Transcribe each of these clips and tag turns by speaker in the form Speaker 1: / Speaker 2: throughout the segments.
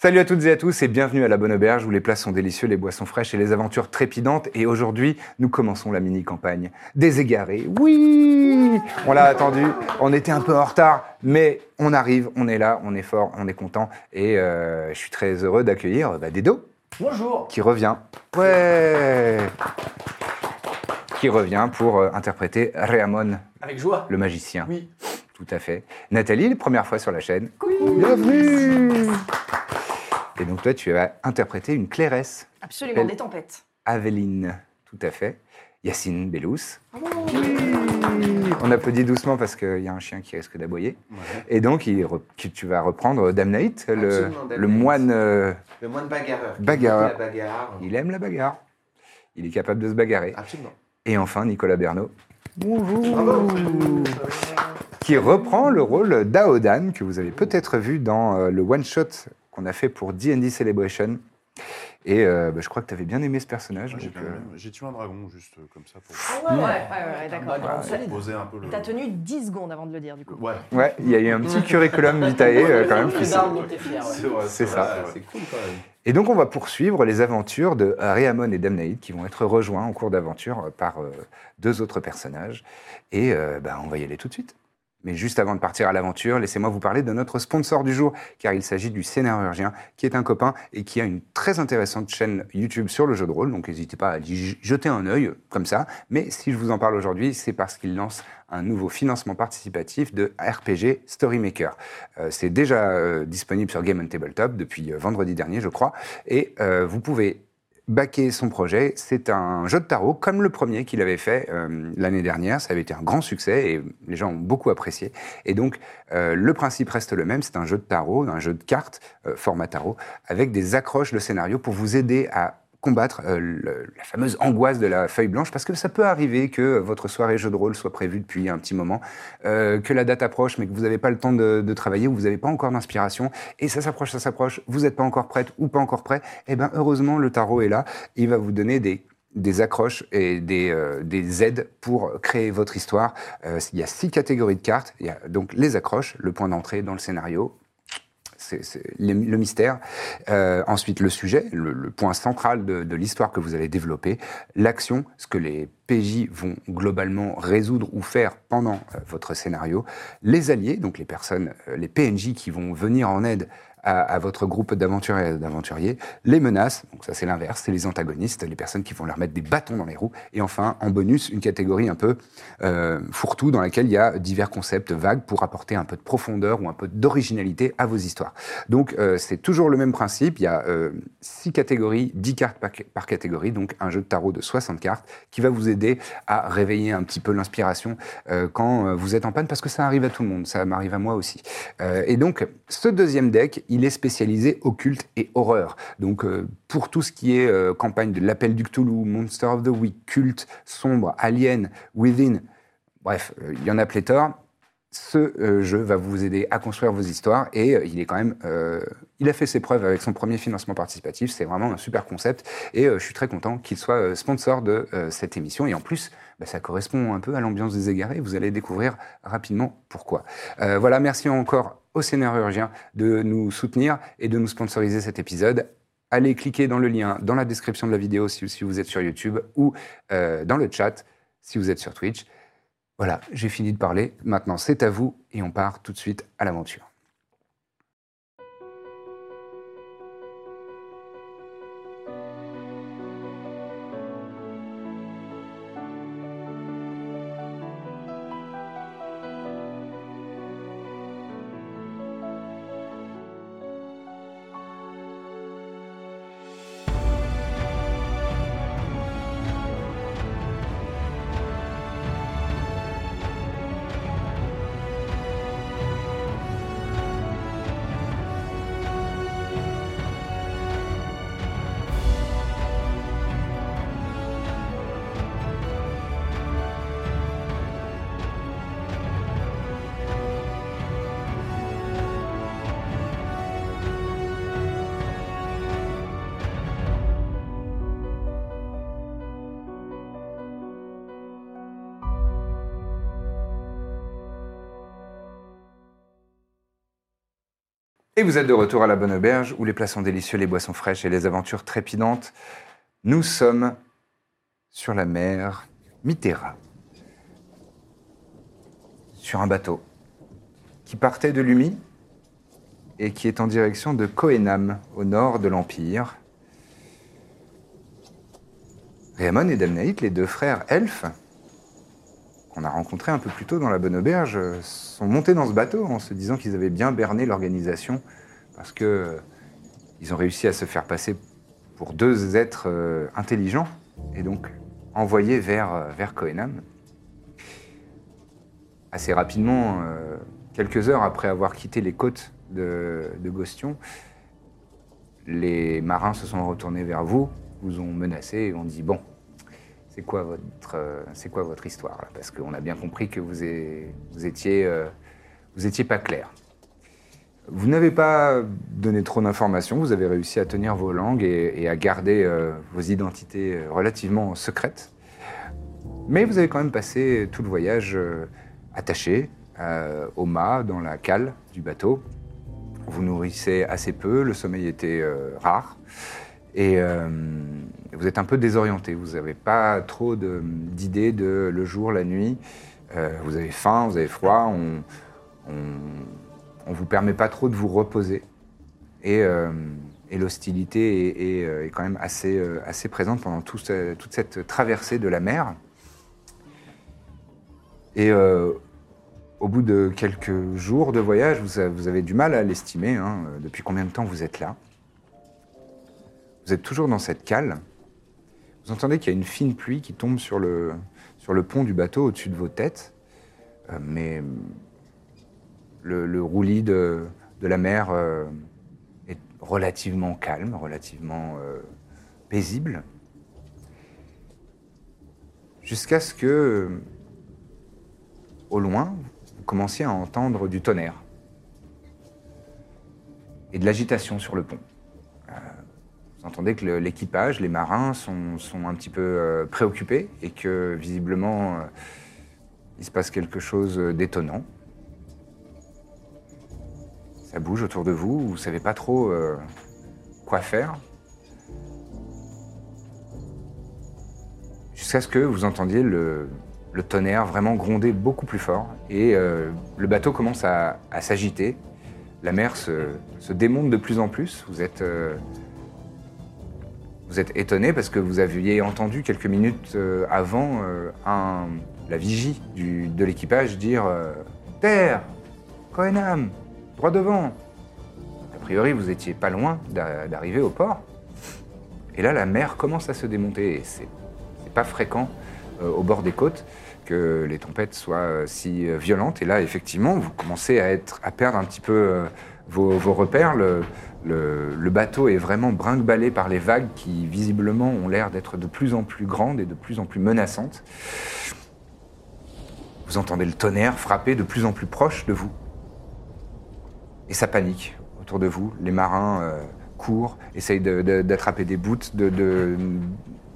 Speaker 1: Salut à toutes et à tous et bienvenue à la Bonne Auberge où les plats sont délicieux, les boissons fraîches et les aventures trépidantes. Et aujourd'hui, nous commençons la mini-campagne des égarés. Oui On l'a attendu, on était un peu en retard, mais on arrive, on est là, on est fort, on est content. Et euh, je suis très heureux d'accueillir bah, Dedo
Speaker 2: Bonjour
Speaker 1: qui revient. Ouais Qui revient pour euh, interpréter Réamon,
Speaker 2: Avec joie
Speaker 1: le magicien.
Speaker 2: Oui.
Speaker 1: Tout à fait. Nathalie, première fois sur la chaîne. Bienvenue Et donc toi, tu vas interpréter une clairesse,
Speaker 3: Absolument,
Speaker 1: Elle-
Speaker 3: des tempêtes.
Speaker 1: Aveline. Tout à fait. Yacine Bellous. On applaudit doucement parce qu'il y a un chien qui risque d'aboyer. Et donc, il re- qui- tu vas reprendre Damnaït, le,
Speaker 4: Absolument,
Speaker 1: le
Speaker 4: Damnaït.
Speaker 1: moine... euh,
Speaker 4: Le moine bagarreur. qui
Speaker 1: Bagarreur.
Speaker 4: aime La bagarre.
Speaker 1: il aime la bagarre. Il est capable de se bagarrer.
Speaker 4: Absolument.
Speaker 1: Et enfin, Nicolas Bernot. Qui reprend le rôle d'Aodan, que vous avez peut-être vu dans euh, le one-shot qu'on a fait pour D&D Celebration. Et euh, bah, je crois que tu avais bien aimé ce personnage.
Speaker 5: Ouais, J'ai
Speaker 1: donc,
Speaker 5: bien
Speaker 1: euh,
Speaker 5: aimé. J'ai tué un dragon, juste euh, comme ça, pour
Speaker 3: Ouais, ouais, ouais, d'accord.
Speaker 2: Bah, solide.
Speaker 5: poser un peu le...
Speaker 3: Ah, T'as tenu 10 secondes avant de le dire, du coup.
Speaker 5: Ouais,
Speaker 1: ouais, il y a eu un petit curriculum vitae euh, quand même.
Speaker 2: Les
Speaker 1: qui s'est-
Speaker 2: armes dont t'es fier, ouais.
Speaker 4: vrai,
Speaker 1: C'est
Speaker 4: vrai,
Speaker 1: ça.
Speaker 4: C'est cool quand même.
Speaker 1: Et donc, on va poursuivre les aventures de Réamon et Damnaïd qui vont être rejoints en cours d'aventure par euh, deux autres personnages. Et euh, bah, on va y aller tout de suite. Mais juste avant de partir à l'aventure, laissez-moi vous parler de notre sponsor du jour, car il s'agit du Scénarurgien, qui est un copain et qui a une très intéressante chaîne YouTube sur le jeu de rôle, donc n'hésitez pas à y jeter un œil euh, comme ça. Mais si je vous en parle aujourd'hui, c'est parce qu'il lance un nouveau financement participatif de RPG Storymaker. Euh, c'est déjà euh, disponible sur Game on Tabletop depuis euh, vendredi dernier, je crois, et euh, vous pouvez backer son projet. C'est un jeu de tarot comme le premier qu'il avait fait euh, l'année dernière. Ça avait été un grand succès et les gens ont beaucoup apprécié. Et donc, euh, le principe reste le même. C'est un jeu de tarot, un jeu de cartes, euh, format tarot, avec des accroches de scénario pour vous aider à combattre euh, le- la fameuse angoisse de la feuille blanche, parce que ça peut arriver que votre soirée jeu de rôle soit prévue depuis un petit moment, euh, que la date approche, mais que vous n'avez pas le temps de, de travailler, ou vous n'avez pas encore d'inspiration, et ça s'approche, ça s'approche, vous n'êtes pas encore prête ou pas encore prêt, et bien heureusement, le tarot est là, il va vous donner des des accroches et des, euh, des aides pour créer votre histoire. Euh, il y a six catégories de cartes. Il y a donc les accroches, le point d'entrée dans le scénario, c'est c'est les- le mystère. Euh, ensuite, le sujet, le, le point central de, de l'histoire que vous allez développer. L'action, ce que les PJ vont globalement résoudre ou faire pendant euh, votre scénario. Les alliés, donc les personnes, euh, les PNJ qui vont venir en aide à, à votre groupe d'aventuriers et d'aventuriers. Les menaces, donc ça c'est l'inverse, c'est les antagonistes, les personnes qui vont leur mettre des bâtons dans les roues. Et enfin, en bonus, une catégorie un peu euh, fourre-tout dans laquelle il y a divers concepts vagues pour apporter un peu de profondeur ou un peu d'originalité à vos histoires. Donc euh, c'est toujours le même principe, il y a euh, six catégories, 10 cartes par, par catégorie, donc un jeu de tarot de 60 cartes qui va vous aider à réveiller un petit peu l'inspiration euh, quand euh, vous êtes en panne, parce que ça arrive à tout le monde, ça m'arrive à moi aussi. Euh, et donc, ce deuxième deck, il est spécialisé occulte et horreur. Donc, euh, pour tout ce qui est euh, campagne de l'appel du Cthulhu, Monster of the Week, culte, sombre, alien, within, bref, euh, il y en a pléthore. Ce euh, jeu va vous aider à construire vos histoires et euh, il est quand même, euh, il a fait ses preuves avec son premier financement participatif. C'est vraiment un super concept et euh, je suis très content qu'il soit euh, sponsor de euh, cette émission. Et en plus, bah, ça correspond un peu à l'ambiance des égarés. Vous allez découvrir rapidement pourquoi. Euh, voilà, merci encore au scénarurgien de nous soutenir et de nous sponsoriser cet épisode. Allez cliquer dans le lien dans la description de la vidéo si, si vous êtes sur YouTube ou euh, dans le chat si vous êtes sur Twitch. Voilà, j'ai fini de parler. Maintenant, c'est à vous et on part tout de suite à l'aventure. Et vous êtes de retour à la bonne auberge où les plats sont délicieux, les boissons fraîches et les aventures trépidantes. Nous sommes sur la mer Mitterra. Sur un bateau qui partait de Lumi et qui est en direction de Coenam, au nord de l'Empire. Raymond et Damnaït, les deux frères elfes, qu'on a rencontrés un peu plus tôt dans la bonne auberge, euh, sont montés dans ce bateau en se disant qu'ils avaient bien berné l'organisation parce que euh, ils ont réussi à se faire passer pour deux êtres euh, intelligents et donc envoyés vers, euh, vers Coenam. Assez rapidement, euh, quelques heures après avoir quitté les côtes de, de Gostion, les marins se sont retournés vers vous, vous ont menacé et ont dit bon, c'est quoi votre, euh, c'est quoi votre histoire là Parce qu'on a bien compris que vous, é- vous étiez, euh, vous étiez pas clair. Vous n'avez pas donné trop d'informations. Vous avez réussi à tenir vos langues et, et à garder euh, vos identités euh, relativement secrètes. Mais vous avez quand même passé tout le voyage euh, attaché euh, au mât, dans la cale du bateau. Vous nourrissez assez peu. Le sommeil était euh, rare. Et euh, vous êtes un peu désorienté, vous n'avez pas trop de- d'idées de le jour, la nuit. Euh, vous avez faim, vous avez froid, on on ne vous permet pas trop de vous reposer. Et, euh, et l'hostilité est, est, euh, est quand même assez, euh, assez présente pendant tout ce- toute cette traversée de la mer. Et euh, au bout de quelques jours de voyage, vous, a- vous avez du mal à l'estimer, hein, euh, depuis combien de temps vous êtes là. Vous êtes toujours dans cette cale. Vous entendez qu'il y a une fine pluie qui tombe sur le, sur le pont du bateau au-dessus de vos têtes. Euh, mais euh, le, le roulis de, de la mer euh, est relativement calme, relativement euh, paisible. Jusqu'à ce que, euh, au loin, vous commenciez à entendre du tonnerre et de l'agitation sur le pont. Euh, Vous entendez que le- l'équipage, les marins sont, sont un petit peu euh, préoccupés et que visiblement euh, il se passe quelque chose euh, d'étonnant. Ça bouge autour de vous, vous savez pas trop euh, quoi faire. Jusqu'à ce que vous entendiez le, le tonnerre vraiment gronder beaucoup plus fort et euh, le bateau commence à, à s'agiter. La mer se, se démonte de plus en plus. Vous êtes euh, vous êtes étonné parce que vous aviez entendu quelques minutes euh, avant euh, un- la vigie du- de l'équipage dire euh, Terre Cohenham Droit devant !» A priori, vous étiez pas loin d'a- d'arriver au port. Et là, la mer commence à se démonter. Et c'est c'est pas fréquent euh, au bord des côtes que les tempêtes soient euh, si euh, violentes. Et là, effectivement, vous commencez à, être, à perdre un petit peu euh, vos, vos repères. Le, le- le bateau est vraiment brinque-ballé par les vagues qui, visiblement, ont l'air d'être de plus en plus grandes et de plus en plus menaçantes. Vous entendez le tonnerre frapper de plus en plus proche de vous. Et ça panique autour de vous. Les marins euh, courent, essayent de- de- d'attraper des bouts, de- de-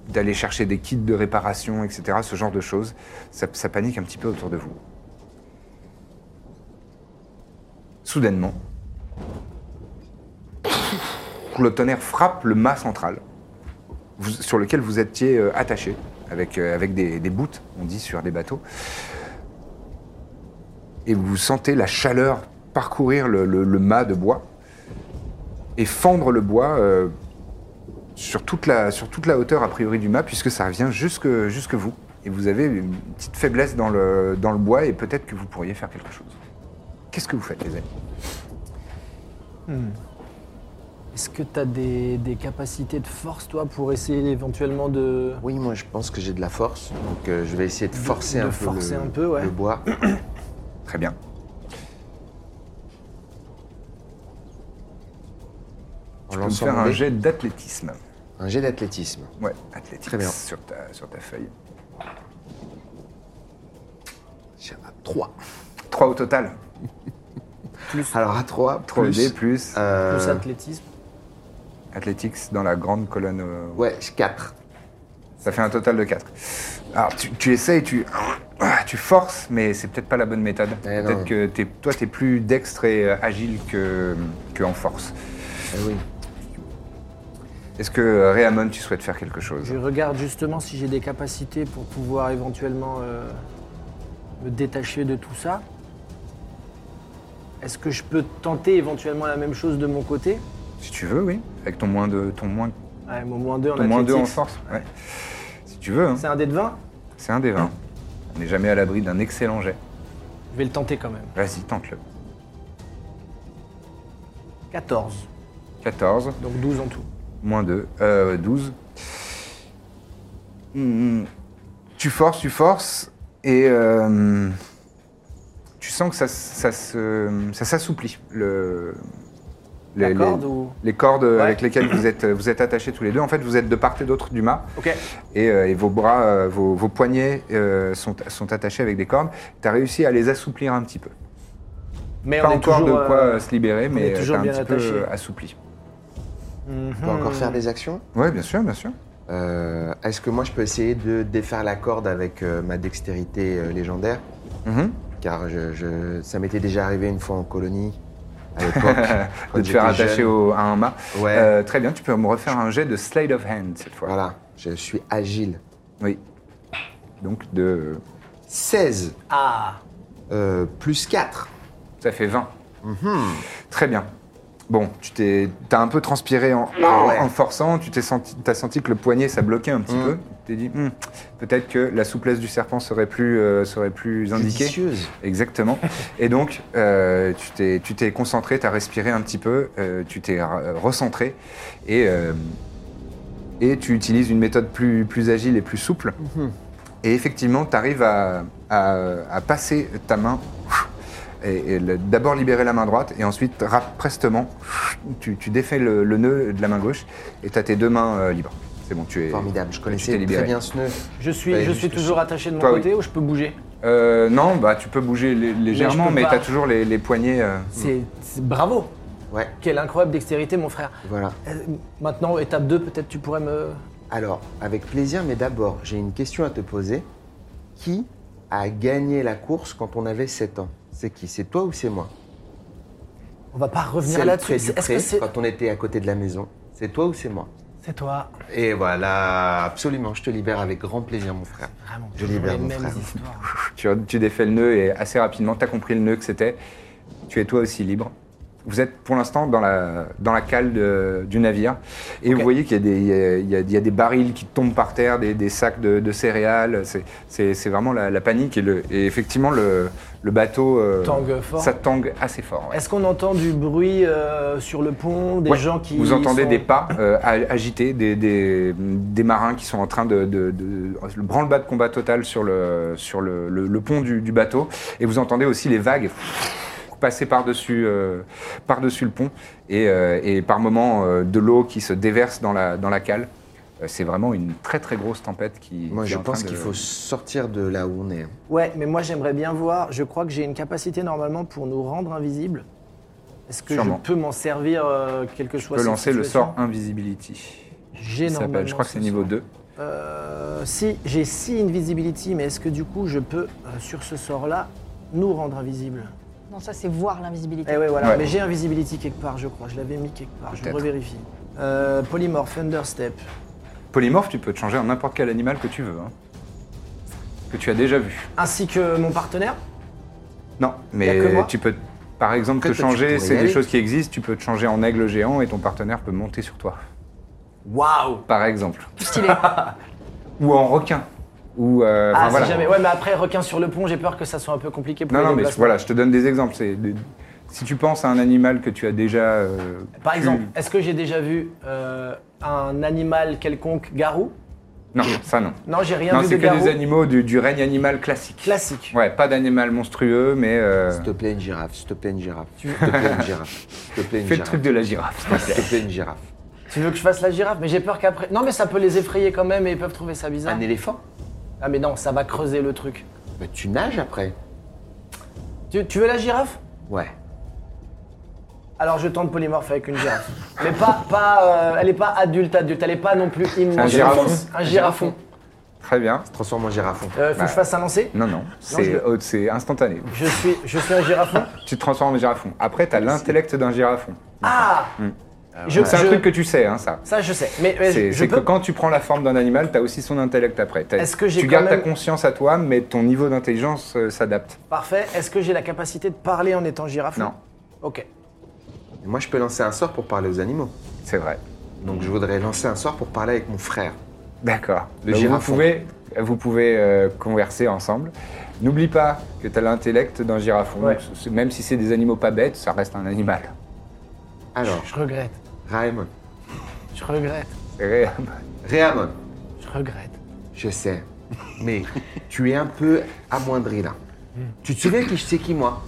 Speaker 1: d'aller chercher des kits de réparation, etc. Ce genre de choses. Ça, ça panique un petit peu autour de vous. Soudainement, le tonnerre frappe le mât central, vous- sur lequel vous étiez euh, attaché, avec, euh, avec des, des bouts, on dit, sur des bateaux et vous sentez la chaleur parcourir le, le- le mât de bois et fendre le bois euh, sur, toute la, sur toute la hauteur a priori du mât puisque ça revient jusque, jusque vous. Et vous avez une petite faiblesse dans le, dans le bois et peut-être que vous pourriez faire quelque chose. Qu'est-ce que vous faites les amis
Speaker 2: Est-ce que t'as des, des capacités de force, toi, pour essayer éventuellement de.
Speaker 4: Oui, moi je pense que j'ai de la force, donc euh, je vais essayer de forcer,
Speaker 2: de
Speaker 4: un,
Speaker 2: forcer
Speaker 4: peu le,
Speaker 2: un peu, ouais.
Speaker 4: le bois.
Speaker 1: Très bien.
Speaker 4: En
Speaker 1: Tu peux me
Speaker 4: lançant
Speaker 1: faire
Speaker 4: mon
Speaker 1: un
Speaker 4: dé.
Speaker 1: jet d'athlétisme.
Speaker 4: Un jet d'athlétisme.
Speaker 1: Ouais, athlétisme
Speaker 4: Très bien.
Speaker 1: Sur, ta, sur ta feuille.
Speaker 4: 3.
Speaker 1: 3 au total.
Speaker 4: Alors à 3,
Speaker 1: 3
Speaker 4: plus...
Speaker 1: dés plus
Speaker 4: euh,
Speaker 2: Plus athlétisme.
Speaker 1: athletics dans la grande colonne euh,
Speaker 4: ouais, 4.
Speaker 1: Ça fait un total de 4. Alors, tu, tu essayes, tu, ah, tu forces, mais c'est peut-être pas la bonne méthode.
Speaker 4: Eh non.
Speaker 1: peut-être que t'es- toi, t'es plus dextre et euh, agile que, que en force.
Speaker 4: Eh oui.
Speaker 1: Est-ce que euh, Réamon, tu souhaites faire quelque chose
Speaker 2: Je regarde justement si j'ai des capacités pour pouvoir éventuellement euh, me détacher de tout ça. Est-ce que je peux tenter éventuellement la même chose de mon côté
Speaker 1: Si tu veux, oui. Avec ton moins de ton moins
Speaker 2: Ouais, mon moins 2 en
Speaker 1: ton moins deux en
Speaker 2: athlétique.
Speaker 1: force. Ouais. Si tu veux, hein.
Speaker 2: C'est un dé de 20
Speaker 1: c'est un des 20. On n'est jamais à l'abri d'un excellent jet.
Speaker 2: Je vais le tenter quand même.
Speaker 1: Vas-y, tente-le.
Speaker 2: 14,
Speaker 1: 14.
Speaker 2: donc 12 en tout.
Speaker 1: Moins 2, euh, 12. Hmm, Tu forces, tu forces, et euh, tu sens que ça, s- ça, se- ça s'assouplit. Le, les,
Speaker 2: La
Speaker 1: les-
Speaker 2: corde ou-
Speaker 1: les cordes avec lesquelles vous êtes, vous êtes attachés tous les deux, en fait, vous êtes de part et d'autre du mât,
Speaker 2: Ok.
Speaker 1: et, euh, et vos bras, euh, vos, vos poignets euh, sont, sont attachés avec des cordes. Tu as réussi à les assouplir un petit peu.
Speaker 2: Mais
Speaker 1: Pas
Speaker 2: on est
Speaker 1: encore
Speaker 2: toujours,
Speaker 1: de quoi
Speaker 2: euh,
Speaker 1: euh, se libérer,
Speaker 2: on
Speaker 1: mais
Speaker 2: est
Speaker 1: euh,
Speaker 2: toujours
Speaker 1: t'as un
Speaker 2: bien
Speaker 1: petit
Speaker 2: attaché.
Speaker 1: peu assoupli. euh,
Speaker 4: On peut
Speaker 2: Mhm.
Speaker 1: Hmm.
Speaker 4: encore faire des actions
Speaker 1: Oui, bien sûr, bien sûr.
Speaker 4: Euh, Est-ce que moi je peux essayer de défaire la corde avec euh, ma dextérité euh, légendaire
Speaker 1: Mhm.
Speaker 4: Car je, je- ça m'était déjà arrivé une fois en colonie à l'époque.
Speaker 1: de
Speaker 4: quand
Speaker 1: te faire
Speaker 4: j'étais
Speaker 1: attacher
Speaker 4: jeune.
Speaker 1: au- à un mât.
Speaker 4: Ouais.
Speaker 1: Euh, très bien, tu peux me refaire un jet de slide of hand cette fois.
Speaker 4: Voilà, je suis agile.
Speaker 1: Oui. Donc de.
Speaker 4: 16
Speaker 2: Ah
Speaker 4: euh, plus 4.
Speaker 1: Ça fait 20.
Speaker 4: Mhm.
Speaker 1: Très bien. Bon, tu t'es, t'as un peu transpiré en,
Speaker 4: Ah Ouais. Mhm.
Speaker 1: en forçant, tu t'es senti, t'as senti que le poignet ça bloquait un petit peu. Tu t'es dit, Hmm, peut-être que la souplesse du serpent serait plus, euh, serait plus indiquée.
Speaker 4: Judicieuse.
Speaker 1: Exactement. Et donc, euh, tu t'es- tu t'es concentré, tu as respiré un petit peu, euh, tu t'es ra- recentré et, euh, et tu utilises une méthode plus, plus agile et plus souple. Et effectivement, tu arrives à, à- à passer ta main, et, et le- d'abord libérer la main droite, et ensuite, rap- prestement, tu, tu défais le, le nœud de la main gauche et tu as tes deux mains euh, libres. C'est bon, tu es.
Speaker 4: Formidable, je
Speaker 1: tu
Speaker 4: connaissais
Speaker 1: t'es libéré.
Speaker 4: très bien ce nœud.
Speaker 2: Je
Speaker 1: Bah,
Speaker 2: suis,
Speaker 4: Ouais,
Speaker 2: je
Speaker 4: juste
Speaker 2: suis
Speaker 4: que
Speaker 2: toujours attaché de mon
Speaker 1: Toi, oui.
Speaker 2: côté ou je peux bouger
Speaker 1: Euh, non, bah, tu peux bouger lé- légèrement,
Speaker 2: peux
Speaker 1: mais,
Speaker 2: pas.
Speaker 1: tu as toujours les, les poignets. euh,
Speaker 2: C'est c'est- bravo
Speaker 4: Ouais,
Speaker 2: Quelle incroyable dextérité, mon frère.
Speaker 4: voilà.
Speaker 2: Euh, Maintenant, étape 2, peut-être tu pourrais me...
Speaker 4: Alors, avec plaisir, mais d'abord, j'ai une question à te poser. Qui a gagné la course quand on avait 7 ans C'est qui C'est toi ou c'est moi
Speaker 2: On va pas
Speaker 4: C'est
Speaker 2: revenir
Speaker 4: le
Speaker 2: là-dessus.
Speaker 4: pré du
Speaker 2: Est-ce
Speaker 4: pré,
Speaker 2: que c'est...
Speaker 4: quand on était à côté de la maison. C'est toi ou c'est moi
Speaker 2: C'est toi.
Speaker 4: Et voilà, absolument, je te libère avec grand plaisir, mon frère.
Speaker 2: Vraiment,
Speaker 4: Je
Speaker 2: toujours
Speaker 4: libère
Speaker 2: les
Speaker 4: mon
Speaker 2: mêmes
Speaker 4: frère.
Speaker 2: histoires.
Speaker 1: Tu, tu défais le nœud et assez rapidement, tu as compris le nœud que c'était. Tu es toi aussi libre. Vous êtes pour l'instant dans la, dans la cale de- du navire. Et vous voyez qu'il y a, des, il y a- il y a- il y a des barils qui tombent par terre, des, des sacs de, de céréales. C'est- C'est c'est vraiment la, la panique. Et, le- et effectivement, le, le bateau. euh,
Speaker 2: Tangue fort.
Speaker 1: Ça tangue assez fort. ouais.
Speaker 2: Est-ce qu'on entend du bruit euh, sur le pont, des
Speaker 1: Ouais.
Speaker 2: gens qui...
Speaker 1: Vous entendez
Speaker 2: sont-
Speaker 1: des pas euh, a- agités, des, des- des marins qui sont en train de. de- de- le branle-bas de combat total sur le, sur le, le- le pont du, du bateau. Et vous entendez aussi les vagues passer par-dessus par -dessus le pont. Et, euh, et par moments, euh, de l'eau qui se déverse dans la, dans la cale. Euh, C'est vraiment une très très grosse tempête qui.
Speaker 4: Moi,
Speaker 1: qui est
Speaker 4: je
Speaker 1: en train
Speaker 4: pense
Speaker 1: de-
Speaker 4: qu'il faut sortir de là où on est.
Speaker 2: Ouais, mais moi j'aimerais bien voir. Je crois que j'ai une capacité normalement pour nous rendre invisibles. Est-ce que
Speaker 1: Sûrement.
Speaker 2: je peux m'en servir euh, quelque
Speaker 1: Tu
Speaker 2: chose
Speaker 1: peux lancer le sort Invisibility.
Speaker 2: J'ai
Speaker 1: Il s'appelle,
Speaker 2: normalement
Speaker 1: je crois que c'est
Speaker 2: ce
Speaker 1: niveau
Speaker 2: sort.
Speaker 1: 2.
Speaker 2: Euh, si, j'ai 6 invisibility, mais est-ce que du coup je peux, euh, sur ce sort-là, nous rendre invisibles
Speaker 3: Non, ça, c'est voir l'invisibilité.
Speaker 2: Eh ouais, voilà,
Speaker 1: Ouais.
Speaker 2: mais j'ai invisibility quelque part, je crois. Je l'avais mis quelque part, je
Speaker 1: Peut-être.
Speaker 2: revérifie. Euh, polymorph, Thunderstep.
Speaker 1: Polymorphe, tu peux te changer en n'importe quel animal que tu veux. hein. Que tu as déjà vu.
Speaker 2: Ainsi que mon partenaire
Speaker 1: Non,
Speaker 2: Y a que moi
Speaker 1: mais tu peux, par exemple, te
Speaker 4: Peut-être que tu
Speaker 1: changer,
Speaker 4: pourrais y
Speaker 1: c'est des
Speaker 4: aller.
Speaker 1: choses qui existent, tu peux te changer en aigle géant et ton partenaire peut monter sur toi,
Speaker 2: Waouh
Speaker 1: par exemple.
Speaker 3: Stylé.
Speaker 1: Ou en requin. Ou, euh,
Speaker 2: Ah,
Speaker 1: enfin,
Speaker 2: si
Speaker 1: voilà.
Speaker 2: jamais. Ouais, bah, mais après, requin sur le pont, j'ai peur que ça soit un peu compliqué pour
Speaker 1: Non,
Speaker 2: les
Speaker 1: non, mais
Speaker 2: déplacements.
Speaker 1: voilà, je te donne des exemples. c'est des- Si tu penses à un animal que tu as déjà... euh,
Speaker 2: Par
Speaker 1: tu-
Speaker 2: exemple, est-ce que j'ai déjà vu euh, un animal quelconque garou
Speaker 1: Non, ça non.
Speaker 2: Non, j'ai rien
Speaker 1: non,
Speaker 2: vu
Speaker 1: c'est
Speaker 2: de
Speaker 1: que
Speaker 2: garou.
Speaker 1: des animaux du, du règne animal classique.
Speaker 2: Classique.
Speaker 1: Ouais, pas d'animal monstrueux, mais... euh,
Speaker 4: S'il te plaît, une girafe, s'il te plaît, une girafe. S'il te plaît, une girafe. S'il te plaît, une
Speaker 1: Fais le
Speaker 4: girafe.
Speaker 1: truc de la girafe. s'il te plaît.
Speaker 4: S'il te plaît, une girafe.
Speaker 2: Tu veux que je fasse la girafe Mais j'ai peur qu'après. Non, mais ça peut les effrayer quand même et ils peuvent trouver ça bizarre.
Speaker 4: Un éléphant
Speaker 2: Ah, mais non, ça va creuser le truc.
Speaker 4: Bah, tu nages après.
Speaker 2: Tu, tu veux la girafe
Speaker 4: Ouais.
Speaker 2: Alors je tente polymorphe avec une girafe. mais pas. pas euh, elle est pas adulte, adulte. Elle est pas non plus immense.
Speaker 1: Un girafon.
Speaker 2: Un girafon.
Speaker 1: Très bien.
Speaker 4: se transforme en girafon.
Speaker 2: Euh, faut
Speaker 1: Bah.
Speaker 2: que je fasse un lancer
Speaker 1: Non, non, c'est
Speaker 2: je-
Speaker 1: euh, c'est instantané.
Speaker 2: Je suis, je suis un girafon
Speaker 1: Tu te transformes en girafon. Après, t'as l'intellect d'un girafon.
Speaker 2: Ah je,
Speaker 1: Mm. C'est un
Speaker 2: je-
Speaker 1: truc que tu sais, hein, ça.
Speaker 2: Ça, je sais. Mais, mais
Speaker 1: C'est
Speaker 2: je
Speaker 1: c'est
Speaker 2: peux...
Speaker 1: que quand tu prends la forme d'un animal, t'as aussi son intellect après. T'as-
Speaker 2: Est-ce que j'ai
Speaker 1: tu
Speaker 2: quand
Speaker 1: gardes ta
Speaker 2: même-
Speaker 1: conscience à toi, mais ton niveau d'intelligence euh, s'adapte.
Speaker 2: Parfait. Est-ce que j'ai la capacité de parler en étant girafon
Speaker 1: Non.
Speaker 2: Ok.
Speaker 4: Et Moi, je peux lancer un sort pour parler aux animaux.
Speaker 1: C'est vrai.
Speaker 4: Donc, je voudrais lancer un sort pour parler avec mon frère.
Speaker 1: D'accord.
Speaker 4: Le
Speaker 1: Donc, vous
Speaker 4: girafon.
Speaker 1: pouvez, vous pouvez euh, converser ensemble. N'oublie pas que t'as l'intellect d'un girafon.
Speaker 2: Ouais.
Speaker 1: Donc, c'est- Même si c'est des animaux pas bêtes, ça reste un animal.
Speaker 4: Alors,
Speaker 2: Je regrette.
Speaker 4: Raymond.
Speaker 2: Je regrette.
Speaker 1: C'est vrai.
Speaker 4: Raymond,
Speaker 2: Je regrette.
Speaker 4: je sais, mais tu es un peu amoindri là. Tu te souviens qui je sais qui, moi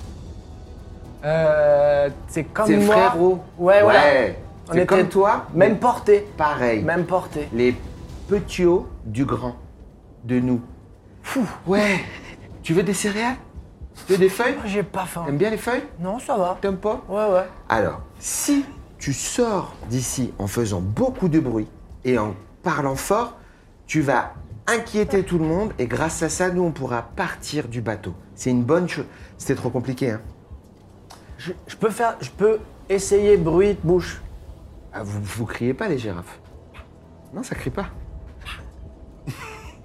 Speaker 2: Euh, c'est comme
Speaker 4: C'est le
Speaker 2: moi.
Speaker 4: frérot.
Speaker 2: Ouais, voilà. On
Speaker 4: C'est
Speaker 2: était-
Speaker 4: comme toi,
Speaker 2: Même portée.
Speaker 4: pareil.
Speaker 2: Même portée.
Speaker 4: Les petits hauts du grand, de nous. Fou. Ouais. Tu veux des céréales Tu veux des feuilles
Speaker 2: Oh, J'ai pas faim.
Speaker 4: T'aimes bien les feuilles
Speaker 2: Non, ça va.
Speaker 4: T'aimes pas
Speaker 2: Ouais, ouais.
Speaker 4: Alors, si tu sors d'ici en faisant beaucoup de bruit et en parlant fort, tu vas inquiéter tout le monde et grâce à ça, nous, on pourra partir du bateau. C'est une bonne chose. C'était trop compliqué, hein
Speaker 2: Je, je peux faire. Je peux essayer bruit de bouche.
Speaker 4: Ah, vous, vous criez pas, les girafes Non, ça crie pas.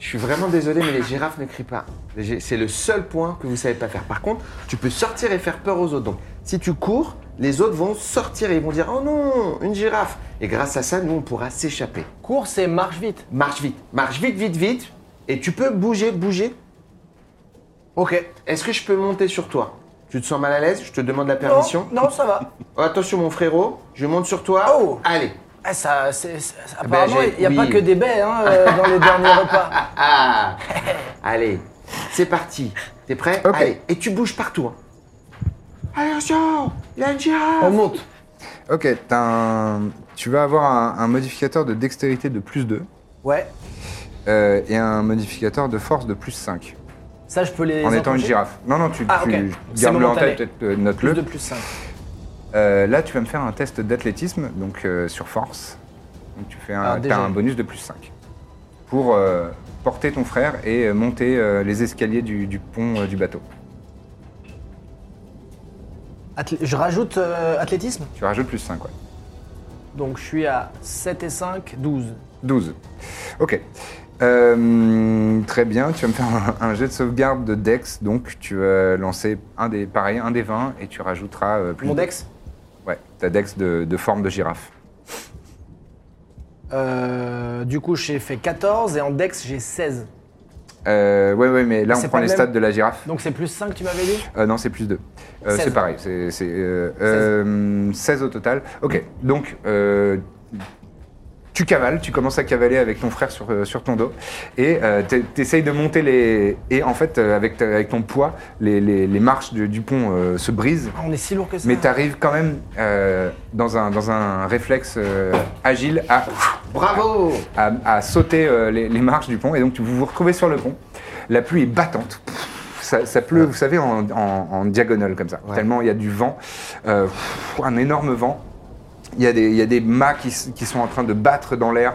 Speaker 4: Je suis vraiment désolé, mais les girafes ne crient pas. Les gi- C'est le seul point que vous savez pas faire. Par contre, tu peux sortir et faire peur aux autres. Donc, si tu cours, les autres vont sortir et ils vont dire Oh non, une girafe Et grâce à ça, nous, on pourra s'échapper.
Speaker 2: Course et marche vite.
Speaker 4: Marche vite, marche vite, vite, vite. Et tu peux bouger, bouger. Ok. Est-ce que je peux monter sur toi Tu te sens mal à l'aise Je te demande la permission.
Speaker 2: Non, non, ça va.
Speaker 4: Oh, attention, mon frérot, je monte sur toi.
Speaker 2: Oh
Speaker 4: Allez.
Speaker 2: Ah, ça, c'est- c'est-
Speaker 1: Eh
Speaker 4: ben,
Speaker 2: apparemment,
Speaker 4: j'ai-
Speaker 2: il n'y a
Speaker 4: oui.
Speaker 2: pas que des baies hein, euh, dans les derniers repas.
Speaker 4: Ah Allez, c'est parti. T'es prêt
Speaker 1: Ok.
Speaker 4: Allez, et tu bouges partout. hein. Attention Il y a une girafe
Speaker 2: On monte.
Speaker 1: Ok, t'as un- tu vas avoir un, un modificateur de dextérité de plus 2
Speaker 2: Ouais.
Speaker 1: euh, et un modificateur de force de plus 5.
Speaker 2: Ça, je peux les.
Speaker 1: en étant une
Speaker 2: empocher
Speaker 1: girafe. Non, non, tu,
Speaker 2: Ah,
Speaker 1: tu
Speaker 2: ok. C'est
Speaker 1: gardes-le en
Speaker 2: momentané.
Speaker 1: tête, peut-être, euh,
Speaker 2: Plus
Speaker 1: note-le.
Speaker 2: de plus 5.
Speaker 1: Euh, là, tu vas me faire un test d'athlétisme, donc euh, sur force. Donc tu fais
Speaker 2: Ah,
Speaker 1: un,
Speaker 2: déjà.
Speaker 1: t'as un bonus de plus 5 pour euh, porter ton frère et euh, monter euh, les escaliers du, du pont euh, du bateau.
Speaker 2: Athlé- je rajoute euh, athlétisme.
Speaker 1: Tu rajoutes plus 5, ouais.
Speaker 2: Donc je suis à 7 et 5, 12.
Speaker 1: 12. Ok. Euh, très bien, tu vas me faire un, un jet de sauvegarde de Dex, donc tu vas lancer un des, pareil, un des 20 et tu rajouteras euh, plus.
Speaker 2: Mon
Speaker 1: de-
Speaker 2: dex
Speaker 1: Ouais, ta Dex de, de forme de girafe.
Speaker 2: Euh, Du coup, j'ai fait 14 et en dex, j'ai 16.
Speaker 1: Euh, ouais, ouais, mais là
Speaker 2: Mais
Speaker 1: on
Speaker 2: c'est
Speaker 1: prend
Speaker 2: pas
Speaker 1: les
Speaker 2: le même-
Speaker 1: stats de la girafe.
Speaker 2: Donc c'est plus 5, tu m'avais dit
Speaker 1: Euh, non, c'est plus 2.
Speaker 2: Seize.
Speaker 1: c'est pareil, c'est c'est, euh, euh, 16 au total. Ok, donc euh, tu cavales, tu commences à cavaler avec ton frère sur, euh, sur ton dos et tu essayes de monter les... Et en fait, euh, avec, ta- avec ton poids, les, les- les marches du, du pont euh, se brisent.
Speaker 2: Ah, On est si lourd que ça.
Speaker 1: Mais tu arrives quand même euh, dans, un, dans un réflexe euh, agile à
Speaker 4: Bravo
Speaker 1: à, à sauter euh, les, les marches du pont et donc vous vous retrouvez sur le pont. La pluie est battante. Ça, ça pleut, vous savez, en, en- en diagonale comme ça.
Speaker 4: Ouais.
Speaker 1: Tellement il y a du vent, Euh, pff, un énorme vent. Il y a des, il y a des mâts qui, s- qui sont en train de battre dans l'air,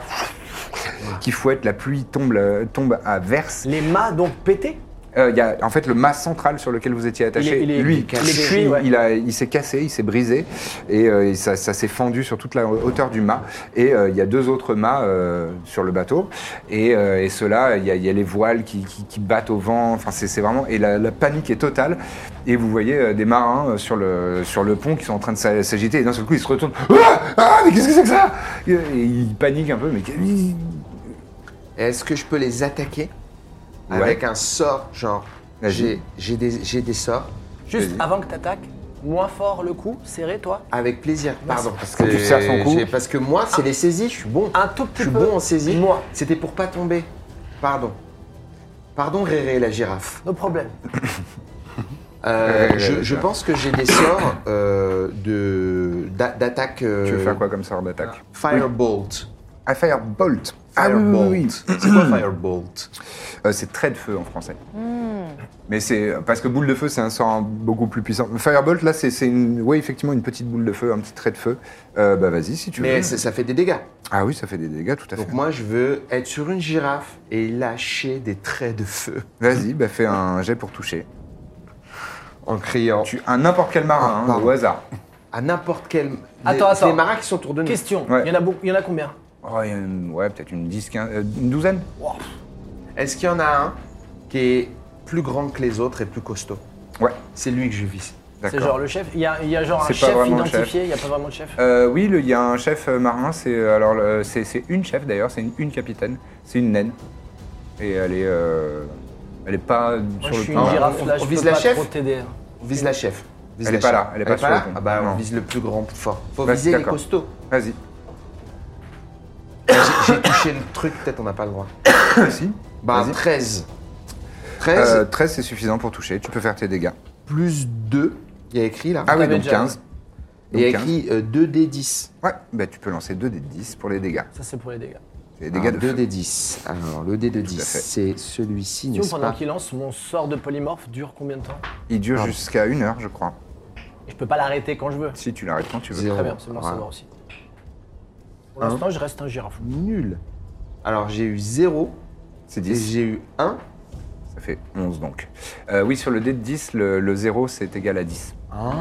Speaker 1: qui fouettent. La pluie tombe, euh, tombe à verse.
Speaker 2: Les mâts, donc pétés
Speaker 1: Euh, il y a en fait le mât central sur lequel vous étiez attaché.
Speaker 2: Il est- il est-
Speaker 1: lui,
Speaker 2: il est cassé,
Speaker 1: il, cuit,
Speaker 2: ouais.
Speaker 1: il a- il s'est cassé, il s'est brisé et euh, et ça, ça s'est fendu sur toute la hauteur du mât. Et euh, il y a deux autres mâts euh, sur le bateau et, euh, et ceux-là, il y, a- il y a les voiles qui, qui- qui battent au vent. Enfin, c'est c'est vraiment et la, la panique est totale. Et vous voyez euh, des marins euh, sur le sur le pont qui sont en train de s'a- s'agiter. Et d'un seul coup, ils se retournent. Ah, Ah, mais qu'est-ce que c'est que ça et, et ils paniquent un peu. Mais qu'est-
Speaker 4: Est-ce que je peux les attaquer
Speaker 1: Ouais.
Speaker 4: Avec un sort, genre.
Speaker 1: Vas-y.
Speaker 4: J'ai j'ai des, j'ai des sorts.
Speaker 2: Juste
Speaker 1: Vas-y.
Speaker 2: avant que t'attaques, moins fort le coup, serré toi.
Speaker 4: Avec plaisir, pardon.
Speaker 1: Parce que tu serres son cou.
Speaker 4: j'ai- Parce que moi, c'est les saisies, je suis bon.
Speaker 2: Un tout petit
Speaker 4: je suis
Speaker 2: peu.
Speaker 4: bon en saisie.
Speaker 2: Moi.
Speaker 4: C'était pour pas tomber. Pardon. Pardon, Réré, la girafe.
Speaker 2: Nos problèmes.
Speaker 1: Mmh.
Speaker 4: Euh,
Speaker 1: Ouais,
Speaker 4: je,
Speaker 1: ouais,
Speaker 4: je
Speaker 1: ouais.
Speaker 4: pense que j'ai des sorts euh, de d'a- d'attaque. euh,
Speaker 1: Tu veux faire quoi comme sort d'attaque
Speaker 4: Firebolt.
Speaker 1: À Firebolt. Ah oui, oui, oui, oui.
Speaker 4: Firebolt. C'est quoi Firebolt
Speaker 3: Hmm.
Speaker 1: Euh, c'est trait de feu en français. Mais c'est parce que boule de feu, c'est un sort beaucoup plus puissant. Firebolt, là, c'est c'est une, ouais, effectivement, une petite boule de feu, un petit trait de feu. Euh, bah vas-y si tu
Speaker 4: Mais
Speaker 1: veux.
Speaker 4: ça, ça fait des dégâts.
Speaker 1: Ah oui, ça fait des dégâts, tout à fait.
Speaker 4: Donc moi, je veux être sur une girafe et lâcher des traits de feu
Speaker 1: Vas-y, bah fais un jet pour toucher.
Speaker 4: en criant
Speaker 1: Tu un n'importe quel
Speaker 2: Ah,
Speaker 1: marin, hein,
Speaker 4: Pardon.
Speaker 1: au hasard.
Speaker 4: à n'importe quel...
Speaker 2: Attends,
Speaker 4: les,
Speaker 2: attends.
Speaker 4: les marins qui sont autour de nous.
Speaker 2: Question,
Speaker 1: Ouais.
Speaker 2: il, y en a beaucoup, il y en a combien
Speaker 1: Oh, il y a une- ouais, peut-être une 10, 15, euh, une douzaine.
Speaker 4: Est-ce qu'il y en a un qui est plus grand que les autres et plus costaud
Speaker 1: Ouais,
Speaker 4: C'est lui que je vise.
Speaker 1: d'accord.
Speaker 2: C'est genre le chef Il y a, il y a genre un
Speaker 1: C'est pas
Speaker 2: chef
Speaker 1: vraiment le chef.
Speaker 2: identifié, il n'y a pas vraiment de chef
Speaker 1: Euh, oui, le- il y a un chef euh, marin, c'est euh, alors euh, c'est c'est une chef d'ailleurs, c'est une, une capitaine, c'est une naine. Et elle est, euh, elle est pas
Speaker 2: Moi,
Speaker 1: sur
Speaker 2: je
Speaker 1: le Ah,
Speaker 2: suis
Speaker 1: plan.
Speaker 2: une girafe,
Speaker 4: on-
Speaker 2: là,
Speaker 4: on
Speaker 2: je
Speaker 4: vise
Speaker 2: peux
Speaker 4: la
Speaker 2: pas
Speaker 4: chef
Speaker 2: trop t'aider.
Speaker 4: On vise la chef. On vise
Speaker 1: Elle
Speaker 4: la
Speaker 1: est pas
Speaker 4: chef.
Speaker 1: là, elle est pas sur le pont.
Speaker 4: Ah bah
Speaker 1: Non.
Speaker 4: on vise le plus grand, plus fort. Faut
Speaker 1: Vas-y,
Speaker 4: viser les
Speaker 1: d'accord.
Speaker 4: costauds.
Speaker 1: Vas-y.
Speaker 4: J'ai j'ai touché le truc, peut-être on n'a pas le droit.
Speaker 1: si.
Speaker 4: Bah
Speaker 1: Vas-y.
Speaker 4: 13. 13
Speaker 1: Euh, 13, c'est suffisant pour toucher. Tu peux faire tes dégâts.
Speaker 4: plus 2, il y a écrit là.
Speaker 1: Ah oui,
Speaker 2: t'avais
Speaker 1: donc
Speaker 2: déjà-
Speaker 1: 15.
Speaker 4: Il y a
Speaker 1: donc
Speaker 4: écrit euh, 2D10.
Speaker 1: Ouais, bah tu peux lancer 2 des 10 pour les dégâts.
Speaker 2: Ça, c'est pour les dégâts.
Speaker 4: Ah,
Speaker 1: C'est les dégâts de feu.
Speaker 4: 2D10. Alors le dé de 10,
Speaker 1: fait.
Speaker 4: c'est celui-ci,
Speaker 2: Tu vois,
Speaker 4: n'est-ce
Speaker 2: pendant
Speaker 4: pas
Speaker 2: qu'il lance, mon sort de polymorphe dure combien de temps
Speaker 1: Il dure jusqu'à 1 heure, je crois.
Speaker 2: Et je peux pas l'arrêter quand je veux.
Speaker 1: Si tu l'arrêtes quand tu veux.
Speaker 4: Zéro.
Speaker 2: Très bien, c'est bon à
Speaker 4: Voilà.
Speaker 2: savoir aussi. Pour
Speaker 1: Hein
Speaker 2: l'instant, je reste un girafe.
Speaker 4: Nul. Alors j'ai eu 0
Speaker 1: C'est
Speaker 4: et
Speaker 1: 10.
Speaker 4: j'ai eu 1.
Speaker 1: Ça fait 11 donc. Euh, oui, sur le dé de 10, le, 0 c'est égal à 10.
Speaker 4: Ah,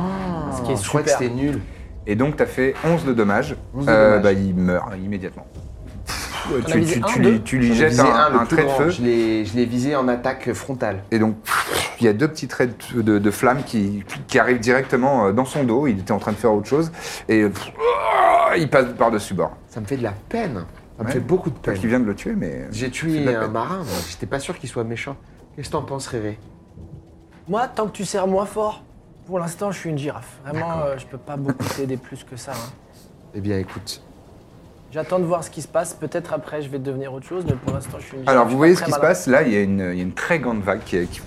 Speaker 2: Ce qui est
Speaker 4: je crois que
Speaker 2: super.
Speaker 4: c'était nul.
Speaker 1: Et donc t'as fait 11 de dommages.
Speaker 4: 11 de dommages.
Speaker 1: bah, il meurt immédiatement.
Speaker 2: T'en as
Speaker 1: tu,
Speaker 2: visé
Speaker 1: tu-
Speaker 2: un,
Speaker 1: tu
Speaker 2: deux
Speaker 1: lui, tu lui
Speaker 4: J'en ai
Speaker 1: jettes
Speaker 4: visé
Speaker 1: un,
Speaker 4: le
Speaker 1: un
Speaker 4: plus
Speaker 1: trait de
Speaker 4: grand.
Speaker 1: feu.
Speaker 4: Je l'ai je l'ai visé en attaque frontale.
Speaker 1: Et donc, il y a deux petits traits de, de- de flamme qui, qui arrivent directement euh, dans son dos. Il était en train de faire autre chose. Et pff, il passe par-dessus bord.
Speaker 4: Ça me fait de la peine. Ça me
Speaker 1: Ouais.
Speaker 4: fait beaucoup de
Speaker 1: Toi
Speaker 4: peine.
Speaker 1: qui viens de le tuer, mais. euh.
Speaker 4: J'ai
Speaker 1: de la
Speaker 4: tué un
Speaker 1: peine.
Speaker 4: marin, moi. J'étais pas sûr qu'il soit méchant. Qu'est-ce que t'en penses, Réré
Speaker 2: Moi, tant que tu sers moins fort, pour l'instant, je suis une girafe. Vraiment, euh, je peux pas beaucoup t'aider plus que ça. hein.
Speaker 4: Eh bien, écoute.
Speaker 2: J'attends de voir ce qui se passe. Peut-être après, je vais devenir autre chose, mais pour l'instant, je suis une girafe.
Speaker 1: Alors,
Speaker 2: Je
Speaker 1: vous
Speaker 2: suis
Speaker 1: voyez
Speaker 2: pas
Speaker 1: ce
Speaker 2: très
Speaker 1: qui se
Speaker 2: malin.
Speaker 1: passe. Là, il y a une, il y a une très grande vague qui, est- qui-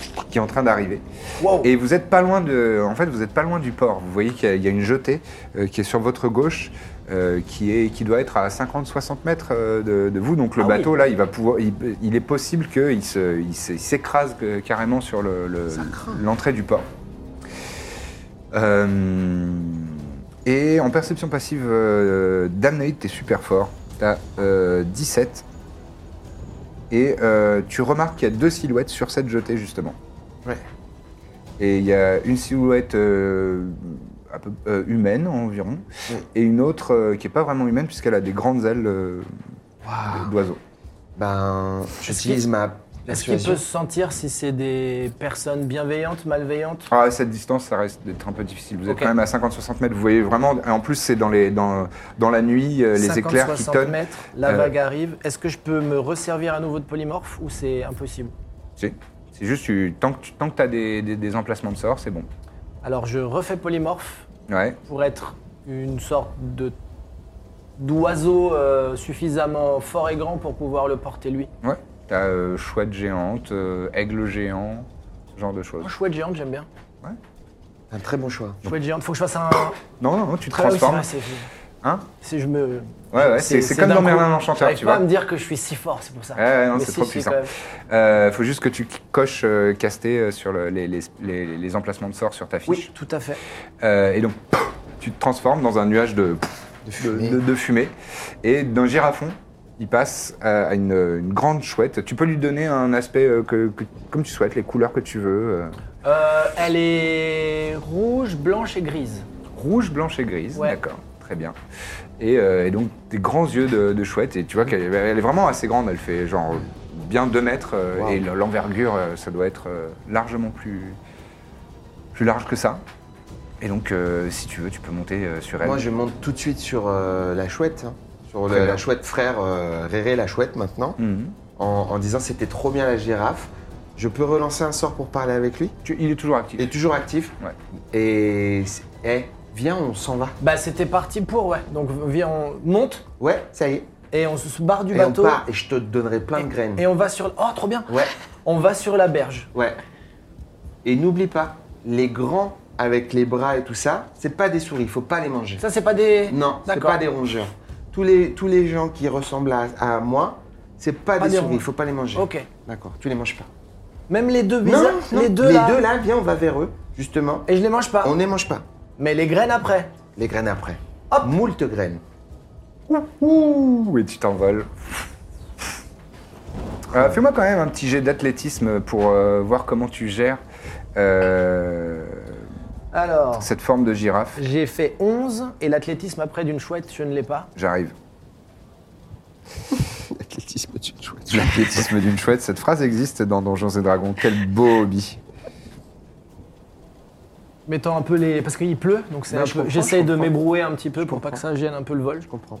Speaker 1: qui- qui est en train d'arriver.
Speaker 2: Wow.
Speaker 1: Et vous êtes pas loin de. En fait, vous êtes pas loin du port. Vous voyez qu'il y, a- il y a une jetée euh, qui est sur votre gauche. euh, qui, est, qui doit être à 50-60 mètres euh, de, de vous. Donc le
Speaker 2: Ah oui.
Speaker 1: bateau, là, il, va pouvoir, il, il est possible qu'il se- il se- il s'écrase euh, carrément sur le- le- l'entrée du port. Euh, et en perception passive euh, Damnaïd, t'es super fort. T'as euh, 17. Et euh, tu remarques qu'il y a deux silhouettes sur cette jetée, justement.
Speaker 4: Ouais.
Speaker 1: Et il y a une silhouette euh, à peu- euh, humaine, environ, et une autre euh, qui n'est pas vraiment humaine, puisqu'elle a des grandes ailes euh,
Speaker 2: Ah.
Speaker 1: d'oiseau.
Speaker 4: Ben, j'utilise
Speaker 2: qu'il-
Speaker 4: ma.
Speaker 2: Est-ce qu'il
Speaker 4: persuasion.
Speaker 2: peut se sentir si c'est des personnes bienveillantes, malveillantes
Speaker 1: Ah, à cette distance, ça reste d'être un peu difficile. Vous êtes
Speaker 2: Ok.
Speaker 1: quand même à 50-60 mètres, vous voyez vraiment. En plus, c'est dans, les- dans, dans la nuit, euh, les
Speaker 2: 50,
Speaker 1: éclairs qui
Speaker 2: 60
Speaker 1: tonnent.
Speaker 2: mètres, la
Speaker 1: Euh,
Speaker 2: vague arrive. Est-ce que je peux me resservir à nouveau de polymorphe ou c'est impossible
Speaker 1: Si. C'est juste, tu, tant que tu tant que as des, des- des emplacements de sorts, c'est bon.
Speaker 2: Alors, je refais polymorphe
Speaker 1: Ouais.
Speaker 2: pour être une sorte de d'oiseau euh, suffisamment fort et grand pour pouvoir le porter lui.
Speaker 1: Ouais. T'as euh, chouette géante, euh, aigle géant, ce genre de choses.
Speaker 2: Oh, chouette géante, j'aime bien.
Speaker 4: Un très bon choix.
Speaker 2: Chouette géante, faut que je fasse un.
Speaker 1: Non, non, non, tu te
Speaker 2: Ah oui, c'est
Speaker 1: transformes.
Speaker 2: vrai, c'est
Speaker 1: Hein
Speaker 2: c'est- je me.
Speaker 1: Ouais, ouais, c'est- c'est comme
Speaker 2: d'un
Speaker 1: dans
Speaker 2: coup.
Speaker 1: Merlin l'Enchanteur,
Speaker 2: J'arrive
Speaker 1: tu
Speaker 2: pas
Speaker 1: vois.
Speaker 2: à me dire que je suis si fort, c'est pour ça.
Speaker 1: Ouais, ouais, non,
Speaker 2: Mais
Speaker 1: c'est
Speaker 2: si,
Speaker 1: trop
Speaker 2: si,
Speaker 1: puissant.
Speaker 2: quand même.
Speaker 1: Euh, faut juste que tu coches euh, casté euh, sur le- les, les- les- les emplacements de sorts sur ta
Speaker 2: Oui,
Speaker 1: fiche.
Speaker 2: tout à fait.
Speaker 1: Euh, et donc, tu te transformes dans un nuage de, de,
Speaker 4: fumée.
Speaker 1: de- de fumée. Et d'un girafon, il passe à à une, une grande chouette. Tu peux lui donner un aspect euh, que, que- comme tu souhaites, les couleurs que tu veux. euh.
Speaker 2: Euh, elle est rouge, blanche et grise.
Speaker 1: Rouge, blanche et grise,
Speaker 2: Ouais.
Speaker 1: d'accord, très bien. Et, euh, et donc des grands yeux de, de chouette, et tu vois qu'elle elle est vraiment assez grande, elle fait genre bien 2 mètres, euh,
Speaker 4: Wow.
Speaker 1: et l- l'envergure, euh, ça doit être euh, largement plus, plus large que ça. Et donc, euh, si tu veux, tu peux monter euh, sur elle.
Speaker 4: Moi, je monte tout de suite sur euh, la chouette. hein. Sur
Speaker 1: Très
Speaker 4: le-
Speaker 1: bien.
Speaker 4: la chouette frère euh, Réré, la chouette maintenant.
Speaker 1: Mhm.
Speaker 4: En, en disant c'était trop bien la girafe. Je peux relancer un sort pour parler avec lui.
Speaker 1: Tu- il est toujours actif.
Speaker 4: Il est toujours actif.
Speaker 1: Ouais.
Speaker 4: Et. c'est- Eh, viens, on s'en va.
Speaker 2: Bah, c'était parti pour, ouais. Donc, viens, on monte
Speaker 4: Ouais, ça y est.
Speaker 2: et on se barre du
Speaker 4: Et on
Speaker 2: bateau.
Speaker 4: part. Et je te donnerai plein de graines.
Speaker 2: Et on va sur. Oh, trop bien
Speaker 4: Ouais.
Speaker 2: On va sur la berge.
Speaker 4: Ouais. Et n'oublie pas, les grands avec les bras et tout ça, c'est pas des souris, faut pas les manger.
Speaker 2: Ça, c'est pas des.
Speaker 4: Non, c'est
Speaker 2: D'accord.
Speaker 4: pas des rongeurs. Tous les, tous les gens qui ressemblent à, à moi, c'est pas,
Speaker 2: Pas
Speaker 4: des,
Speaker 2: des
Speaker 4: souris,
Speaker 2: rongeurs.
Speaker 4: faut pas les manger.
Speaker 2: Ok.
Speaker 4: D'accord, tu les manges pas.
Speaker 2: Même les deux
Speaker 4: Non,
Speaker 2: bizarres,
Speaker 4: non,
Speaker 2: les deux
Speaker 4: les
Speaker 2: là.
Speaker 4: deux là, viens, on va vers eux, justement.
Speaker 2: Et je les mange pas.
Speaker 4: On ne les mange pas,
Speaker 2: Mais les graines après.
Speaker 4: les graines après.
Speaker 2: Hop.
Speaker 4: Moult graines.
Speaker 1: Ouh, et tu t'envoles. Euh, Fais-moi quand même un petit jet d'athlétisme pour euh, voir comment tu gères euh,
Speaker 2: Alors,
Speaker 1: cette forme de girafe.
Speaker 2: j'ai fait 11 et l'athlétisme après d'une chouette, je ne l'ai pas.
Speaker 1: J'arrive.
Speaker 4: L'athlétisme d'une chouette.
Speaker 1: L'athlétisme d'une chouette, cette phrase existe dans Donjons et Dragons. Quel beau hobby.
Speaker 2: Mettant un peu les. Parce qu'il pleut, donc c'est
Speaker 4: Ouais,
Speaker 2: un
Speaker 4: je
Speaker 2: peu.
Speaker 4: comprends,
Speaker 2: J'essaye
Speaker 4: je
Speaker 2: de
Speaker 4: comprends.
Speaker 2: m'ébrouer un petit peu pour pas que ça gêne un peu le vol.
Speaker 4: Je comprends.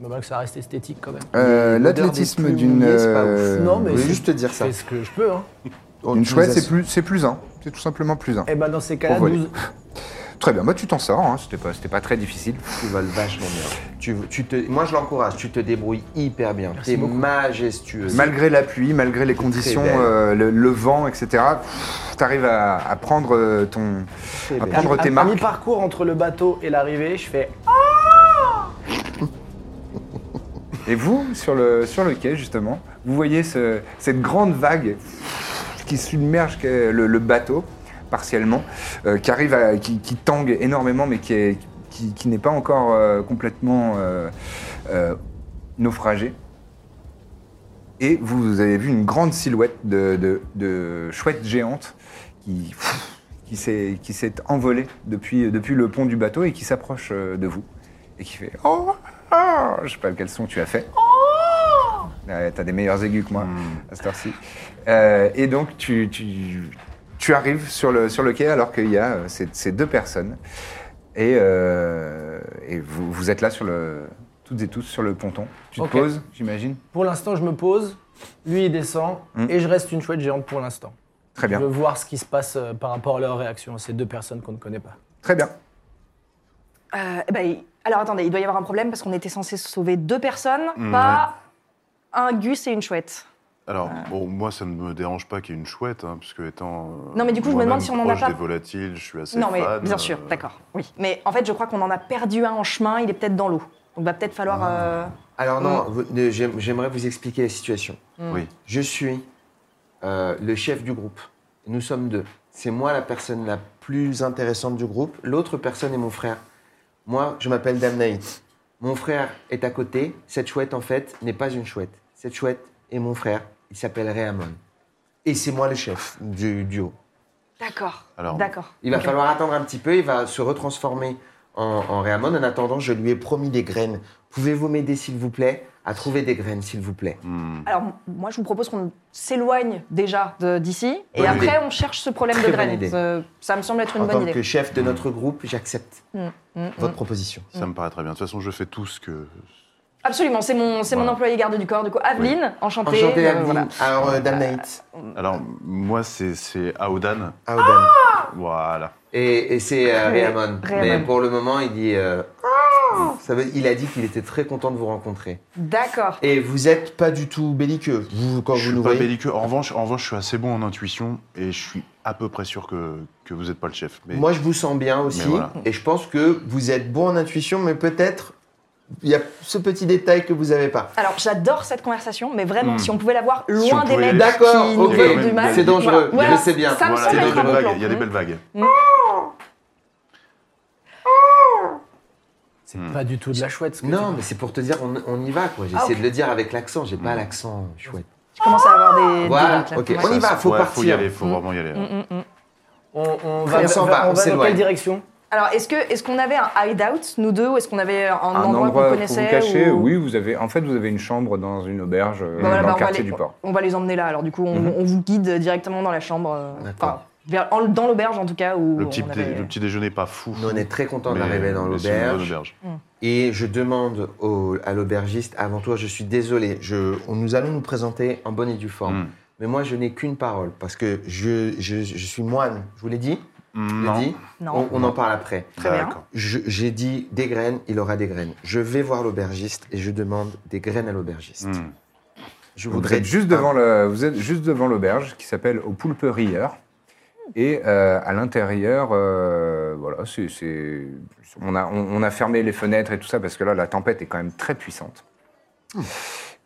Speaker 2: Mais mal que ça reste esthétique quand même.
Speaker 1: Euh,
Speaker 4: L'odeur des
Speaker 1: L'athlétisme
Speaker 4: plumes
Speaker 1: d'une
Speaker 4: mouillées, c'est pas ouf.
Speaker 1: euh,
Speaker 2: Non, mais
Speaker 4: Je voulais
Speaker 2: c'est-
Speaker 4: juste te dire
Speaker 2: Je
Speaker 4: ça.
Speaker 2: fais ce que je peux, hein.
Speaker 4: Oh,
Speaker 1: d'une chouette, c'est plus, c'est plus un. C'est tout simplement plus un.
Speaker 4: Eh.
Speaker 2: Et ben dans ces cas-là,
Speaker 1: Pour voler.
Speaker 2: 12.
Speaker 1: Très bien, bah tu t'en sors, hein. c'était pas, c'était pas très difficile.
Speaker 4: Tu voles vachement bien. Tu, tu te, moi, je l'encourage. Tu te débrouilles hyper bien. T'es majestueuse.
Speaker 1: Malgré la pluie, malgré les conditions,
Speaker 4: belle.
Speaker 1: euh, le, le vent, etc., tu arrives à, à prendre euh, ton, à
Speaker 4: belle.
Speaker 1: prendre
Speaker 2: À-
Speaker 1: tes
Speaker 2: à
Speaker 1: marques.
Speaker 2: mi-parcours entre le bateau et l'arrivée, je fais.
Speaker 1: Et vous, sur le, sur le quai, justement, vous voyez ce- cette grande vague qui submerge que- le, le bateau, partiellement, euh, qui arrive à- qui, qui tangue énormément, mais qui est- qui- qui n'est pas encore euh, complètement euh, euh, naufragé. Et vous avez vu une grande silhouette de, de- de chouette géante qui, qui s'est qui s'est envolée depuis, depuis le pont du bateau et qui s'approche euh, de vous. Et qui fait Oh, ah Je sais pas quel son tu as fait.
Speaker 2: Oh
Speaker 1: Ah Ouais, T'as des meilleurs aigus que moi à cette heure-ci. Euh, et donc, tu, tu, tu arrives sur le, sur le quai alors qu'il y a euh, ces, ces deux personnes. Et, euh, et vous, vous êtes là, sur le, toutes et tous, sur le ponton. Tu te
Speaker 2: Ok.
Speaker 1: poses, j'imagine
Speaker 2: Pour l'instant, je me pose, lui il descend,
Speaker 1: Mm.
Speaker 2: et je reste une chouette géante pour l'instant.
Speaker 1: Très
Speaker 2: Je
Speaker 1: bien.
Speaker 2: veux voir ce qui se passe euh, par rapport à leur réaction, ces deux personnes qu'on ne connaît pas.
Speaker 1: Très bien.
Speaker 3: Euh, eh ben, il- alors attendez, il doit y avoir un problème parce qu'on était censé sauver deux personnes, pas un gus et une chouette.
Speaker 5: Alors, bon, moi, ça ne me dérange pas qu'il y ait une chouette, hein, puisque étant. euh,
Speaker 3: Non, mais du coup, je me
Speaker 5: moi-même
Speaker 3: demande si on en a
Speaker 5: proche
Speaker 3: pas-
Speaker 5: des volatiles, je suis assez
Speaker 3: Non, mais
Speaker 5: fan,
Speaker 3: bien
Speaker 5: euh,
Speaker 3: sûr, d'accord, oui. Mais en fait, je crois qu'on en a perdu un en chemin, il est peut-être dans l'eau. Donc va peut-être falloir. euh,
Speaker 4: Alors non, vous- ne- j'aim- j'aimerais vous expliquer la situation.
Speaker 5: Oui.
Speaker 4: Je suis euh, le chef du groupe. Nous sommes deux. C'est moi la personne la plus intéressante du groupe. L'autre personne est mon frère. Moi, je m'appelle Damnaït. Mon frère est à côté. Cette chouette, en fait, n'est pas une chouette. Cette chouette est mon frère. Il s'appelle Réamon. Et c'est moi le chef du duo.
Speaker 3: D'accord.
Speaker 5: Alors-
Speaker 3: D'accord.
Speaker 4: Il va falloir attendre un petit peu, il va se retransformer en, en Réamon. En attendant, je lui ai promis des graines. Pouvez-vous m'aider, s'il vous plaît, à trouver des graines, s'il vous plaît
Speaker 5: Mm.
Speaker 3: Alors m- moi, je vous propose qu'on s'éloigne déjà de- d'ici, et
Speaker 4: Bonne
Speaker 3: après on cherche ce problème
Speaker 4: Très
Speaker 3: de
Speaker 4: bonne
Speaker 3: graines.
Speaker 4: idée.
Speaker 3: Euh, Ça me semble être une
Speaker 4: En tant
Speaker 3: bonne idée.
Speaker 4: que chef de notre groupe, j'accepte
Speaker 3: Mm, mm, mm.
Speaker 4: votre proposition.
Speaker 5: Ça me paraît très bien. De toute façon, je fais tout ce que.
Speaker 3: Absolument, c'est mon, c'est mon
Speaker 5: Voilà.
Speaker 3: employé garde du corps, du coup. Aveline, enchantée.
Speaker 4: Enchanté,
Speaker 3: euh,
Speaker 4: Abdine.
Speaker 3: voilà.
Speaker 4: Alors, euh, Damnaït,
Speaker 3: Mm.
Speaker 5: Alors, moi, c'est- c'est Aodan.
Speaker 4: Aodan.
Speaker 5: Voilà.
Speaker 4: Et, et c'est euh,
Speaker 3: Ré-
Speaker 4: Réamon.
Speaker 3: Réamon.
Speaker 4: Mais pour le moment, il dit. euh, ça veut- il a dit qu'il était très content de vous rencontrer.
Speaker 3: D'accord.
Speaker 4: Et vous êtes pas du tout belliqueux. Vous, quand
Speaker 5: je
Speaker 4: vous
Speaker 5: suis
Speaker 4: nous
Speaker 5: pas
Speaker 4: voyez.
Speaker 5: belliqueux. En revanche, en revanche, je suis assez bon en intuition et je suis à peu près sûr que, que vous n'êtes pas le chef. Mais
Speaker 4: Moi, je vous sens bien aussi.
Speaker 5: Mais voilà.
Speaker 4: Et je pense que vous êtes bon en intuition, mais peut-être il y a ce petit détail que vous n'avez pas.
Speaker 3: Alors, j'adore cette conversation, mais vraiment,
Speaker 5: Hmm.
Speaker 3: si on pouvait la voir
Speaker 5: Si
Speaker 3: loin
Speaker 5: on
Speaker 3: des
Speaker 5: pouvait-
Speaker 3: mecs
Speaker 4: D'accord, ok.
Speaker 3: qui nous veulent du mal.
Speaker 4: C'est dangereux,
Speaker 3: Voilà.
Speaker 4: je sais bien.
Speaker 3: Ça me
Speaker 5: voilà, il y
Speaker 3: semble
Speaker 5: a des
Speaker 3: être
Speaker 5: belles
Speaker 3: un bon
Speaker 5: vagues.
Speaker 3: plan.
Speaker 5: Il y a des belles vagues.
Speaker 2: C'est
Speaker 1: Mm.
Speaker 5: Hmm.
Speaker 2: pas du tout de la chouette. ce que
Speaker 4: Non,
Speaker 2: tu-
Speaker 4: mais c'est pour te dire, on, on y va, quoi. J'essaie
Speaker 3: Ah, ok.
Speaker 4: de le dire avec l'accent, j'ai
Speaker 5: Mm.
Speaker 4: pas l'accent chouette.
Speaker 3: Je Ah. commence à avoir des. des
Speaker 4: Voilà,
Speaker 3: doutes, là.
Speaker 4: ok.
Speaker 3: Ouais.
Speaker 4: On y va, faut
Speaker 5: Ouais,
Speaker 4: partir. Mm.
Speaker 5: Faut y aller, faut vraiment y aller. hein.
Speaker 3: Mm.
Speaker 2: On, on va,
Speaker 4: On s'en va, on
Speaker 2: on va dans
Speaker 4: s'éloigne.
Speaker 2: quelle direction
Speaker 3: Alors, est-ce que- est-ce qu'on avait un hideout, nous deux, ou est-ce qu'on avait un,
Speaker 1: un
Speaker 3: endroit, qu'on
Speaker 1: endroit pour
Speaker 3: connaissait
Speaker 1: vous cacher.
Speaker 3: ou-
Speaker 1: Oui, vous avez. En fait, vous avez une chambre dans une auberge euh,
Speaker 3: Bah
Speaker 1: dans
Speaker 3: voilà, bah,
Speaker 1: le
Speaker 3: on, va
Speaker 1: quartier
Speaker 3: les,
Speaker 1: du port.
Speaker 3: on va les emmener là. Alors, du coup, on, on vous guide directement dans la chambre. euh,
Speaker 4: D'accord.
Speaker 3: enfin, vers- en- dans l'auberge, en tout cas. Où
Speaker 5: Le petit,
Speaker 3: on
Speaker 5: dé-
Speaker 3: avait-
Speaker 5: le petit déjeuner pas fou.
Speaker 4: Nous, on est très contents
Speaker 5: mais-
Speaker 4: d'arriver dans
Speaker 5: mais c'est une bonne
Speaker 4: l'auberge.
Speaker 5: auberge.
Speaker 4: Et je demande au- à l'aubergiste, avant toi, je suis désolé, je, on- nous allons nous présenter en bonne et due forme.
Speaker 5: Mm.
Speaker 4: Mais moi, je n'ai qu'une parole, parce que je, je- je suis moine, je vous l'ai dit
Speaker 2: Mm,
Speaker 4: Je l'ai
Speaker 5: Non.
Speaker 4: dit
Speaker 3: Non.
Speaker 4: On, on en parle après. Ah,
Speaker 3: Très bien.
Speaker 5: D'accord.
Speaker 4: Je- J'ai dit des graines, il aura des graines. Je vais voir l'aubergiste et je demande des graines à l'aubergiste.
Speaker 5: Mm.
Speaker 4: Je
Speaker 1: Vous êtes juste devant le, vous êtes juste devant l'auberge qui s'appelle Au Poulpe Rieur. Et euh, à l'intérieur, euh, voilà, c'est, c'est- on, a, on, on a fermé les fenêtres et tout ça parce que là, la tempête est quand même très puissante.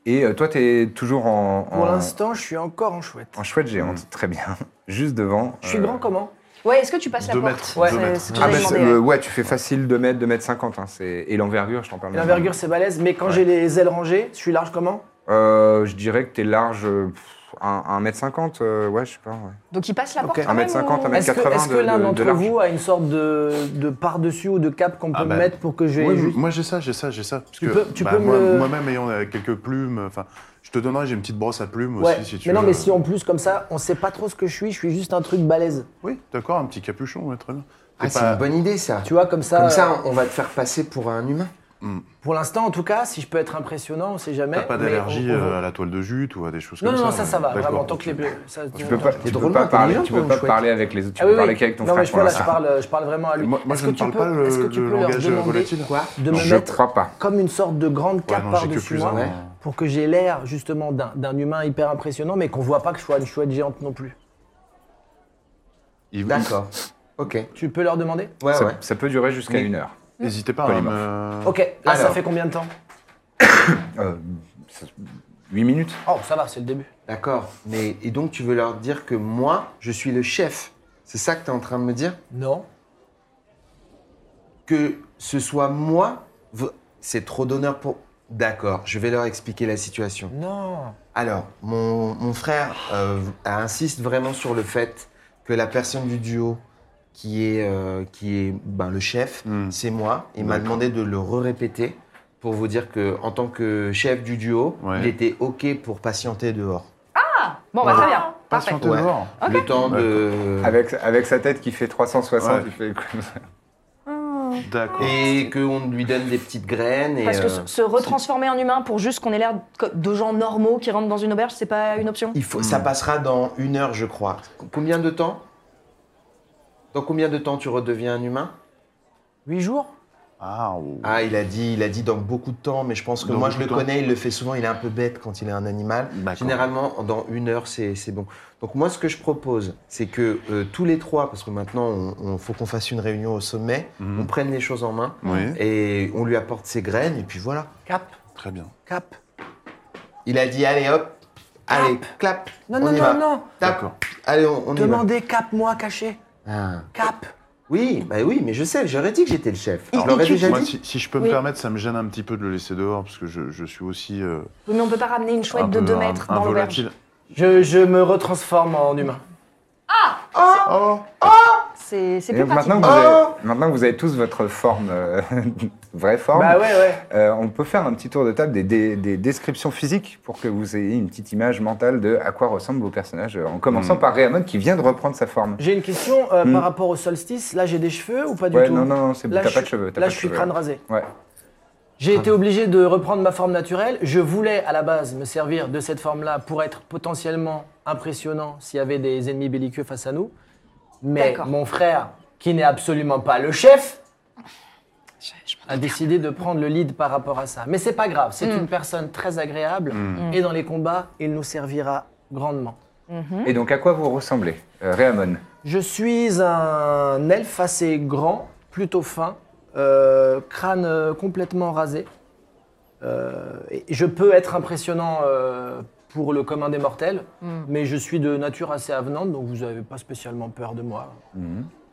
Speaker 1: Et euh, toi, tu es toujours en,
Speaker 2: Hum. Pour
Speaker 1: en,
Speaker 2: l'instant, je suis encore en chouette.
Speaker 1: en chouette géante. Très bien. Juste devant.
Speaker 2: Je suis
Speaker 1: euh,
Speaker 2: grand comment
Speaker 3: Ouais, est-ce que tu passes la
Speaker 5: Deux
Speaker 3: porte
Speaker 5: mètres,
Speaker 3: Ouais,
Speaker 5: deux
Speaker 3: c'est
Speaker 5: mètres.
Speaker 3: c'est ce que
Speaker 1: Ah,
Speaker 3: j'avais
Speaker 1: mais
Speaker 3: demandé,
Speaker 1: c'est-
Speaker 3: ouais.
Speaker 1: euh, ouais, tu fais facile 2 mètres, 2 mètres 50. hein, c'est- et l'envergure, je t'en parle.
Speaker 2: L'envergure, c'est balèze, mais quand j'ai les ailes rangées, je suis large comment
Speaker 1: Euh, je dirais que t'es large, euh, pff, un 1 mètre 50, euh, ouais, je sais pas. Ouais.
Speaker 3: Donc il passe la porte.
Speaker 2: Ok.
Speaker 3: quand même,
Speaker 1: 1m50,
Speaker 3: ou-
Speaker 1: 1m80.
Speaker 2: Est-ce que, est-ce que
Speaker 1: de-
Speaker 2: l'un
Speaker 1: de- de
Speaker 2: d'entre
Speaker 1: large.
Speaker 2: vous a une sorte de, de par-dessus ou de cap qu'on peut
Speaker 5: Ah
Speaker 2: me
Speaker 5: bah,
Speaker 2: mettre pour que je
Speaker 5: Ouais,
Speaker 2: juste...
Speaker 5: Moi j'ai ça, j'ai ça, j'ai ça. Parce
Speaker 2: Tu
Speaker 5: que, bah,
Speaker 2: peux- tu peux me
Speaker 5: moi,
Speaker 2: le-
Speaker 5: Moi-même ayant euh, quelques plumes, enfin, je te donnerai, j'ai une petite brosse à plumes
Speaker 2: Ouais,
Speaker 5: aussi si tu
Speaker 2: mais non,
Speaker 5: veux.
Speaker 2: mais si en plus, comme ça, on sait pas trop ce que je suis, je suis juste un truc balèze.
Speaker 5: Oui, d'accord, un petit capuchon, ouais, très bien.
Speaker 4: Ah, c'est
Speaker 5: pas-
Speaker 4: une bonne idée ça.
Speaker 2: Tu vois, comme ça,
Speaker 4: Comme
Speaker 2: euh,
Speaker 4: ça, on on va te faire passer pour un humain.
Speaker 2: pour l'instant, en tout cas, si je peux être impressionnant, on sait jamais.
Speaker 5: T'as pas
Speaker 2: mais
Speaker 5: d'allergie
Speaker 2: on- on-
Speaker 5: euh, à la toile de jute ou à des choses
Speaker 2: Non,
Speaker 5: comme
Speaker 2: non,
Speaker 5: ça
Speaker 2: non, ça, ça va.
Speaker 5: D'accord.
Speaker 2: Vraiment, tant que les... ça-
Speaker 1: Tu peux pas,
Speaker 2: Ah
Speaker 1: tu peux
Speaker 4: drôlement
Speaker 1: pas parler,
Speaker 4: intelligent
Speaker 1: tu
Speaker 4: pour
Speaker 1: peux
Speaker 4: une
Speaker 1: pas
Speaker 4: chouette.
Speaker 1: parler avec les autres, tu
Speaker 2: oui,
Speaker 1: peux parler
Speaker 2: oui.
Speaker 1: qu'avec ton
Speaker 2: non,
Speaker 1: frère
Speaker 2: mais je,
Speaker 1: pour
Speaker 2: voilà, je
Speaker 1: l'instant.
Speaker 2: parle, je parle vraiment à lui.
Speaker 5: Moi- moi,
Speaker 2: Est-ce
Speaker 5: je
Speaker 2: que
Speaker 5: ne
Speaker 2: tu
Speaker 5: parle
Speaker 2: peux-
Speaker 5: pas le-
Speaker 2: est-ce que tu
Speaker 5: le
Speaker 2: peux leur
Speaker 5: langage euh,
Speaker 2: demander
Speaker 5: volatile.
Speaker 4: Quoi
Speaker 2: De me
Speaker 1: Je
Speaker 2: mettre
Speaker 1: crois pas.
Speaker 2: comme une sorte de grande cape
Speaker 5: non, j'ai que
Speaker 2: par-dessus
Speaker 5: plus
Speaker 2: moi
Speaker 5: un, ouais.
Speaker 2: pour que j'ai l'air justement d'un d'un humain hyper impressionnant mais qu'on voit pas que je sois une chouette géante non plus.
Speaker 5: Il-
Speaker 4: D'accord. Ok. Ouais,
Speaker 2: Tu peux leur demander
Speaker 1: Ça,
Speaker 4: ouais.
Speaker 1: ça peut durer jusqu'à
Speaker 4: Mais-
Speaker 1: une heure.
Speaker 5: N'hésitez pas hein, euh, à
Speaker 1: Polymorphe.
Speaker 5: me...
Speaker 2: Ok, là ça
Speaker 4: Alors.
Speaker 2: fait combien de temps
Speaker 1: 8 minutes
Speaker 2: Oh ça va, c'est le début.
Speaker 4: D'accord. Mais et donc tu veux leur dire que moi, je suis le chef. C'est ça que tu es en train de me dire
Speaker 2: Non.
Speaker 4: Que ce soit moi, vous- c'est trop d'honneur pour. D'accord. Je vais leur expliquer la situation.
Speaker 2: Non.
Speaker 4: Alors, mon, mon frère euh, insiste vraiment sur le fait que la personne du duo qui est, euh, qui est ben, le chef,
Speaker 5: Hmm.
Speaker 4: c'est moi. Il m'a
Speaker 5: D'accord.
Speaker 4: demandé de le répéter pour vous dire que en tant que chef du duo,
Speaker 5: Ouais.
Speaker 4: il était OK pour patienter dehors.
Speaker 3: Bon, bah très bien. Parfait.
Speaker 5: Patientez
Speaker 4: Ouais.
Speaker 5: dehors.
Speaker 4: Le temps de...
Speaker 1: avec, avec sa tête qui fait 360,
Speaker 5: Ouais.
Speaker 1: il fait comme ça.
Speaker 5: D'accord.
Speaker 4: Et qu'on lui donne des petites graines. Et,
Speaker 3: Parce que
Speaker 4: euh,
Speaker 3: se- se retransformer en humain pour juste qu'on ait l'air co- de gens normaux qui rentrent dans une auberge, c'est pas une option
Speaker 4: il faut,
Speaker 5: Hmm.
Speaker 4: Ça passera dans une heure, je crois. Combien de temps Dans combien de temps tu redeviens un humain
Speaker 2: 8 jours
Speaker 5: Ah, oh.
Speaker 4: Ah, il a dit, il a dit dans beaucoup de temps, mais je pense que
Speaker 5: Dans
Speaker 4: moi je
Speaker 5: beaucoup
Speaker 4: le
Speaker 5: de temps.
Speaker 4: connais, il le fait souvent, il est un peu bête quand il est un animal.
Speaker 5: D'accord.
Speaker 4: Généralement, dans une heure, c'est c'est bon. Donc moi, ce que je propose, c'est que euh, tous les trois, parce que maintenant, on, on- faut qu'on fasse une réunion au sommet,
Speaker 5: Mhm.
Speaker 4: on prenne les choses en main
Speaker 5: Oui,
Speaker 4: et on lui apporte ses graines et puis voilà.
Speaker 2: Cap,
Speaker 5: très bien.
Speaker 2: cap.
Speaker 4: Il a dit, allez hop, allez clap.
Speaker 2: Ah. Non,
Speaker 4: on
Speaker 2: non,
Speaker 4: y
Speaker 2: non,
Speaker 4: va.
Speaker 2: non.
Speaker 4: Tap.
Speaker 5: D'accord.
Speaker 4: Allez, on, on y va.
Speaker 2: Demandez cap moi caché.
Speaker 4: Ah.
Speaker 2: Cap.
Speaker 4: Oui, bah oui, mais je sais, j'aurais dit que j'étais le chef.
Speaker 3: Il-
Speaker 4: Je l'aurais
Speaker 3: il tue-
Speaker 4: déjà
Speaker 5: Moi,
Speaker 4: dit.
Speaker 5: si, si je peux me
Speaker 3: Oui.
Speaker 5: permettre, ça me gêne un petit peu de le laisser dehors, parce que je, je suis aussi euh,
Speaker 3: Oui, Mais on peut pas ramener une chouette
Speaker 5: un
Speaker 3: de
Speaker 5: peu
Speaker 3: 2
Speaker 5: un-
Speaker 3: mètres
Speaker 5: un
Speaker 3: dans l'auberge.
Speaker 5: volatile.
Speaker 2: Je, je me retransforme en humain.
Speaker 5: Oh
Speaker 3: C'est c'est
Speaker 1: Et
Speaker 3: plus
Speaker 1: donc,
Speaker 3: pratique.
Speaker 1: maintenant, que vous avez, maintenant que vous avez tous votre forme, euh, vraie forme,
Speaker 2: Bah ouais, ouais.
Speaker 1: euh, on peut faire un petit tour de table des, des- des descriptions physiques pour que vous ayez une petite image mentale de à quoi ressemblent vos personnages, euh, en commençant par Réamon qui vient de reprendre sa forme.
Speaker 2: J'ai une question euh, par rapport au solstice. Là j'ai des cheveux ou pas du
Speaker 1: Hmm. Ouais,
Speaker 2: tout
Speaker 1: non, non, non, c'est-
Speaker 2: Là,
Speaker 1: t'as
Speaker 2: je
Speaker 1: pas de
Speaker 2: suis-
Speaker 1: cheveux, t'as
Speaker 2: Là
Speaker 1: pas de
Speaker 2: je suis
Speaker 1: cheveux. Ah.
Speaker 2: crâne rasé.
Speaker 1: Ouais.
Speaker 2: J'ai été obligé de reprendre ma forme naturelle. Je voulais à la base me servir de cette forme-là pour être potentiellement impressionnant s'il y avait des ennemis belliqueux face à nous. Mais
Speaker 3: D'accord.
Speaker 2: mon frère, qui n'est absolument pas le chef, a décidé de prendre le lead par rapport à ça. Mais c'est pas grave, c'est une personne très
Speaker 1: Mm.
Speaker 2: agréable et dans les combats, il nous servira grandement.
Speaker 1: Et donc à quoi vous ressemblez, euh, Réamon
Speaker 2: Je suis un elfe assez grand, plutôt fin, euh, crâne euh, complètement rasé. Euh, et je peux être impressionnant euh, pour le commun des mortels, mais je suis de nature assez avenante, donc vous n'avez pas spécialement peur de moi.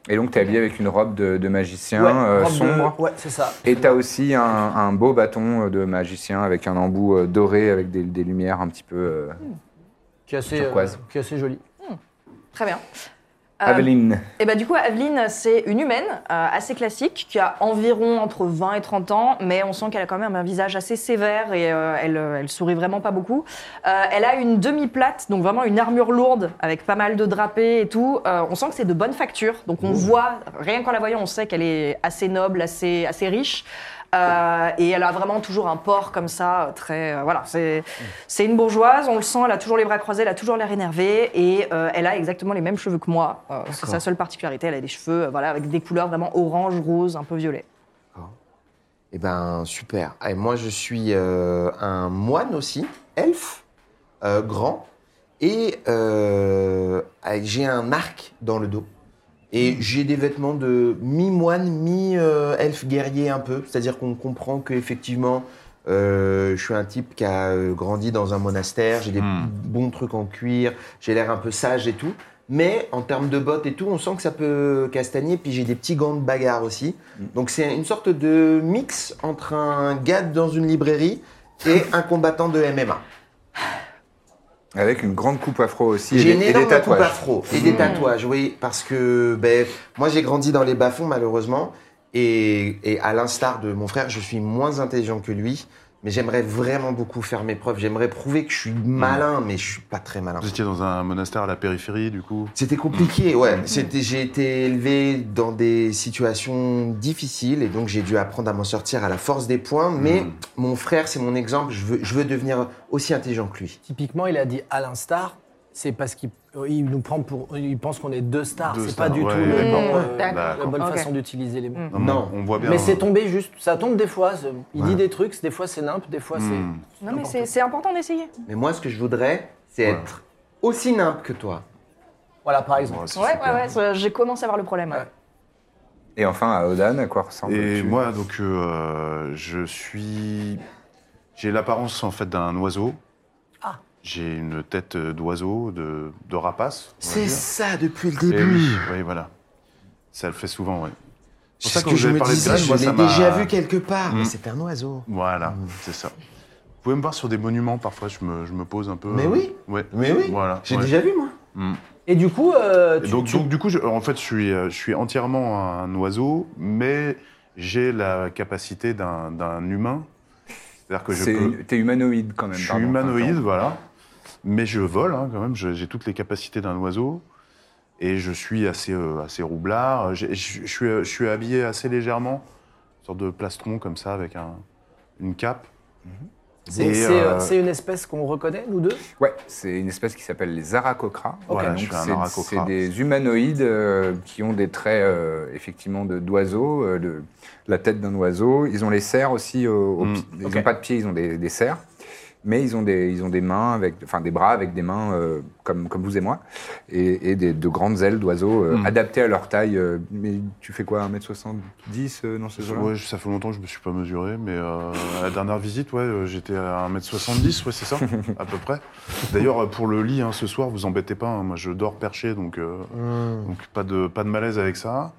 Speaker 1: Et donc t'es habillé avec une robe de, de magicien
Speaker 2: Ouais,
Speaker 1: euh,
Speaker 2: robe de-
Speaker 1: sombre.
Speaker 2: ouais, c'est ça.
Speaker 1: Et t'as aussi un, un beau bâton euh, de magicien avec un embout euh, doré avec des, des lumières un petit peu. euh,
Speaker 2: Qui est assez, euh,
Speaker 1: Turquoise.
Speaker 2: qui est assez joli.
Speaker 3: Très bien.
Speaker 1: Aveline.
Speaker 3: Et bah du coup, Aveline, c'est une humaine euh, assez classique qui a environ entre 20 et 30 ans, mais on sent qu'elle a quand même un visage assez sévère et euh, elle, euh, elle sourit vraiment pas beaucoup. Euh, elle a une demi-plate, donc vraiment une armure lourde avec pas mal de drapés et tout. Euh, on sent que c'est de bonne facture, donc on voit, rien qu'en la voyant, on sait qu'elle est assez noble, assez, assez riche. Euh, et elle a vraiment toujours un port comme ça, euh, très. euh, voilà, c'est c'est une bourgeoise, on le sent, elle a toujours les bras croisés, elle a toujours l'air énervée, et euh, elle a exactement les mêmes cheveux que moi. Euh, c'est sa seule particularité, elle a des cheveux euh, voilà, avec des couleurs vraiment orange, rose, un peu violet.
Speaker 4: Eh ben, super. Et moi, je suis euh, un moine aussi, elfe, euh, grand, et euh, avec- j'ai un arc dans le dos. Et j'ai des vêtements de mi-moine, mi-elfe guerrier un peu. C'est-à-dire qu'on comprend qu'effectivement, Euh, je suis un type qui a euh, grandi dans un monastère, j'ai des
Speaker 5: Hmm.
Speaker 4: bons trucs en cuir, j'ai l'air un peu sage et tout. Mais en termes de bottes et tout, on sent que ça peut castagner. Puis j'ai des petits gants de bagarre aussi. Donc c'est une sorte de mix entre un gars dans une librairie et un combattant de MMA.
Speaker 1: Avec une grande coupe afro aussi et,
Speaker 4: J'ai une
Speaker 1: des- et des
Speaker 4: énorme coupe
Speaker 1: tatouages.
Speaker 4: afro et des tatouages, oui, parce que ben, moi j'ai grandi dans les bas-fonds malheureusement, et, et à l'instar de mon frère, je suis moins intelligent que lui, mais j'aimerais vraiment beaucoup faire mes preuves, j'aimerais prouver que je suis malin, mais je suis pas très malin.
Speaker 5: Vous étiez dans un monastère à la périphérie, du coup
Speaker 4: C'était compliqué, ouais. C'était, j'ai été élevé dans des situations difficiles et donc j'ai dû apprendre à m'en sortir à la force des points. Mais
Speaker 5: Mm.
Speaker 4: mon frère, c'est mon exemple. Je veux, je veux devenir aussi intelligent que lui.
Speaker 2: Typiquement, il a dit à l'instar, c'est parce qu'il euh, il nous prend pour. Il pense qu'on est deux stars.
Speaker 5: Deux
Speaker 2: C'est
Speaker 5: stars,
Speaker 2: pas du
Speaker 5: ouais,
Speaker 2: tout le
Speaker 5: ouais,
Speaker 2: bon,
Speaker 3: ouais.
Speaker 2: euh, la
Speaker 3: D'accord.
Speaker 2: bonne
Speaker 3: Ok.
Speaker 2: façon d'utiliser les mots.
Speaker 3: Mm.
Speaker 5: mais
Speaker 4: Non.
Speaker 5: On voit bien. hein.
Speaker 2: Mais c'est tombé juste. Ça tombe des fois. ce- Il dit
Speaker 4: Ouais.
Speaker 2: des trucs, des fois c'est nimp, des fois
Speaker 5: Hmm.
Speaker 2: c'est.
Speaker 3: Non, mais
Speaker 2: n'importe
Speaker 3: c'est c'est important d'essayer.
Speaker 4: Mais moi, ce que je voudrais, c'est
Speaker 5: Ouais.
Speaker 4: être aussi nimble que toi.
Speaker 2: quoi. Voilà, par exemple.
Speaker 5: Ouais, c'est
Speaker 3: Ouais, ouais,
Speaker 5: super.
Speaker 3: ouais, ça- j'ai commencé à voir le problème. ouais.
Speaker 2: Ouais.
Speaker 1: Et enfin, à Odan, à quoi ressemble
Speaker 5: Et moi, donc, euh, je suis. J'ai l'apparence, en fait, d'un oiseau.
Speaker 2: Ah.
Speaker 5: J'ai une tête euh, d'oiseau, de, de rapace. on va
Speaker 4: C'est
Speaker 5: dire.
Speaker 4: ça depuis le
Speaker 5: Et oui,
Speaker 4: début.
Speaker 5: oui, voilà. Ça le fait souvent, oui. C'est
Speaker 4: C'est
Speaker 5: pour
Speaker 4: ce
Speaker 5: ça
Speaker 4: que, je
Speaker 5: que vous avez
Speaker 4: me
Speaker 5: parlé de
Speaker 4: disais,
Speaker 5: graines,
Speaker 4: je
Speaker 5: moi, ça
Speaker 4: l'ai
Speaker 5: m'a-
Speaker 4: déjà vu quelque Mm. part.
Speaker 5: Mm.
Speaker 4: Mais c'est un oiseau.
Speaker 5: Voilà, c'est ça. Vous pouvez me voir sur des monuments, parfois, je me, je me pose un peu.
Speaker 4: Mais oui.
Speaker 5: Ouais.
Speaker 4: Mais oui,
Speaker 5: Voilà.
Speaker 4: j'ai
Speaker 5: ouais.
Speaker 4: déjà vu moi.
Speaker 2: Et du coup, euh,
Speaker 5: Et
Speaker 2: tu-
Speaker 5: donc,
Speaker 2: tu-
Speaker 5: donc, du coup, je- en fait, je suis, euh, je suis entièrement un oiseau, mais j'ai la capacité d'un d'un humain. C'est-à-dire que je
Speaker 1: C'est-
Speaker 5: peux.
Speaker 1: T'es humanoïde quand même.
Speaker 5: Je suis
Speaker 1: pardon.
Speaker 5: humanoïde, voilà. Mais je vole hein, quand même, je- j'ai toutes les capacités d'un oiseau. Et je suis assez, euh, assez roublard. J'ai- Je je suis, euh, je suis habillé assez légèrement, une sorte de plastron comme ça, avec un, une cape.
Speaker 2: c'est
Speaker 5: Et,
Speaker 2: c'est, euh,
Speaker 5: euh,
Speaker 2: c'est une espèce qu'on reconnaît, nous deux.
Speaker 1: Ouais, c'est une espèce qui s'appelle les aracocras.
Speaker 5: Oh, Voilà, je
Speaker 1: Donc,
Speaker 5: suis un
Speaker 1: c'est-
Speaker 5: aracocra.
Speaker 1: C'est des humanoïdes euh, qui ont des traits euh, effectivement de- d'oiseaux, euh, de la tête d'un oiseau. Ils ont les serres aussi. au- au
Speaker 5: Mm.
Speaker 1: pi- Ils n'ont
Speaker 2: Ok.
Speaker 1: pas de pieds, ils ont des, des serres. Mais ils ont des, ils ont des mains avec, enfin des bras avec des mains euh, comme, comme vous et moi, et, et des, de grandes ailes d'oiseaux euh,
Speaker 5: Mm.
Speaker 1: adaptées à leur taille. euh, mais tu fais quoi, 1m70 euh, dans ces eaux-là
Speaker 5: Ouais, ça fait longtemps que je me suis pas mesuré, mais euh, à la dernière visite, ouais, euh, j'étais à 1m70, ouais, c'est ça, à peu près. D'ailleurs, euh, pour le lit, hein, ce soir, vous embêtez pas, hein, moi je dors perché, donc, euh, donc pas, de, pas de malaise avec ça.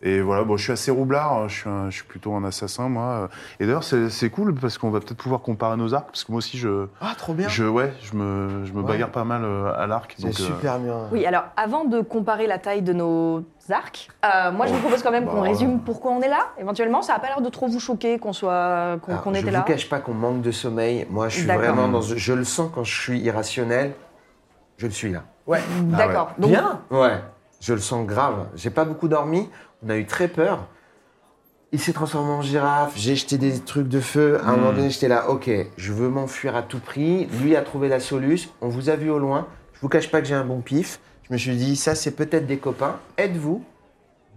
Speaker 5: Et voilà, bon, je suis assez roublard, hein, je suis, un- je suis plutôt un assassin, moi. Et d'ailleurs, c'est c'est cool parce qu'on va peut-être pouvoir comparer nos arcs, parce que moi aussi, je,
Speaker 4: Ah, trop bien.
Speaker 5: je, ouais, je me, je me
Speaker 4: Ouais.
Speaker 5: bagarre pas mal euh, à l'arc.
Speaker 4: C'est
Speaker 5: donc, euh,
Speaker 4: super bien.
Speaker 3: Oui, alors avant de comparer la taille de nos arcs, euh, moi je vous propose quand même
Speaker 5: bah,
Speaker 3: qu'on
Speaker 5: voilà.
Speaker 3: résume pourquoi on est là. Éventuellement, ça n'a pas l'air de trop vous choquer qu'on soit qu'on
Speaker 4: Alors,
Speaker 3: qu'on
Speaker 4: Ah, je
Speaker 3: était
Speaker 4: vous
Speaker 3: là.
Speaker 4: cache pas qu'on manque de sommeil. Moi, je suis
Speaker 3: D'accord.
Speaker 4: vraiment dans. ce- Je le sens quand je suis irrationnel. Je le suis là.
Speaker 2: Ah Ouais.
Speaker 3: D'accord. Donc, euh,
Speaker 2: Bien.
Speaker 4: Ouais. Je le sens grave. J'ai pas beaucoup dormi. On a eu très peur. Il s'est transformé en girafe. J'ai jeté des trucs de feu. À un
Speaker 5: Hmm.
Speaker 4: moment donné, j'étais là. Ok, je veux m'enfuir à tout prix. Lui a trouvé la solution. On vous a vu au loin. Je vous cache pas que j'ai un bon pif. Je me suis dit, ça, c'est peut-être des copains. Êtes-vous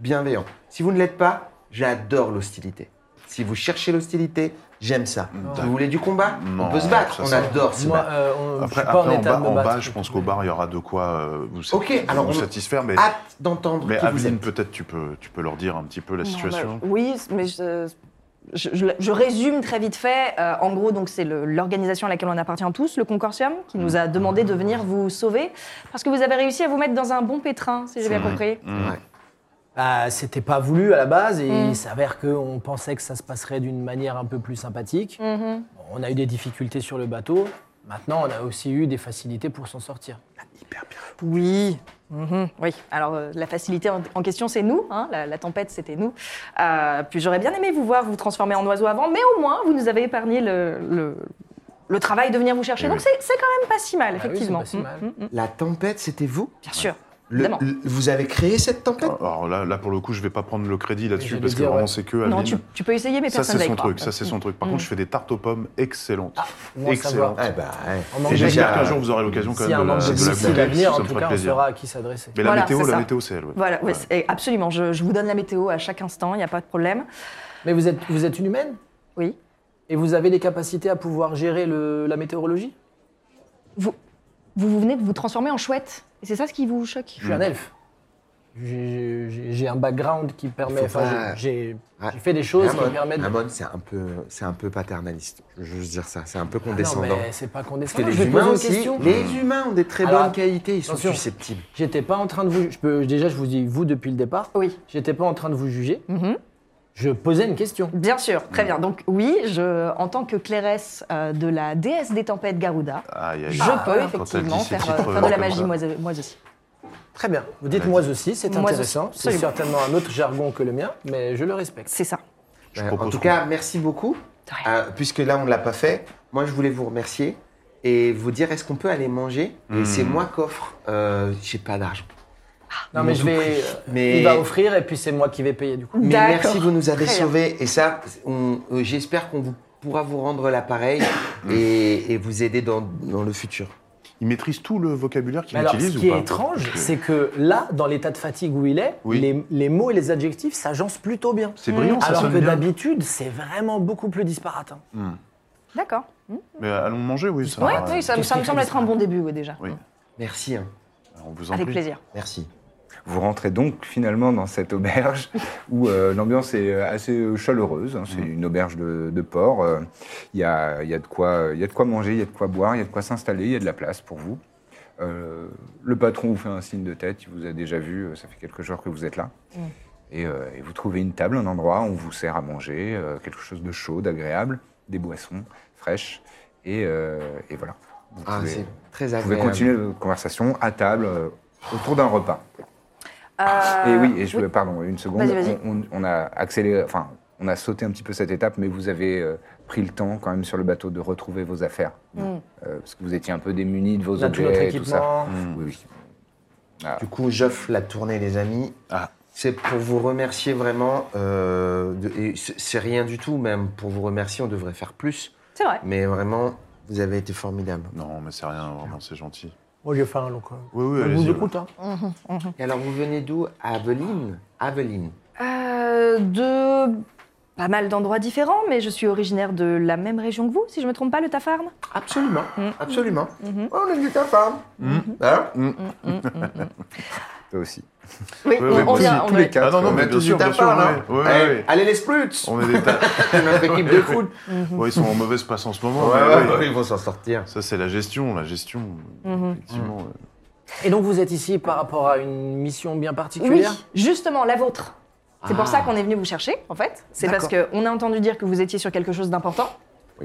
Speaker 4: bienveillant. Si vous ne l'êtes pas, j'adore l'hostilité. Si vous cherchez l'hostilité, j'aime ça. Vous voulez du combat
Speaker 5: Hmm, Non,
Speaker 4: On peut se battre,
Speaker 5: ça,
Speaker 4: on
Speaker 5: ça-
Speaker 4: adore se
Speaker 2: Moi,
Speaker 4: battre.
Speaker 2: euh, on- je
Speaker 5: Après,
Speaker 2: suis pas
Speaker 5: après,
Speaker 2: en
Speaker 5: en,
Speaker 2: état
Speaker 5: bas,
Speaker 2: de me
Speaker 5: en
Speaker 2: battre.
Speaker 5: bas, je pense qu'au bar, il y aura de quoi euh, vous, sat-
Speaker 4: Ok, alors
Speaker 5: vous
Speaker 4: on-
Speaker 5: satisfaire, mais
Speaker 4: Hâte d'entendre
Speaker 5: euh, Mais
Speaker 4: qui vous
Speaker 5: Aveline,
Speaker 4: êtes.
Speaker 5: peut-être tu peux, tu peux leur dire un petit peu la
Speaker 3: Non,
Speaker 5: situation.
Speaker 3: bah, oui, mais je, je- je- je résume très vite fait. Euh, en gros, donc c'est le- l'organisation à laquelle on appartient tous, le Consortium, qui nous a demandé de venir vous sauver parce que vous avez réussi à vous mettre dans un bon pétrin, si j'ai bien compris.
Speaker 5: Hmm.
Speaker 4: Ouais.
Speaker 2: Bah, c'était pas voulu à la base et
Speaker 3: Mm.
Speaker 2: il s'avère qu'on pensait que ça se passerait d'une manière un peu plus sympathique.
Speaker 3: Mhm.
Speaker 2: Bon, On a eu des difficultés sur le bateau. Maintenant, on a aussi eu des facilités pour s'en sortir.
Speaker 3: Oui. Mhm, oui, alors euh, la facilité en, en question, c'est nous. hein, la, la tempête, c'était nous. Euh, puis j'aurais bien aimé vous voir vous transformer en oiseau avant, mais au moins, vous nous avez épargné le, le, le travail de venir vous chercher.
Speaker 5: Eh
Speaker 3: Donc
Speaker 5: oui. Ah
Speaker 3: c'est- c'est quand même pas si mal,
Speaker 2: Bah oui,
Speaker 3: effectivement.
Speaker 2: c'est pas si mal.
Speaker 3: Mhm, mhm,
Speaker 4: La tempête, c'était vous
Speaker 3: bien sûr.
Speaker 4: Le-
Speaker 3: Évidemment.
Speaker 4: le- Vous avez créé cette tempête
Speaker 5: Alors là, là, pour le coup, je vais pas prendre le crédit là-dessus
Speaker 2: j'allais
Speaker 5: parce que
Speaker 2: dire,
Speaker 5: vraiment,
Speaker 2: ouais.
Speaker 5: c'est que
Speaker 3: Non,
Speaker 5: Aveline.
Speaker 3: tu, tu peux essayer, mais
Speaker 5: ça,
Speaker 3: personne
Speaker 5: c'est
Speaker 3: va y
Speaker 5: son
Speaker 3: croire.
Speaker 5: truc. Ça, c'est son truc. Par contre, je fais des tartes aux pommes excellentes.
Speaker 2: on va en
Speaker 5: excellentes.
Speaker 2: Ah, savoir.
Speaker 4: Eh ben, ouais.
Speaker 2: On en
Speaker 5: Et
Speaker 2: manque
Speaker 5: j'espère
Speaker 4: déjà-
Speaker 5: qu'un jour, vous aurez l'occasion quand
Speaker 2: S'il y a
Speaker 5: même
Speaker 2: un
Speaker 5: de la,
Speaker 2: manque de
Speaker 4: de euh, la
Speaker 2: difficulté
Speaker 4: goûter,
Speaker 2: à
Speaker 5: goûter,
Speaker 2: venir,
Speaker 5: ça
Speaker 2: en
Speaker 5: me
Speaker 2: tout
Speaker 5: ferait
Speaker 2: cas, on
Speaker 5: plaisir.
Speaker 2: saura à qui s'adresser.
Speaker 5: Mais
Speaker 3: Voilà,
Speaker 5: la météo,
Speaker 3: c'est
Speaker 5: la
Speaker 3: ça.
Speaker 5: météo, c'est elle. ouais.
Speaker 3: Voilà, ouais,
Speaker 5: Ouais.
Speaker 3: c'est- absolument. Je, je vous donne la météo à chaque instant, il n'y a pas de problème.
Speaker 2: Mais vous êtes, vous êtes une humaine
Speaker 3: Oui.
Speaker 2: et vous avez les capacités à pouvoir gérer le- la météorologie
Speaker 4: Mm.
Speaker 3: Vous, vous, vous venez de vous transformer en chouette. Et c'est ça ce qui vous choque
Speaker 2: Je suis un elfe. J'ai- J'ai j'ai un background qui permet.
Speaker 4: faut
Speaker 2: Enfin,
Speaker 4: pas-
Speaker 2: j'ai j'ai-
Speaker 4: Ouais. Ah
Speaker 2: j'ai fait des choses qui
Speaker 4: Amon,
Speaker 2: me permettent. de-
Speaker 4: Amon, c'est un peu, c'est un peu paternaliste. Je veux juste dire ça. C'est un peu
Speaker 2: Ah non,
Speaker 4: condescendant.
Speaker 2: mais c'est pas
Speaker 4: Parce que
Speaker 2: condescendant.
Speaker 4: les
Speaker 2: Je vais
Speaker 4: humains
Speaker 2: poser une
Speaker 4: aussi,
Speaker 2: question.
Speaker 4: les humains ont des très
Speaker 2: Alors,
Speaker 4: bonnes qualités. Ils sont
Speaker 2: attention.
Speaker 4: susceptibles.
Speaker 2: J'étais pas en train de vous. Je peux, déjà, je vous dis vous depuis le départ.
Speaker 3: Oui.
Speaker 2: J'étais pas en train de vous juger.
Speaker 3: Mhm.
Speaker 2: Je posais une question.
Speaker 3: Bien sûr,
Speaker 5: Mm.
Speaker 3: très bien. Donc oui, je, en tant que clairesse euh, de la déesse des tempêtes Garuda,
Speaker 5: Aïe, aïe,
Speaker 3: je
Speaker 5: aïe.
Speaker 3: peux
Speaker 5: Ah, Quand elle
Speaker 3: effectivement
Speaker 5: dit ces
Speaker 3: faire,
Speaker 5: titres,
Speaker 3: euh, faire
Speaker 5: euh,
Speaker 3: de la
Speaker 5: comme
Speaker 3: magie
Speaker 5: ça.
Speaker 3: moi, moi aussi.
Speaker 2: Très bien. Vous dites moi aussi, c'est
Speaker 3: Moi
Speaker 2: intéressant.
Speaker 3: aussi,
Speaker 2: C'est
Speaker 3: absolument.
Speaker 2: certainement un autre jargon que le mien, mais je le respecte.
Speaker 3: C'est ça.
Speaker 4: Euh, en
Speaker 5: propose
Speaker 4: tout
Speaker 5: qu'on-
Speaker 4: cas, merci beaucoup.
Speaker 3: De rien.
Speaker 4: Euh, puisque là, on ne l'a pas fait, moi, je voulais vous remercier et vous dire est-ce qu'on peut aller manger Et
Speaker 2: Hmm.
Speaker 4: c'est moi qu'offre. Euh, J'ai pas d'argent.
Speaker 2: Non, mais
Speaker 4: Ils
Speaker 2: je
Speaker 4: m'ont tout
Speaker 2: vais.
Speaker 4: pris.
Speaker 2: Mais...
Speaker 4: Mais-
Speaker 2: Il va offrir et puis c'est moi qui vais payer du coup.
Speaker 4: Mais
Speaker 3: D'accord.
Speaker 4: merci, vous nous avez
Speaker 3: Très bien.
Speaker 4: sauvés. Et ça, on- euh, j'espère qu'on vous, pourra vous rendre l'appareil et, et vous aider dans, dans le futur.
Speaker 5: Il maîtrise tout le vocabulaire qu'il
Speaker 2: Mais alors, ce
Speaker 5: utilise
Speaker 2: qui
Speaker 5: ou pas
Speaker 2: est étrange, c'est que là, dans l'état de fatigue où il est,
Speaker 5: Oui.
Speaker 2: les, les mots et les adjectifs s'agencent plutôt bien.
Speaker 5: C'est brillant, ça
Speaker 2: Alors
Speaker 5: sonne
Speaker 2: que
Speaker 5: bien.
Speaker 2: d'habitude, c'est vraiment beaucoup plus disparate. hein.
Speaker 3: D'accord.
Speaker 5: Mais allons manger, oui. Ça,
Speaker 3: Ouais,
Speaker 5: va,
Speaker 3: oui, ça, ça me semble être un bon début oui, déjà.
Speaker 5: Oui.
Speaker 4: Merci. hein.
Speaker 5: On vous en
Speaker 3: Avec
Speaker 5: prie.
Speaker 3: plaisir.
Speaker 4: Merci.
Speaker 1: Vous rentrez donc finalement dans cette auberge où euh, l'ambiance est euh, assez euh, chaleureuse. hein. C'est
Speaker 4: Mm.
Speaker 1: une auberge de, de port. euh, Il y, a, il y a de quoi, il y a de quoi manger, il y a de quoi boire, il y a de quoi s'installer, il y a de la place pour vous. Euh, le patron vous fait un signe de tête, il vous a déjà vu, euh, ça fait quelques jours que vous êtes là.
Speaker 4: Mm.
Speaker 1: Et, euh, et vous trouvez une table, un endroit où on vous sert à manger, euh, quelque chose de chaud, d'agréable, des boissons fraîches. Et, euh, et voilà. Vous
Speaker 4: Ah,
Speaker 1: pouvez-
Speaker 4: c'est très
Speaker 1: vous pouvez
Speaker 4: agréable.
Speaker 1: continuer votre conversation à table, euh, autour d'un repas.
Speaker 3: Euh,
Speaker 1: Et oui, et je, pardon, une seconde.
Speaker 3: Vas-y, vas-y.
Speaker 1: On, on- on a accéléré, enfin, on a sauté un petit peu cette étape, mais vous avez euh, pris le temps quand même sur le bateau de retrouver vos affaires,
Speaker 3: Mm.
Speaker 1: Euh, parce que vous étiez un peu démunis de vos
Speaker 2: On a tout notre
Speaker 1: objets et tout ça. Mm.
Speaker 2: équipement.
Speaker 1: Oui, oui.
Speaker 4: Du coup, j'offre la tournée, les amis.
Speaker 5: Ah.
Speaker 4: C'est pour vous remercier vraiment. euh, de- et c'est c'est rien du tout, même pour vous remercier, on devrait faire plus.
Speaker 3: C'est vrai.
Speaker 4: Mais vraiment, vous avez été formidable.
Speaker 3: Mm.
Speaker 5: Non, mais c'est rien, vraiment, c'est gentil.
Speaker 2: Moi, j'ai fait un long. quoi.
Speaker 5: Oui, oui,
Speaker 2: Je vous
Speaker 5: allez-y.
Speaker 2: écoute. hein.
Speaker 4: Et alors, vous venez d'où Aveline
Speaker 3: Mm.
Speaker 4: Aveline.
Speaker 3: Euh, de pas mal d'endroits différents, mais je suis originaire de la même région que vous, si je me trompe pas, le Tafarn.
Speaker 4: Absolument,
Speaker 3: Mm.
Speaker 4: absolument.
Speaker 3: Mm-hmm.
Speaker 4: Oh, on est du Capable. Hein
Speaker 1: Toi aussi.
Speaker 3: Oui,
Speaker 5: Euh, Oui, oui,
Speaker 3: on, on
Speaker 5: moi
Speaker 3: vient.
Speaker 5: aussi,
Speaker 3: On
Speaker 5: tous
Speaker 3: va-
Speaker 5: les quatre. Ah non, non,
Speaker 4: On
Speaker 5: mais
Speaker 4: est
Speaker 5: bien
Speaker 4: tous
Speaker 5: sûr,
Speaker 4: du
Speaker 5: bien sûr.
Speaker 4: Capable, hein
Speaker 5: ouais, ouais,
Speaker 4: Allez,
Speaker 5: ouais.
Speaker 4: allez, les Spruts
Speaker 5: On est des tas-
Speaker 4: Notre équipe de foot.
Speaker 5: Ouais, ils sont en mauvaise passe en ce moment.
Speaker 4: Ouais,
Speaker 5: mais
Speaker 4: ouais,
Speaker 5: oui.
Speaker 4: ouais, ils vont s'en sortir.
Speaker 5: Ça, c'est la gestion, la gestion.
Speaker 3: Mhm.
Speaker 5: Effectivement. ouais.
Speaker 2: Et donc, vous êtes ici par rapport à une mission bien
Speaker 3: Oui,
Speaker 2: particulière
Speaker 3: justement, la vôtre. C'est pour
Speaker 4: Ah.
Speaker 3: ça qu'on est venu vous chercher, en fait. C'est parce qu'on a entendu dire que vous étiez sur quelque chose d'important,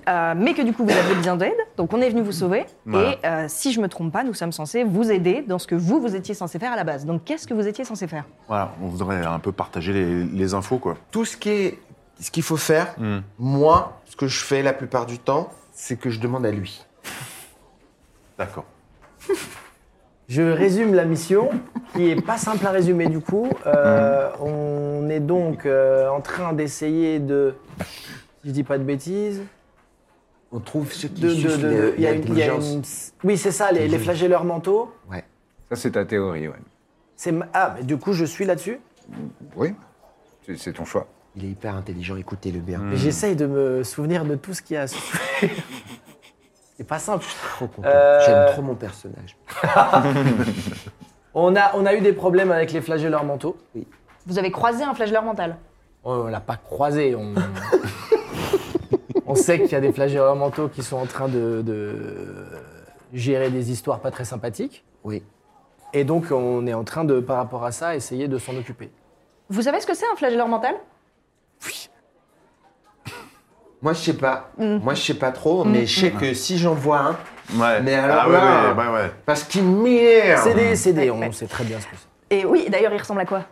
Speaker 3: euh, mais que du coup vous aviez besoin d'aide. Donc on est venu vous sauver.
Speaker 5: Voilà.
Speaker 3: Et euh, si je me trompe pas, nous sommes censés vous aider dans ce que vous, vous étiez censé faire à la base. Donc qu'est-ce que vous étiez censé faire
Speaker 5: Voilà, on voudrait un peu partager les, les infos, quoi.
Speaker 4: Tout ce qui est, ce qu'il faut faire,
Speaker 5: Mm.
Speaker 4: moi, ce que je fais la plupart du temps, c'est que je demande à lui.
Speaker 5: D'accord.
Speaker 2: Je résume la mission, qui est pas simple à résumer du coup. Euh, On est donc euh, en train d'essayer de, si je dis pas de bêtises,
Speaker 4: On trouve ce qui
Speaker 2: de, de-
Speaker 4: suffit
Speaker 2: de- de- il y a une- il y a
Speaker 4: d'intelligence.
Speaker 2: une- oui c'est ça, les, les flagelleurs mentaux.
Speaker 4: Ouais.
Speaker 1: Ça, c'est ta théorie, ouais.
Speaker 2: C'est ma- ah mais du coup je suis là-dessus.
Speaker 1: oui. C'est- C'est ton choix.
Speaker 4: Il est hyper intelligent, écoutez-le bien.
Speaker 2: Mais J'essaye de me souvenir de tout ce qu'il y a. à souffrir. c'est pas simple.
Speaker 4: Trop content.
Speaker 2: Euh,
Speaker 4: J'aime trop mon personnage.
Speaker 2: On a on a eu des problèmes avec les flagelleurs mentaux.
Speaker 3: Vous avez croisé un flagelleur mental.
Speaker 2: Oh, on l'a pas croisé. On, on sait qu'il y a des flagelleurs mentaux qui sont en train de- de gérer des histoires pas très sympathiques.
Speaker 4: Oui.
Speaker 2: Et donc, on est en train de, par rapport à ça, essayer de s'en occuper.
Speaker 3: Vous savez ce que c'est un flagelleur mental
Speaker 4: Moi, je sais pas.
Speaker 2: Hmm.
Speaker 4: Moi, je sais pas trop, mais je sais que si j'en vois un,
Speaker 5: Ouais.
Speaker 4: Mais alors
Speaker 5: ah, ouais,
Speaker 4: là-
Speaker 5: ouais, ouais, ouais.
Speaker 4: parce qu'il m'énerve.
Speaker 2: C'est des, c'est des,
Speaker 3: Ouais, ouais.
Speaker 2: on sait très bien ce que c'est.
Speaker 3: Et oui, d'ailleurs, il ressemble à quoi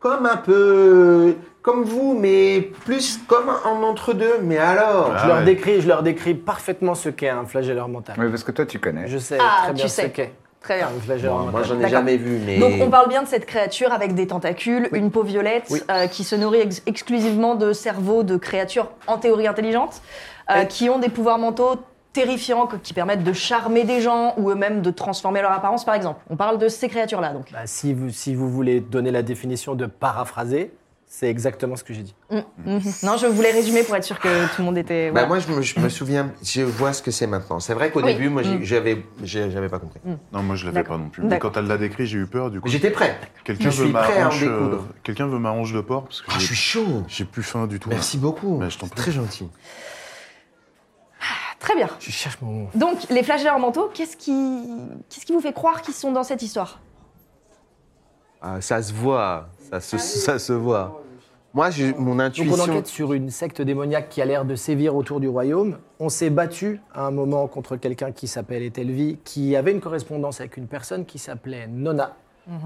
Speaker 4: Comme un peu. Comme vous, mais plus comme en entre-deux. Mais alors
Speaker 2: Je
Speaker 5: Ah
Speaker 2: leur
Speaker 5: ouais.
Speaker 2: décris, je leur décris parfaitement ce qu'est un flagelleur mental.
Speaker 1: Oui, parce que toi, tu connais.
Speaker 2: Je sais
Speaker 3: Ah,
Speaker 2: très
Speaker 3: tu
Speaker 2: bien
Speaker 3: sais.
Speaker 2: ce qu'est
Speaker 3: Très bien.
Speaker 2: un flagelleur
Speaker 4: Moi,
Speaker 2: mental.
Speaker 4: j'en ai
Speaker 3: D'accord.
Speaker 4: jamais vu, mais.
Speaker 3: Donc on parle bien de cette créature avec des tentacules, une peau violette
Speaker 4: Oui.
Speaker 3: euh, qui se nourrit ex- exclusivement de cerveaux de créatures en théorie intelligentes, euh,
Speaker 4: Et-
Speaker 3: qui ont des pouvoirs mentaux terrifiants que- qui permettent de charmer des gens ou eux-mêmes de transformer leur apparence par exemple. On parle de ces créatures-là donc.
Speaker 2: Bah, si, vous, si vous voulez donner la définition de paraphraser, C'est exactement ce que j'ai dit.
Speaker 3: Mm, mm. Non, je voulais résumer pour être sûr que tout le monde était.
Speaker 4: Bah,
Speaker 3: voilà.
Speaker 4: moi, je me, je me souviens, je vois ce que c'est maintenant. C'est vrai qu'au
Speaker 3: Oui.
Speaker 4: début, moi, j'ai-
Speaker 3: Mm.
Speaker 4: j'avais j'ai- j'avais pas compris.
Speaker 2: Mm.
Speaker 5: Non, moi je l'avais
Speaker 3: D'accord.
Speaker 5: pas non plus. Mais
Speaker 3: D'accord.
Speaker 5: quand elle l'a décrit, j'ai eu peur. Du coup,
Speaker 4: Mais J'étais prêt.
Speaker 5: quelqu'un
Speaker 4: je
Speaker 5: veut
Speaker 4: suis
Speaker 5: ma
Speaker 4: prêt à en
Speaker 5: hanche, euh,
Speaker 4: découdre.
Speaker 5: quelqu'un veut ma hanche de porc parce que
Speaker 4: Ah, je suis
Speaker 5: j'ai-
Speaker 4: chaud.
Speaker 5: j'ai plus faim du tout. là.
Speaker 4: Merci beaucoup.
Speaker 5: Bah, je t'en
Speaker 4: C'est
Speaker 5: prie.
Speaker 4: très gentil.
Speaker 3: Très bien.
Speaker 2: Je cherche mon mot.
Speaker 3: Donc, les flagellants en manteau, qu'est-ce qui... qu'est-ce qui vous fait croire qu'ils sont dans cette histoire
Speaker 4: Ah, ça se voit. Ça se, ça se voit. Moi, j'ai- mon
Speaker 2: Ah Donc on
Speaker 4: intuition.
Speaker 2: enquête sur une secte démoniaque qui a l'air de sévir autour du royaume. On s'est battu à un moment contre quelqu'un qui s'appelle Etelvi, qui avait une correspondance avec une personne qui s'appelait Nona.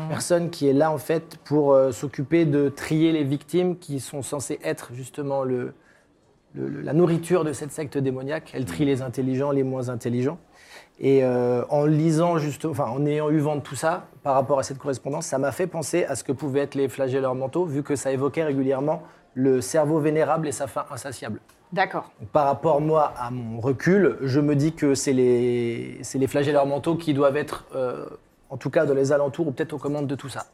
Speaker 2: Personne qui est là en fait pour euh, s'occuper de trier les victimes qui sont censées être justement le, le- le- la nourriture de cette secte démoniaque. Elle trie les intelligents, les moins intelligents. Et euh, en lisant, juste, enfin, en ayant eu vent de tout ça, par rapport à cette correspondance, ça m'a fait penser à ce que pouvaient être les flagelleurs mentaux, vu que ça évoquait régulièrement le cerveau vénérable et sa faim insatiable.
Speaker 3: D'accord.
Speaker 2: Donc, par rapport, moi, à mon recul, je me dis que c'est les, c'est les flagelleurs mentaux qui doivent être, euh, en tout cas, dans les alentours ou peut-être aux commandes de tout ça.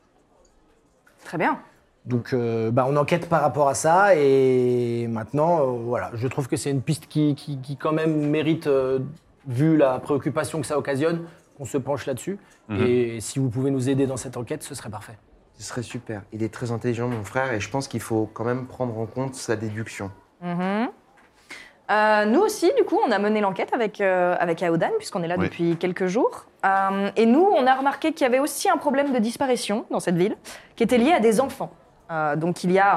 Speaker 3: Très bien.
Speaker 2: Donc, euh, bah, on enquête par rapport à ça. Et maintenant, euh, voilà, je trouve que c'est une piste qui, qui- qui quand même mérite, euh, vu la préoccupation que ça occasionne, qu'on se penche là-dessus.
Speaker 5: Mhm.
Speaker 2: Et si vous pouvez nous aider dans cette enquête, ce serait parfait.
Speaker 4: Ce serait super. Il est très intelligent, mon frère, et je pense qu'il faut quand même prendre en compte sa déduction.
Speaker 3: Mhm. Euh, nous aussi, du coup, on a mené l'enquête avec, euh, avec Aodan, puisqu'on est là
Speaker 5: Oui.
Speaker 3: depuis quelques jours. Euh, et nous, on a remarqué qu'il y avait aussi un problème de disparition dans cette ville, qui était lié à des enfants. Euh, donc, il y a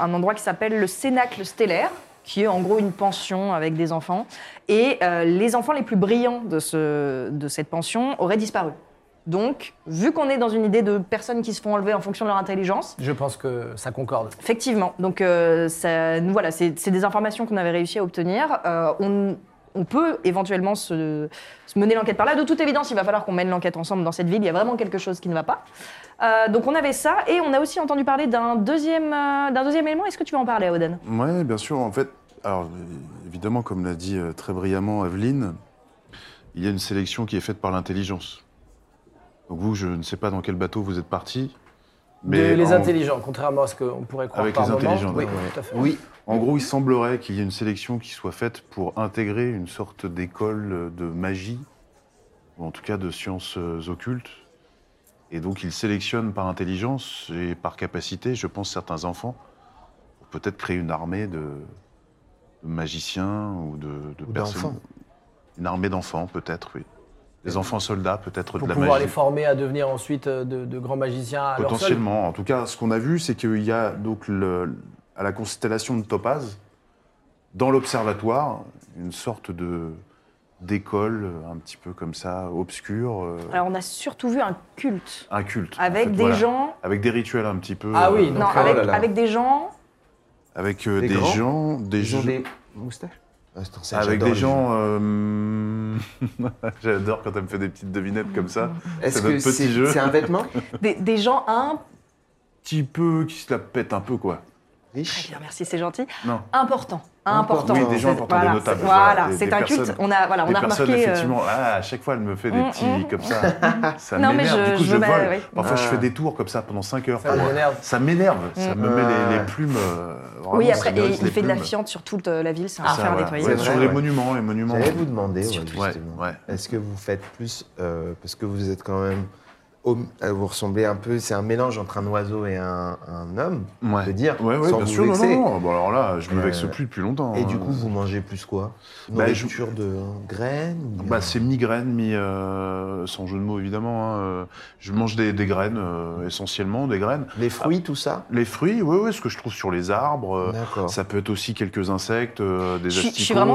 Speaker 3: un, un endroit qui s'appelle le Cénacle Stellaire, qui est en gros une pension avec des enfants. Et euh, les enfants les plus brillants de, ce, de cette pension auraient disparu. Donc, vu qu'on est dans une idée de personnes qui se font enlever en fonction de leur intelligence,
Speaker 2: Je pense que ça concorde.
Speaker 3: Effectivement. Donc, euh, ça, nous, voilà, c'est c'est des informations qu'on avait réussi à obtenir. Euh, on, on peut éventuellement se, se mener l'enquête par là. De toute évidence, il va falloir qu'on mène l'enquête ensemble dans cette ville. Il y a vraiment quelque chose qui ne va pas. Euh, donc, on avait ça. Et on a aussi entendu parler d'un deuxième, euh, d'un deuxième élément. Est-ce que tu veux en parler, Oden
Speaker 5: Ouais, bien sûr. En fait, alors euh, évidemment, comme l'a dit euh, très brillamment Aveline, il y a une sélection qui est faite par l'intelligence. Donc vous, je ne sais pas dans quel bateau vous êtes parti, mais
Speaker 2: De- les
Speaker 5: en,
Speaker 2: intelligents, contrairement à ce qu'on pourrait croire
Speaker 5: Avec
Speaker 2: par
Speaker 5: les
Speaker 2: moment.
Speaker 5: intelligents,
Speaker 2: oui,
Speaker 5: d'accord,
Speaker 2: tout à fait.
Speaker 4: Oui,
Speaker 5: en gros, il semblerait qu'il y ait une sélection qui soit faite pour intégrer une sorte d'école euh, de magie, ou en tout cas de sciences euh, occultes. Et donc, il sélectionne par intelligence et par capacité, je pense, certains enfants pour peut-être créer une armée de, de magiciens ou de, de
Speaker 4: Ou
Speaker 5: personnes.
Speaker 4: d'enfants.
Speaker 5: Une armée d'enfants, peut-être, oui. Des enfants soldats, peut-être de
Speaker 2: Pour
Speaker 5: la
Speaker 2: pouvoir les
Speaker 5: magie.
Speaker 2: former à devenir ensuite euh, de, de grands magiciens à leur sol.
Speaker 5: Potentiellement. En tout cas, ce qu'on a vu, c'est qu'il y a donc le- à la constellation de Topaz, dans l'observatoire, une sorte de d'école euh, un petit peu comme ça, obscure, euh,
Speaker 3: Alors, on a surtout vu un culte
Speaker 5: un culte. en
Speaker 3: avec
Speaker 5: fait,
Speaker 3: des
Speaker 5: voilà.
Speaker 3: gens.
Speaker 5: Avec des rituels un petit peu.
Speaker 2: Ah oui,
Speaker 5: euh,
Speaker 3: Non,
Speaker 4: oh
Speaker 3: avec,
Speaker 4: là là.
Speaker 3: avec des gens.
Speaker 5: Avec euh,
Speaker 4: Des
Speaker 5: des,
Speaker 4: grands.
Speaker 5: gens. Des
Speaker 4: ils ont
Speaker 5: gens-
Speaker 4: des moustaches.
Speaker 5: Ah,
Speaker 4: Attends, ça,
Speaker 5: Avec
Speaker 4: j'adore
Speaker 5: des
Speaker 4: les
Speaker 5: gens. euh, J'adore quand elle me fait des petites devinettes comme ça.
Speaker 4: Est-ce
Speaker 5: C'est
Speaker 4: que
Speaker 5: notre petit
Speaker 4: c'est
Speaker 5: jeu.
Speaker 4: c'est un vêtement
Speaker 3: Des, des gens un.
Speaker 5: Petit peu qui se la pètent un peu, quoi.
Speaker 4: Riche
Speaker 3: Bien, merci, c'est gentil.
Speaker 5: Non.
Speaker 3: Important. Important.
Speaker 5: Oui, des gens
Speaker 3: C'est-
Speaker 5: importants,
Speaker 3: voilà,
Speaker 5: des notables.
Speaker 3: c'est- Voilà,
Speaker 5: voilà, des-
Speaker 3: c'est
Speaker 5: des
Speaker 3: un culte.
Speaker 5: personnes-
Speaker 3: On a, voilà, on
Speaker 5: les
Speaker 3: a
Speaker 5: personnes,
Speaker 3: remarqué. euh,
Speaker 5: effectivement, ah, à chaque fois, elle me fait des
Speaker 3: Mm,
Speaker 5: petits
Speaker 3: mm.
Speaker 5: comme ça. ça
Speaker 3: Non, mais
Speaker 5: m'énerve.
Speaker 3: je-
Speaker 5: Du coup,
Speaker 3: je
Speaker 5: je,
Speaker 3: veux pas-
Speaker 5: vole.
Speaker 3: oui.
Speaker 5: Parfois, je
Speaker 4: Ah.
Speaker 5: fais des tours comme ça pendant 5 heures.
Speaker 2: Ça
Speaker 5: pour-
Speaker 2: m'énerve.
Speaker 5: Ça m'énerve. Ça me met les,
Speaker 4: Ah.
Speaker 5: les plumes. euh, vraiment,
Speaker 3: Mm. Oui,
Speaker 5: ça
Speaker 3: après,
Speaker 5: hérisse
Speaker 3: et il
Speaker 5: les
Speaker 3: fait de la
Speaker 5: plumes.
Speaker 3: fiente sur toute euh, la ville, c'est un
Speaker 5: Ça,
Speaker 3: enfer à
Speaker 5: voilà.
Speaker 3: nettoyer.
Speaker 5: Ouais,
Speaker 4: C'est
Speaker 5: Sur
Speaker 4: vrai,
Speaker 5: les
Speaker 4: ouais.
Speaker 5: monuments, les monuments.
Speaker 4: J'allais vous demander, ouais, justement.
Speaker 5: Ouais, ouais.
Speaker 4: Est-ce que vous faites plus. euh, parce que vous êtes quand même. homme- euh, Vous ressemblez un peu. C'est un mélange entre un oiseau et un, un homme.
Speaker 5: Ouais.
Speaker 4: Je veux dire,
Speaker 5: Ouais, ouais,
Speaker 4: sans
Speaker 5: bien
Speaker 4: vous
Speaker 5: sûr. non,
Speaker 4: vexer.
Speaker 5: non, non. Bon, alors là, je me
Speaker 4: Euh,
Speaker 5: vexe plus depuis longtemps.
Speaker 4: Et
Speaker 5: hein.
Speaker 4: du coup, vous mangez plus quoi Une
Speaker 5: Bah, je-
Speaker 4: nourriture de graines euh, ou bien-
Speaker 5: Bah, c'est mi-graines, mi-. euh, sans jeu de mots, évidemment. hein, euh, Je mange des, des graines, euh, essentiellement, des graines.
Speaker 4: Les fruits, tout ça
Speaker 5: Les fruits, oui, oui, ce que je trouve sur les arbres. euh,
Speaker 4: D'accord.
Speaker 5: Ça peut être aussi quelques insectes, euh, des
Speaker 3: Je suis- je suis
Speaker 5: asticots.
Speaker 3: vraiment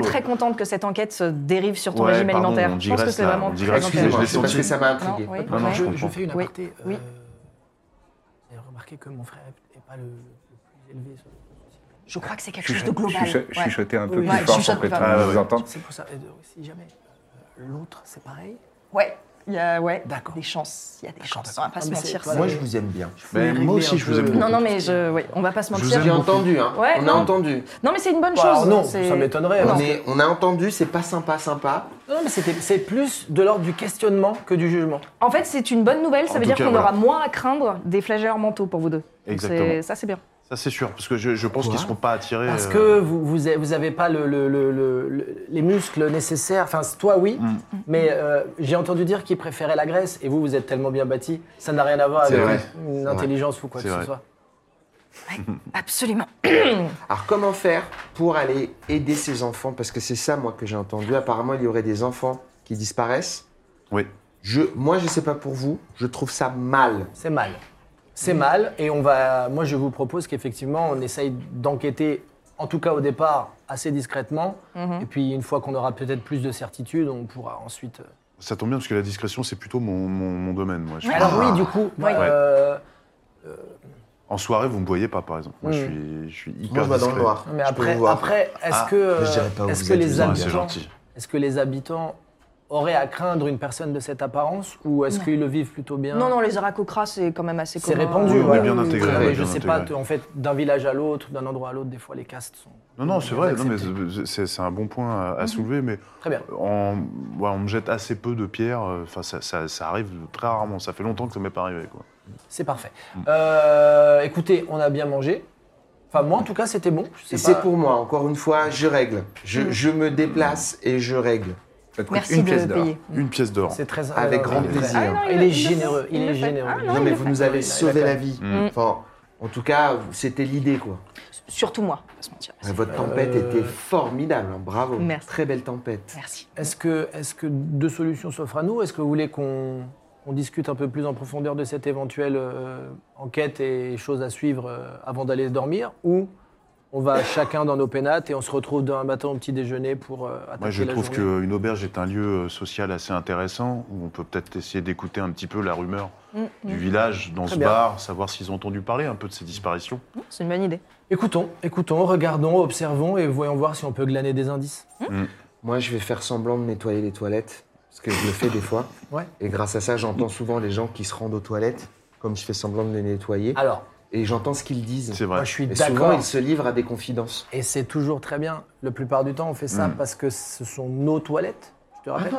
Speaker 3: très contente que cette enquête se dérive sur ton
Speaker 5: Ouais,
Speaker 3: régime
Speaker 5: pardon,
Speaker 3: alimentaire.
Speaker 5: on
Speaker 3: je pense que
Speaker 5: digresse,
Speaker 3: c'est
Speaker 5: là,
Speaker 3: vraiment
Speaker 5: on
Speaker 3: très
Speaker 5: digresse,
Speaker 3: intéressant.
Speaker 5: excusez-moi,
Speaker 4: Excusez-moi, c'est parce que ça m'a
Speaker 3: Non,
Speaker 4: intrigué.
Speaker 3: oui,
Speaker 5: Non, non,
Speaker 3: ouais.
Speaker 5: je
Speaker 2: je,
Speaker 5: comprends.
Speaker 2: fais une
Speaker 3: Oui,
Speaker 2: aparté.
Speaker 3: oui.
Speaker 2: Vous avez remarqué que mon frère n'est pas le, le plus élevé. sur-
Speaker 3: Je crois que c'est quelque chose
Speaker 1: Chuchoter
Speaker 3: de global. Ouais.
Speaker 1: un peu
Speaker 2: Oui,
Speaker 1: plus
Speaker 2: ouais,
Speaker 1: fort
Speaker 3: chuchote
Speaker 1: pour que tout
Speaker 3: pas.
Speaker 1: le monde vous
Speaker 5: Ah,
Speaker 1: entende.
Speaker 2: C'est pour ça. Et donc, si jamais euh, l'autre, c'est pareil.
Speaker 3: Ouais, il y a ouais,
Speaker 2: D'accord.
Speaker 3: des chances. Il y a des
Speaker 2: D'accord,
Speaker 3: chances, on va pas
Speaker 2: d'accord.
Speaker 3: se
Speaker 2: Ah, mais c'est-
Speaker 3: mentir.
Speaker 2: voilà.
Speaker 3: c'est-
Speaker 4: Moi, je vous aime bien.
Speaker 5: Mais
Speaker 2: voulais
Speaker 5: moi
Speaker 2: régler
Speaker 5: aussi,
Speaker 2: un
Speaker 5: je vous aime
Speaker 2: peu-
Speaker 5: beaucoup.
Speaker 3: Non, non, mais je, oui, on va pas se
Speaker 5: vous
Speaker 3: mentir.
Speaker 5: aime
Speaker 4: J'ai entendu, hein.
Speaker 3: Ouais,
Speaker 4: on a
Speaker 3: non.
Speaker 4: entendu.
Speaker 3: Non, mais c'est une bonne
Speaker 2: Bah, alors
Speaker 3: chose.
Speaker 2: non,
Speaker 3: c'est-
Speaker 2: ça m'étonnerait.
Speaker 4: On,
Speaker 2: parce
Speaker 4: est- on a entendu, c'est pas sympa, sympa.
Speaker 2: que- Non, mais c'était- c'est plus de l'ordre du questionnement que du jugement.
Speaker 5: Euh.
Speaker 3: En fait, c'est une bonne nouvelle. Ça
Speaker 5: En
Speaker 3: veut
Speaker 5: tout
Speaker 3: dire
Speaker 5: cas,
Speaker 3: qu'on
Speaker 5: voilà.
Speaker 3: aura moins à craindre des flageurs mentaux pour vous deux. Donc, c'est-
Speaker 5: Exactement.
Speaker 3: Ça, c'est bien.
Speaker 5: Ça, c'est sûr, parce que je, je pense qu'ils ne seront pas attirés.
Speaker 2: Parce
Speaker 5: euh,
Speaker 2: que vous vous avez- vous avez pas le, le- le- le- le- les muscles nécessaires. Enfin, toi oui,
Speaker 5: Mm.
Speaker 2: mais euh, j'ai entendu dire qu'il préférait la Grèce et vous vous êtes tellement bien bâti, ça n'a rien à voir
Speaker 5: C'est
Speaker 2: avec
Speaker 5: vrai.
Speaker 2: une intelligence ou quoi que
Speaker 5: C'est vrai.
Speaker 2: ce soit.
Speaker 3: Absolument.
Speaker 4: Alors, comment faire pour aller aider ces enfants Parce que c'est ça, moi, que j'ai entendu. Apparemment, il y aurait des enfants qui disparaissent.
Speaker 5: Oui.
Speaker 4: Je, moi, je sais pas pour vous, je trouve ça mal.
Speaker 2: C'est mal. C'est mal et on va. Moi, je vous propose qu'effectivement, on essaye d'enquêter, en tout cas au départ, assez discrètement. Et puis, une fois qu'on aura peut-être plus de certitude, on pourra ensuite. euh,
Speaker 5: Ça tombe bien, parce que la discrétion, c'est plutôt mon, mon- mon domaine. Moi. Je-
Speaker 2: Alors oui, du coup,
Speaker 3: Oui.
Speaker 2: euh,
Speaker 5: En soirée, vous ne me voyez pas, par exemple. Moi, je, suis, je suis hyper discret.
Speaker 2: non, mais
Speaker 4: Je peux
Speaker 2: après,
Speaker 4: vous voir.
Speaker 2: après, est-ce
Speaker 5: Ah,
Speaker 2: que, euh,
Speaker 4: mais je dirais pas où
Speaker 2: est-ce
Speaker 4: vous
Speaker 2: que
Speaker 4: êtes,
Speaker 2: les
Speaker 4: mais non,
Speaker 5: Ouais, c'est
Speaker 2: habitants,
Speaker 5: gentil.
Speaker 2: est-ce que les habitants auraient à craindre une personne de cette apparence ou est-ce qu'ils le vivent plutôt bien
Speaker 3: Non, non, les aracocras, c'est quand même assez
Speaker 2: C'est
Speaker 3: commun. Euh,
Speaker 2: répandu,
Speaker 5: Oui, oui,
Speaker 2: voilà.
Speaker 5: bien intégré,
Speaker 2: Mais
Speaker 5: oui,
Speaker 2: je
Speaker 5: bien
Speaker 2: sais pas,
Speaker 5: intégré.
Speaker 2: en fait, d'un village à l'autre, d'un endroit à l'autre, des fois les castes sont.
Speaker 5: Non, non, c'est
Speaker 2: sont
Speaker 5: vrai, non, mais
Speaker 2: acceptées.
Speaker 5: c'est- c'est c'est un bon point à,
Speaker 3: Mhm.
Speaker 5: à soulever, mais
Speaker 2: Très bien.
Speaker 5: en- ouais, on me jette assez peu de pierres, euh, enfin, ça, ça- ça arrive très rarement, ça fait longtemps que ça m'est pas arrivé. Quoi.
Speaker 2: C'est parfait. Euh, écoutez, on a bien mangé. Enfin, moi, en tout cas, c'était bon. Je sais
Speaker 4: Et
Speaker 2: pas-
Speaker 4: c'est pour moi, encore une fois, je règle.
Speaker 2: Hmm.
Speaker 4: Je, je me déplace et je règle.
Speaker 1: Ça te coûte
Speaker 3: Merci
Speaker 1: une
Speaker 3: de
Speaker 1: pièce d'or.
Speaker 3: payer.
Speaker 5: Une pièce d'or.
Speaker 2: C'est très
Speaker 4: Avec
Speaker 2: euh,
Speaker 4: grand
Speaker 2: très-
Speaker 4: plaisir.
Speaker 3: Ah non,
Speaker 2: Il
Speaker 3: le-
Speaker 2: est
Speaker 3: le fait.
Speaker 2: généreux, il
Speaker 3: le
Speaker 2: est
Speaker 3: fait.
Speaker 2: généreux.
Speaker 3: Ah,
Speaker 2: Il
Speaker 3: non,
Speaker 4: Non,
Speaker 3: il
Speaker 4: mais
Speaker 3: le
Speaker 4: vous
Speaker 3: fait.
Speaker 4: nous avez
Speaker 2: il a Hmm.
Speaker 4: sauvé
Speaker 2: quand
Speaker 4: la
Speaker 2: même.
Speaker 4: vie. Enfin, en tout cas, c'était l'idée, quoi.
Speaker 3: Surtout moi, on va pas se mentir.
Speaker 4: Ouais, Votre tempête
Speaker 2: Euh,
Speaker 4: était formidable, hein, bravo.
Speaker 3: Merci.
Speaker 4: Très belle tempête.
Speaker 3: Merci.
Speaker 2: Est-ce que, est que deux solutions s'offrent à nous Est-ce que vous voulez qu'on qu'on discute un peu plus en profondeur de cette éventuelle euh, enquête et choses à suivre euh, avant d'aller dormir Ou on va chacun dans nos pénates et on se retrouve demain matin au petit déjeuner pour euh, attaquer
Speaker 5: Moi, je
Speaker 2: la
Speaker 5: trouve
Speaker 2: journée
Speaker 5: qu'une auberge est un lieu euh, social assez intéressant où on peut peut-être essayer d'écouter un petit peu la rumeur
Speaker 3: Mm,
Speaker 5: du village dans
Speaker 2: Très
Speaker 5: ce
Speaker 2: bien.
Speaker 5: bar, savoir s'ils ont entendu parler un peu de ces disparitions.
Speaker 3: C'est une bonne idée.
Speaker 2: Écoutons, écoutons, regardons, observons et voyons voir si on peut glaner des indices.
Speaker 4: Moi, je vais faire semblant de nettoyer les toilettes, parce que je le fais des fois.
Speaker 2: Ouais.
Speaker 4: Et grâce à ça, j'entends souvent les gens qui se rendent aux toilettes, comme je fais semblant de les nettoyer.
Speaker 2: Alors,
Speaker 4: Et j'entends ce qu'ils disent.
Speaker 5: C'est vrai.
Speaker 2: moi je suis
Speaker 4: Et souvent,
Speaker 2: d'accord.
Speaker 4: ils se livrent à des confidences.
Speaker 2: Et c'est toujours très bien. La plupart du temps, on fait ça
Speaker 4: Mm.
Speaker 2: parce que ce sont nos toilettes, je te rappelle.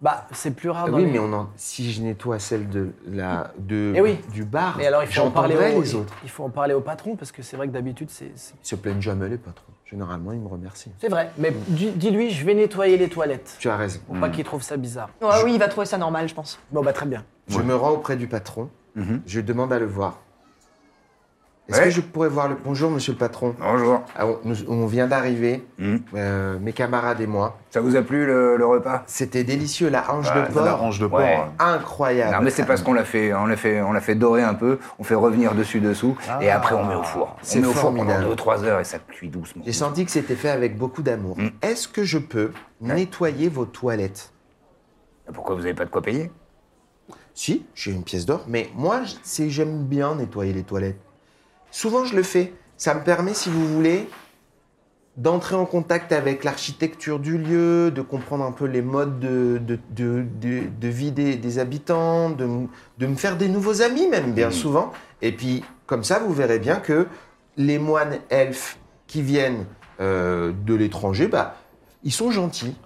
Speaker 2: Bah, c'est plus rare dans
Speaker 4: Ah oui,
Speaker 2: les-
Speaker 4: mais on en- si je nettoie celle de la de
Speaker 2: Eh oui.
Speaker 4: du bar,
Speaker 2: Et alors, il faut en parler
Speaker 4: j'entendrai
Speaker 2: aux
Speaker 4: les autres.
Speaker 2: Il faut en parler au patron parce que c'est vrai que d'habitude, c'est c'est-
Speaker 4: Ils se plaignent jamais les patrons. Généralement, ils me remercient.
Speaker 2: c'est vrai. Mais
Speaker 4: Mm.
Speaker 2: di- dis-lui, je vais nettoyer les toilettes.
Speaker 4: Tu as raison.
Speaker 2: Pour pas qu'il trouve ça bizarre.
Speaker 3: Ouais, Oui, il va trouver ça normal, je pense.
Speaker 2: Bon, bah très bien.
Speaker 4: Je me rends auprès du patron. Je demande à le voir. Est-ce
Speaker 1: Mhm. Ouais.
Speaker 4: que je pourrais voir le bonjour, monsieur le patron
Speaker 1: Bonjour.
Speaker 4: Ah, on, nous- on vient d'arriver,
Speaker 1: Mhm.
Speaker 4: euh, mes camarades et moi.
Speaker 1: Ça vous a plu le, le repas
Speaker 4: C'était délicieux, la hanche de
Speaker 5: Ah, la
Speaker 4: porc.
Speaker 5: hanche de
Speaker 1: Ouais.
Speaker 5: porc.
Speaker 4: Incroyable.
Speaker 1: Non Ah, mais c'est parce qu'on l'a fait, on l'a fait, on l'a fait dorer un peu, on fait revenir dessus dessous et après on met au four. On
Speaker 4: Ah, C'est
Speaker 1: met au four pendant
Speaker 4: formidable.
Speaker 1: 2-3 heures et ça cuit doucement.
Speaker 4: J'ai senti que c'était fait avec beaucoup d'amour.
Speaker 1: Mhm.
Speaker 4: Est-ce que je peux nettoyer vos toilettes
Speaker 1: Ah, Pourquoi vous n'avez pas de quoi payer
Speaker 4: Si, j'ai une pièce d'or, mais moi, je- c'est j'aime bien nettoyer les toilettes. Souvent, je le fais. Ça me permet, si vous voulez, d'entrer en contact avec l'architecture du lieu, de comprendre un peu les modes de, de, de- de- de vie des, des habitants, de, m- de me faire des nouveaux amis même, bien souvent. Et puis, comme ça, vous verrez bien que les moines elfes qui viennent euh, de l'étranger, bah, ils sont gentils.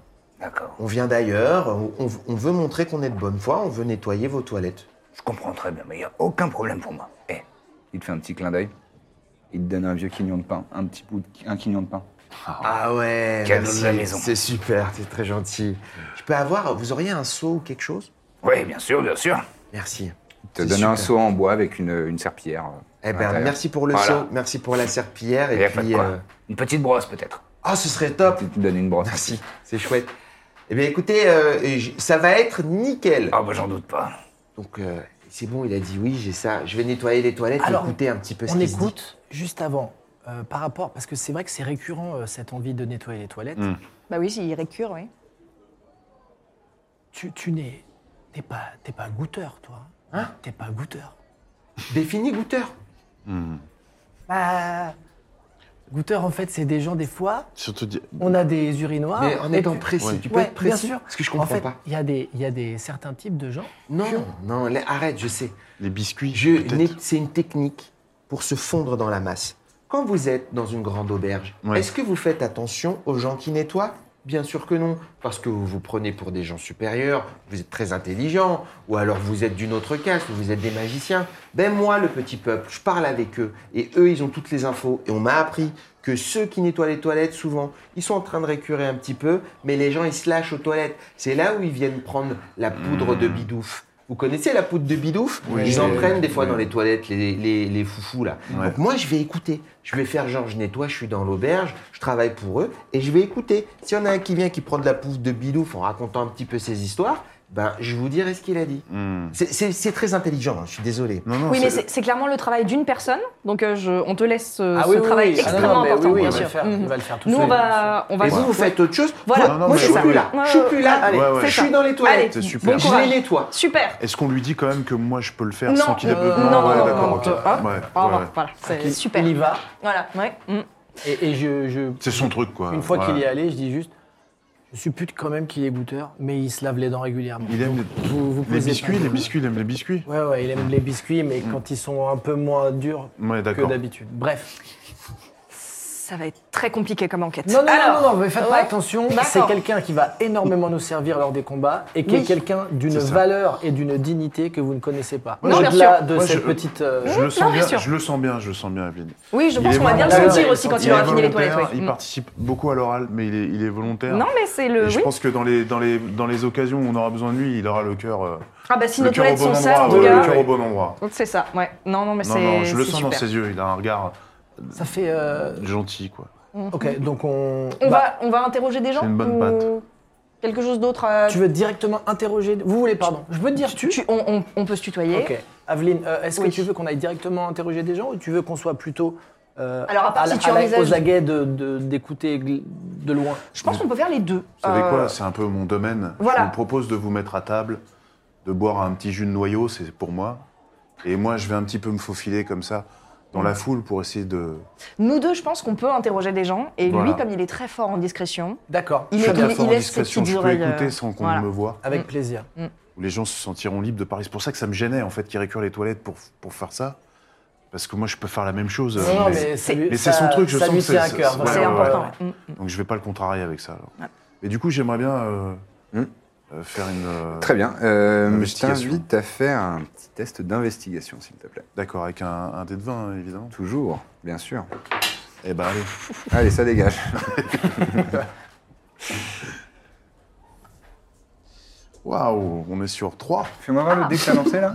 Speaker 1: D'accord,
Speaker 4: On vient d'ailleurs, on, on- on veut montrer qu'on est de bonne foi, on veut nettoyer vos toilettes.
Speaker 1: je comprends très bien, mais il n'y a aucun problème pour moi. Eh, il te fait un petit clin d'œil, il te donne un vieux quignon de pain, un petit bout, de, un quignon de pain.
Speaker 4: Ah ouais,
Speaker 1: Cadeau de
Speaker 4: merci.
Speaker 1: la maison.
Speaker 4: C'est super, c'est très gentil. Je peux avoir, vous auriez un seau ou quelque chose
Speaker 1: Oui, bien sûr, bien sûr.
Speaker 4: Merci.
Speaker 1: Il te
Speaker 4: C'est
Speaker 1: donne un
Speaker 4: super.
Speaker 1: seau en bois avec une, une serpillière. euh, à
Speaker 4: Eh ben,
Speaker 1: l'intérieur.
Speaker 4: merci pour le
Speaker 1: Voilà.
Speaker 4: seau, merci pour la serpillière
Speaker 1: Et y
Speaker 4: et
Speaker 1: a pas de
Speaker 4: puis.
Speaker 1: quoi.
Speaker 4: euh,
Speaker 1: Une petite brosse peut-être.
Speaker 4: Ah, ce serait top.
Speaker 1: Tu te donnes une brosse.
Speaker 4: Merci, c'est chouette. Eh bien, écoutez, euh, et j- ça va être nickel.
Speaker 1: Ah bah j'en doute pas.
Speaker 4: Donc, euh, c'est bon, il a dit oui, j'ai ça. Je vais nettoyer les toilettes,
Speaker 2: Alors,
Speaker 4: écoutez un petit peu ce
Speaker 2: on
Speaker 4: qui se dit.
Speaker 2: écoute juste avant. euh, par rapport, parce que c'est vrai que c'est récurrent euh, cette envie de nettoyer les toilettes.
Speaker 5: Mm.
Speaker 3: Bah oui, il récure, oui.
Speaker 2: Tu, tu n'es t'es pas, t'es pas goûteur, toi. Hein T'es pas goûteur.
Speaker 4: Défini goûteur.
Speaker 2: Bah, goûteur, en fait, c'est des gens, des fois,
Speaker 5: Surtout dit.
Speaker 2: on a des urinoirs.
Speaker 4: mais en
Speaker 2: Ah, et
Speaker 4: étant
Speaker 2: puis-
Speaker 4: précis,
Speaker 5: Ouais.
Speaker 4: tu peux
Speaker 2: Ouais,
Speaker 4: être précis.
Speaker 2: bien sûr.
Speaker 4: Parce que je
Speaker 2: en
Speaker 4: comprends
Speaker 2: fait,
Speaker 4: pas.
Speaker 2: Il y a des, il y a des certains types de gens.
Speaker 4: Non, non, la- arrête, je sais.
Speaker 5: Les biscuits.
Speaker 4: Je-
Speaker 5: peut-être.
Speaker 4: né- C'est une technique pour se fondre dans la masse. Quand vous êtes dans une grande auberge,
Speaker 5: Ouais.
Speaker 4: est-ce que vous faites attention aux gens qui nettoient Bien sûr que non, parce que vous vous prenez pour des gens supérieurs, vous êtes très intelligents, ou alors vous êtes d'une autre caste, ou vous êtes des magiciens. Ben moi, le petit peuple, je parle avec eux, et eux, ils ont toutes les infos, et on m'a appris que ceux qui nettoient les toilettes, souvent, ils sont en train de récurer un petit peu, mais les gens, ils se lâchent aux toilettes. C'est là où ils viennent prendre la poudre
Speaker 5: Hmm.
Speaker 4: de bidouf. Vous connaissez la poudre de bidouf Ils en prennent des fois dans les toilettes, les, les, les foufous là.
Speaker 5: Ouais.
Speaker 4: Donc moi, je vais écouter. Je vais faire genre, je nettoie, je suis dans l'auberge, je travaille pour eux, et je vais écouter. S'il y en a un qui vient qui prend de la poudre de bidouf en racontant un petit peu ses histoires, ben, je vous dirai ce qu'il a dit.
Speaker 5: Hmm.
Speaker 4: C'est- C'est c'est très intelligent, hein, je suis désolé.
Speaker 5: Non, non,
Speaker 3: oui, mais
Speaker 5: c'est-
Speaker 3: c'est c'est clairement le travail d'une personne, donc euh, je- on te laisse euh, ce
Speaker 2: oui,
Speaker 3: travail
Speaker 2: oui. Ah non,
Speaker 3: extrêmement
Speaker 2: non, mais
Speaker 3: important,
Speaker 2: oui, oui,
Speaker 3: bien
Speaker 2: il va le
Speaker 3: sûr.
Speaker 2: faire,
Speaker 3: Mhm.
Speaker 2: Il va le faire tout
Speaker 3: Nous,
Speaker 2: seul.
Speaker 3: on va, on va
Speaker 4: Et vous,
Speaker 3: se-
Speaker 4: vous faites autre chose
Speaker 3: Voilà.
Speaker 4: Moi,
Speaker 5: Non, non,
Speaker 4: moi, je
Speaker 5: mais
Speaker 4: suis
Speaker 5: c'est
Speaker 4: plus
Speaker 5: ça.
Speaker 4: là. Je suis
Speaker 3: Ouais,
Speaker 4: plus là.
Speaker 3: ouais,
Speaker 4: Allez,
Speaker 5: ouais, ouais.
Speaker 4: je suis
Speaker 3: C'est
Speaker 4: dans les
Speaker 3: Allez,
Speaker 4: toilettes.
Speaker 5: C'est
Speaker 4: Bon
Speaker 5: super.
Speaker 4: je
Speaker 3: courage.
Speaker 4: les nettoie.
Speaker 3: Super
Speaker 5: Est-ce qu'on lui dit quand même que moi je peux le faire
Speaker 3: Non.
Speaker 5: sans qu'il ait
Speaker 3: Euh,
Speaker 5: besoin
Speaker 3: non,
Speaker 5: Ouais,
Speaker 3: non,
Speaker 5: d'accord,
Speaker 3: non,
Speaker 5: ok.
Speaker 3: non. Hop,
Speaker 5: Ouais,
Speaker 3: au revoir.
Speaker 5: ouais.
Speaker 3: Voilà, c'est super.
Speaker 2: Il y va.
Speaker 3: Voilà, ouais. mm.
Speaker 2: Et, et je, je-
Speaker 5: C'est son truc, quoi.
Speaker 2: une fois
Speaker 5: Ouais.
Speaker 2: qu'il y est allé, je dis juste, je suppute quand même qu'il est goûteur, mais il se lave les dents régulièrement.
Speaker 5: Il aime les,
Speaker 2: Vous- vous
Speaker 5: les
Speaker 2: posez
Speaker 5: biscuits,
Speaker 2: pas-
Speaker 5: les biscuits, il aime les biscuits.
Speaker 2: Ouais, ouais, il aime les biscuits, mais
Speaker 4: Mm.
Speaker 2: quand ils sont un peu moins durs
Speaker 5: Ouais,
Speaker 2: que
Speaker 5: d'accord.
Speaker 2: d'habitude. Bref.
Speaker 3: Ça va être très compliqué comme enquête.
Speaker 2: Non, non,
Speaker 3: Alors,
Speaker 2: non, non, mais faites pas
Speaker 3: ouais.
Speaker 2: attention.
Speaker 3: D'accord.
Speaker 2: C'est quelqu'un qui va énormément nous servir lors des combats et qui est
Speaker 3: Oui.
Speaker 2: quelqu'un d'une
Speaker 5: C'est ça.
Speaker 2: valeur et d'une dignité que vous ne connaissez pas.
Speaker 3: Non, bien
Speaker 2: Au-delà
Speaker 3: sûr.
Speaker 2: de
Speaker 5: Moi,
Speaker 2: cette
Speaker 5: je-
Speaker 2: petite. euh,
Speaker 5: Je le
Speaker 3: Mm, Non,
Speaker 5: sens
Speaker 3: bien
Speaker 5: bien,
Speaker 3: sûr.
Speaker 5: je le sens bien, je le sens bien, Evelyne.
Speaker 3: Oui, je
Speaker 5: Il
Speaker 3: pense
Speaker 5: est
Speaker 3: qu'on va bien le
Speaker 2: volontaire,
Speaker 3: sentir
Speaker 2: il
Speaker 3: aussi
Speaker 2: est
Speaker 3: quand il
Speaker 2: sensible.
Speaker 3: aura
Speaker 5: est
Speaker 3: fini les toilettes.
Speaker 5: volontaire,
Speaker 3: ouais.
Speaker 5: Il
Speaker 3: Mm.
Speaker 5: participe beaucoup à l'oral, mais il est, il est volontaire.
Speaker 3: Non, mais c'est
Speaker 5: Et
Speaker 3: le.
Speaker 5: je
Speaker 3: Oui.
Speaker 5: pense que dans les, dans, les, dans les occasions où on aura besoin de lui, il aura le cœur, euh,
Speaker 3: Ah, bah si
Speaker 5: le
Speaker 3: nos
Speaker 5: cœur au
Speaker 3: toilettes
Speaker 5: bon
Speaker 3: sont sales,
Speaker 5: endroit.
Speaker 3: en
Speaker 5: ouais,
Speaker 3: tout
Speaker 5: le
Speaker 3: cas.
Speaker 5: cœur au bon endroit.
Speaker 3: Donc c'est ça, ouais. Non, non, mais
Speaker 5: Non, non,
Speaker 3: c'est.
Speaker 5: je le
Speaker 3: c'est
Speaker 5: sens dans
Speaker 3: super.
Speaker 5: ses yeux, il a un regard
Speaker 2: Ça fait. euh,
Speaker 5: gentil, quoi.
Speaker 2: Ok, donc on.
Speaker 3: Mm-hmm. On,
Speaker 2: bah,
Speaker 3: va, on va interroger des gens
Speaker 5: une bonne
Speaker 3: ou
Speaker 5: patte.
Speaker 3: Quelque chose d'autre euh,
Speaker 2: Tu veux directement interroger. Vous voulez, pardon. Je peux te dire tu.
Speaker 3: tu- on, on- on peut se tutoyer.
Speaker 2: Ok. Aveline, euh, est-ce
Speaker 3: Oui.
Speaker 2: que tu veux qu'on aille directement interroger des gens ou tu veux qu'on soit plutôt. euh,
Speaker 3: Alors, à part
Speaker 2: la-
Speaker 3: si tu
Speaker 2: la-
Speaker 3: envisages-
Speaker 2: Aux aguets de- de- d'écouter gl- de loin.
Speaker 3: Je pense qu'on peut faire les deux.
Speaker 5: Vous savez
Speaker 3: Euh,
Speaker 5: Mmh. quoi C'est un peu mon domaine.
Speaker 3: voilà.
Speaker 5: Je vous propose de vous mettre à table, de boire un petit jus de noyau, c'est pour moi. Et moi, je vais un petit peu me faufiler comme ça dans
Speaker 3: Mm.
Speaker 5: la foule pour essayer de.
Speaker 3: Nous deux, je pense qu'on peut interroger des gens. Et
Speaker 5: Voilà.
Speaker 3: lui, comme il est très fort en discrétion,
Speaker 2: D'accord.
Speaker 3: il, Mm.
Speaker 5: Je suis
Speaker 3: il-
Speaker 5: très
Speaker 3: il
Speaker 5: fort en
Speaker 3: laisse ses
Speaker 5: discrétion,
Speaker 3: petites
Speaker 5: je peux
Speaker 3: oreilles. euh,
Speaker 5: écouter sans qu'on
Speaker 3: voilà.
Speaker 5: me voie.
Speaker 2: Avec plaisir.
Speaker 5: où les gens se sentiront libres de parler. C'est pour ça que ça me gênait, en fait, qu'ils récurent les toilettes pour, pour faire ça. Parce que moi, je peux faire la même chose. euh,
Speaker 2: Non, non,
Speaker 5: mais-
Speaker 2: mais c'est
Speaker 5: mais c'est son truc, je
Speaker 2: ça
Speaker 5: sens
Speaker 2: lui
Speaker 5: que
Speaker 2: tient à
Speaker 5: c'est-
Speaker 2: cœur.
Speaker 5: c'est-
Speaker 2: vraiment.
Speaker 3: C'est
Speaker 5: Ouais, ouais,
Speaker 3: important.
Speaker 5: ouais.
Speaker 3: ouais. Mm.
Speaker 5: Donc, je vais pas le contrarier avec ça. alors. Mais du coup, j'aimerais bien euh, euh, faire une. euh,
Speaker 1: Très bien. Euh, je
Speaker 5: Investigation.
Speaker 1: t'invite à faire un petit test d'investigation, s'il te plaît.
Speaker 5: D'accord, avec un, un dé de 20, hein, évidemment.
Speaker 1: Toujours, bien sûr.
Speaker 5: Eh ben, allez.
Speaker 1: Allez, ça dégage.
Speaker 5: Waouh, on est sur 3.
Speaker 1: Fais-moi voir le dé que t'as lancé, là.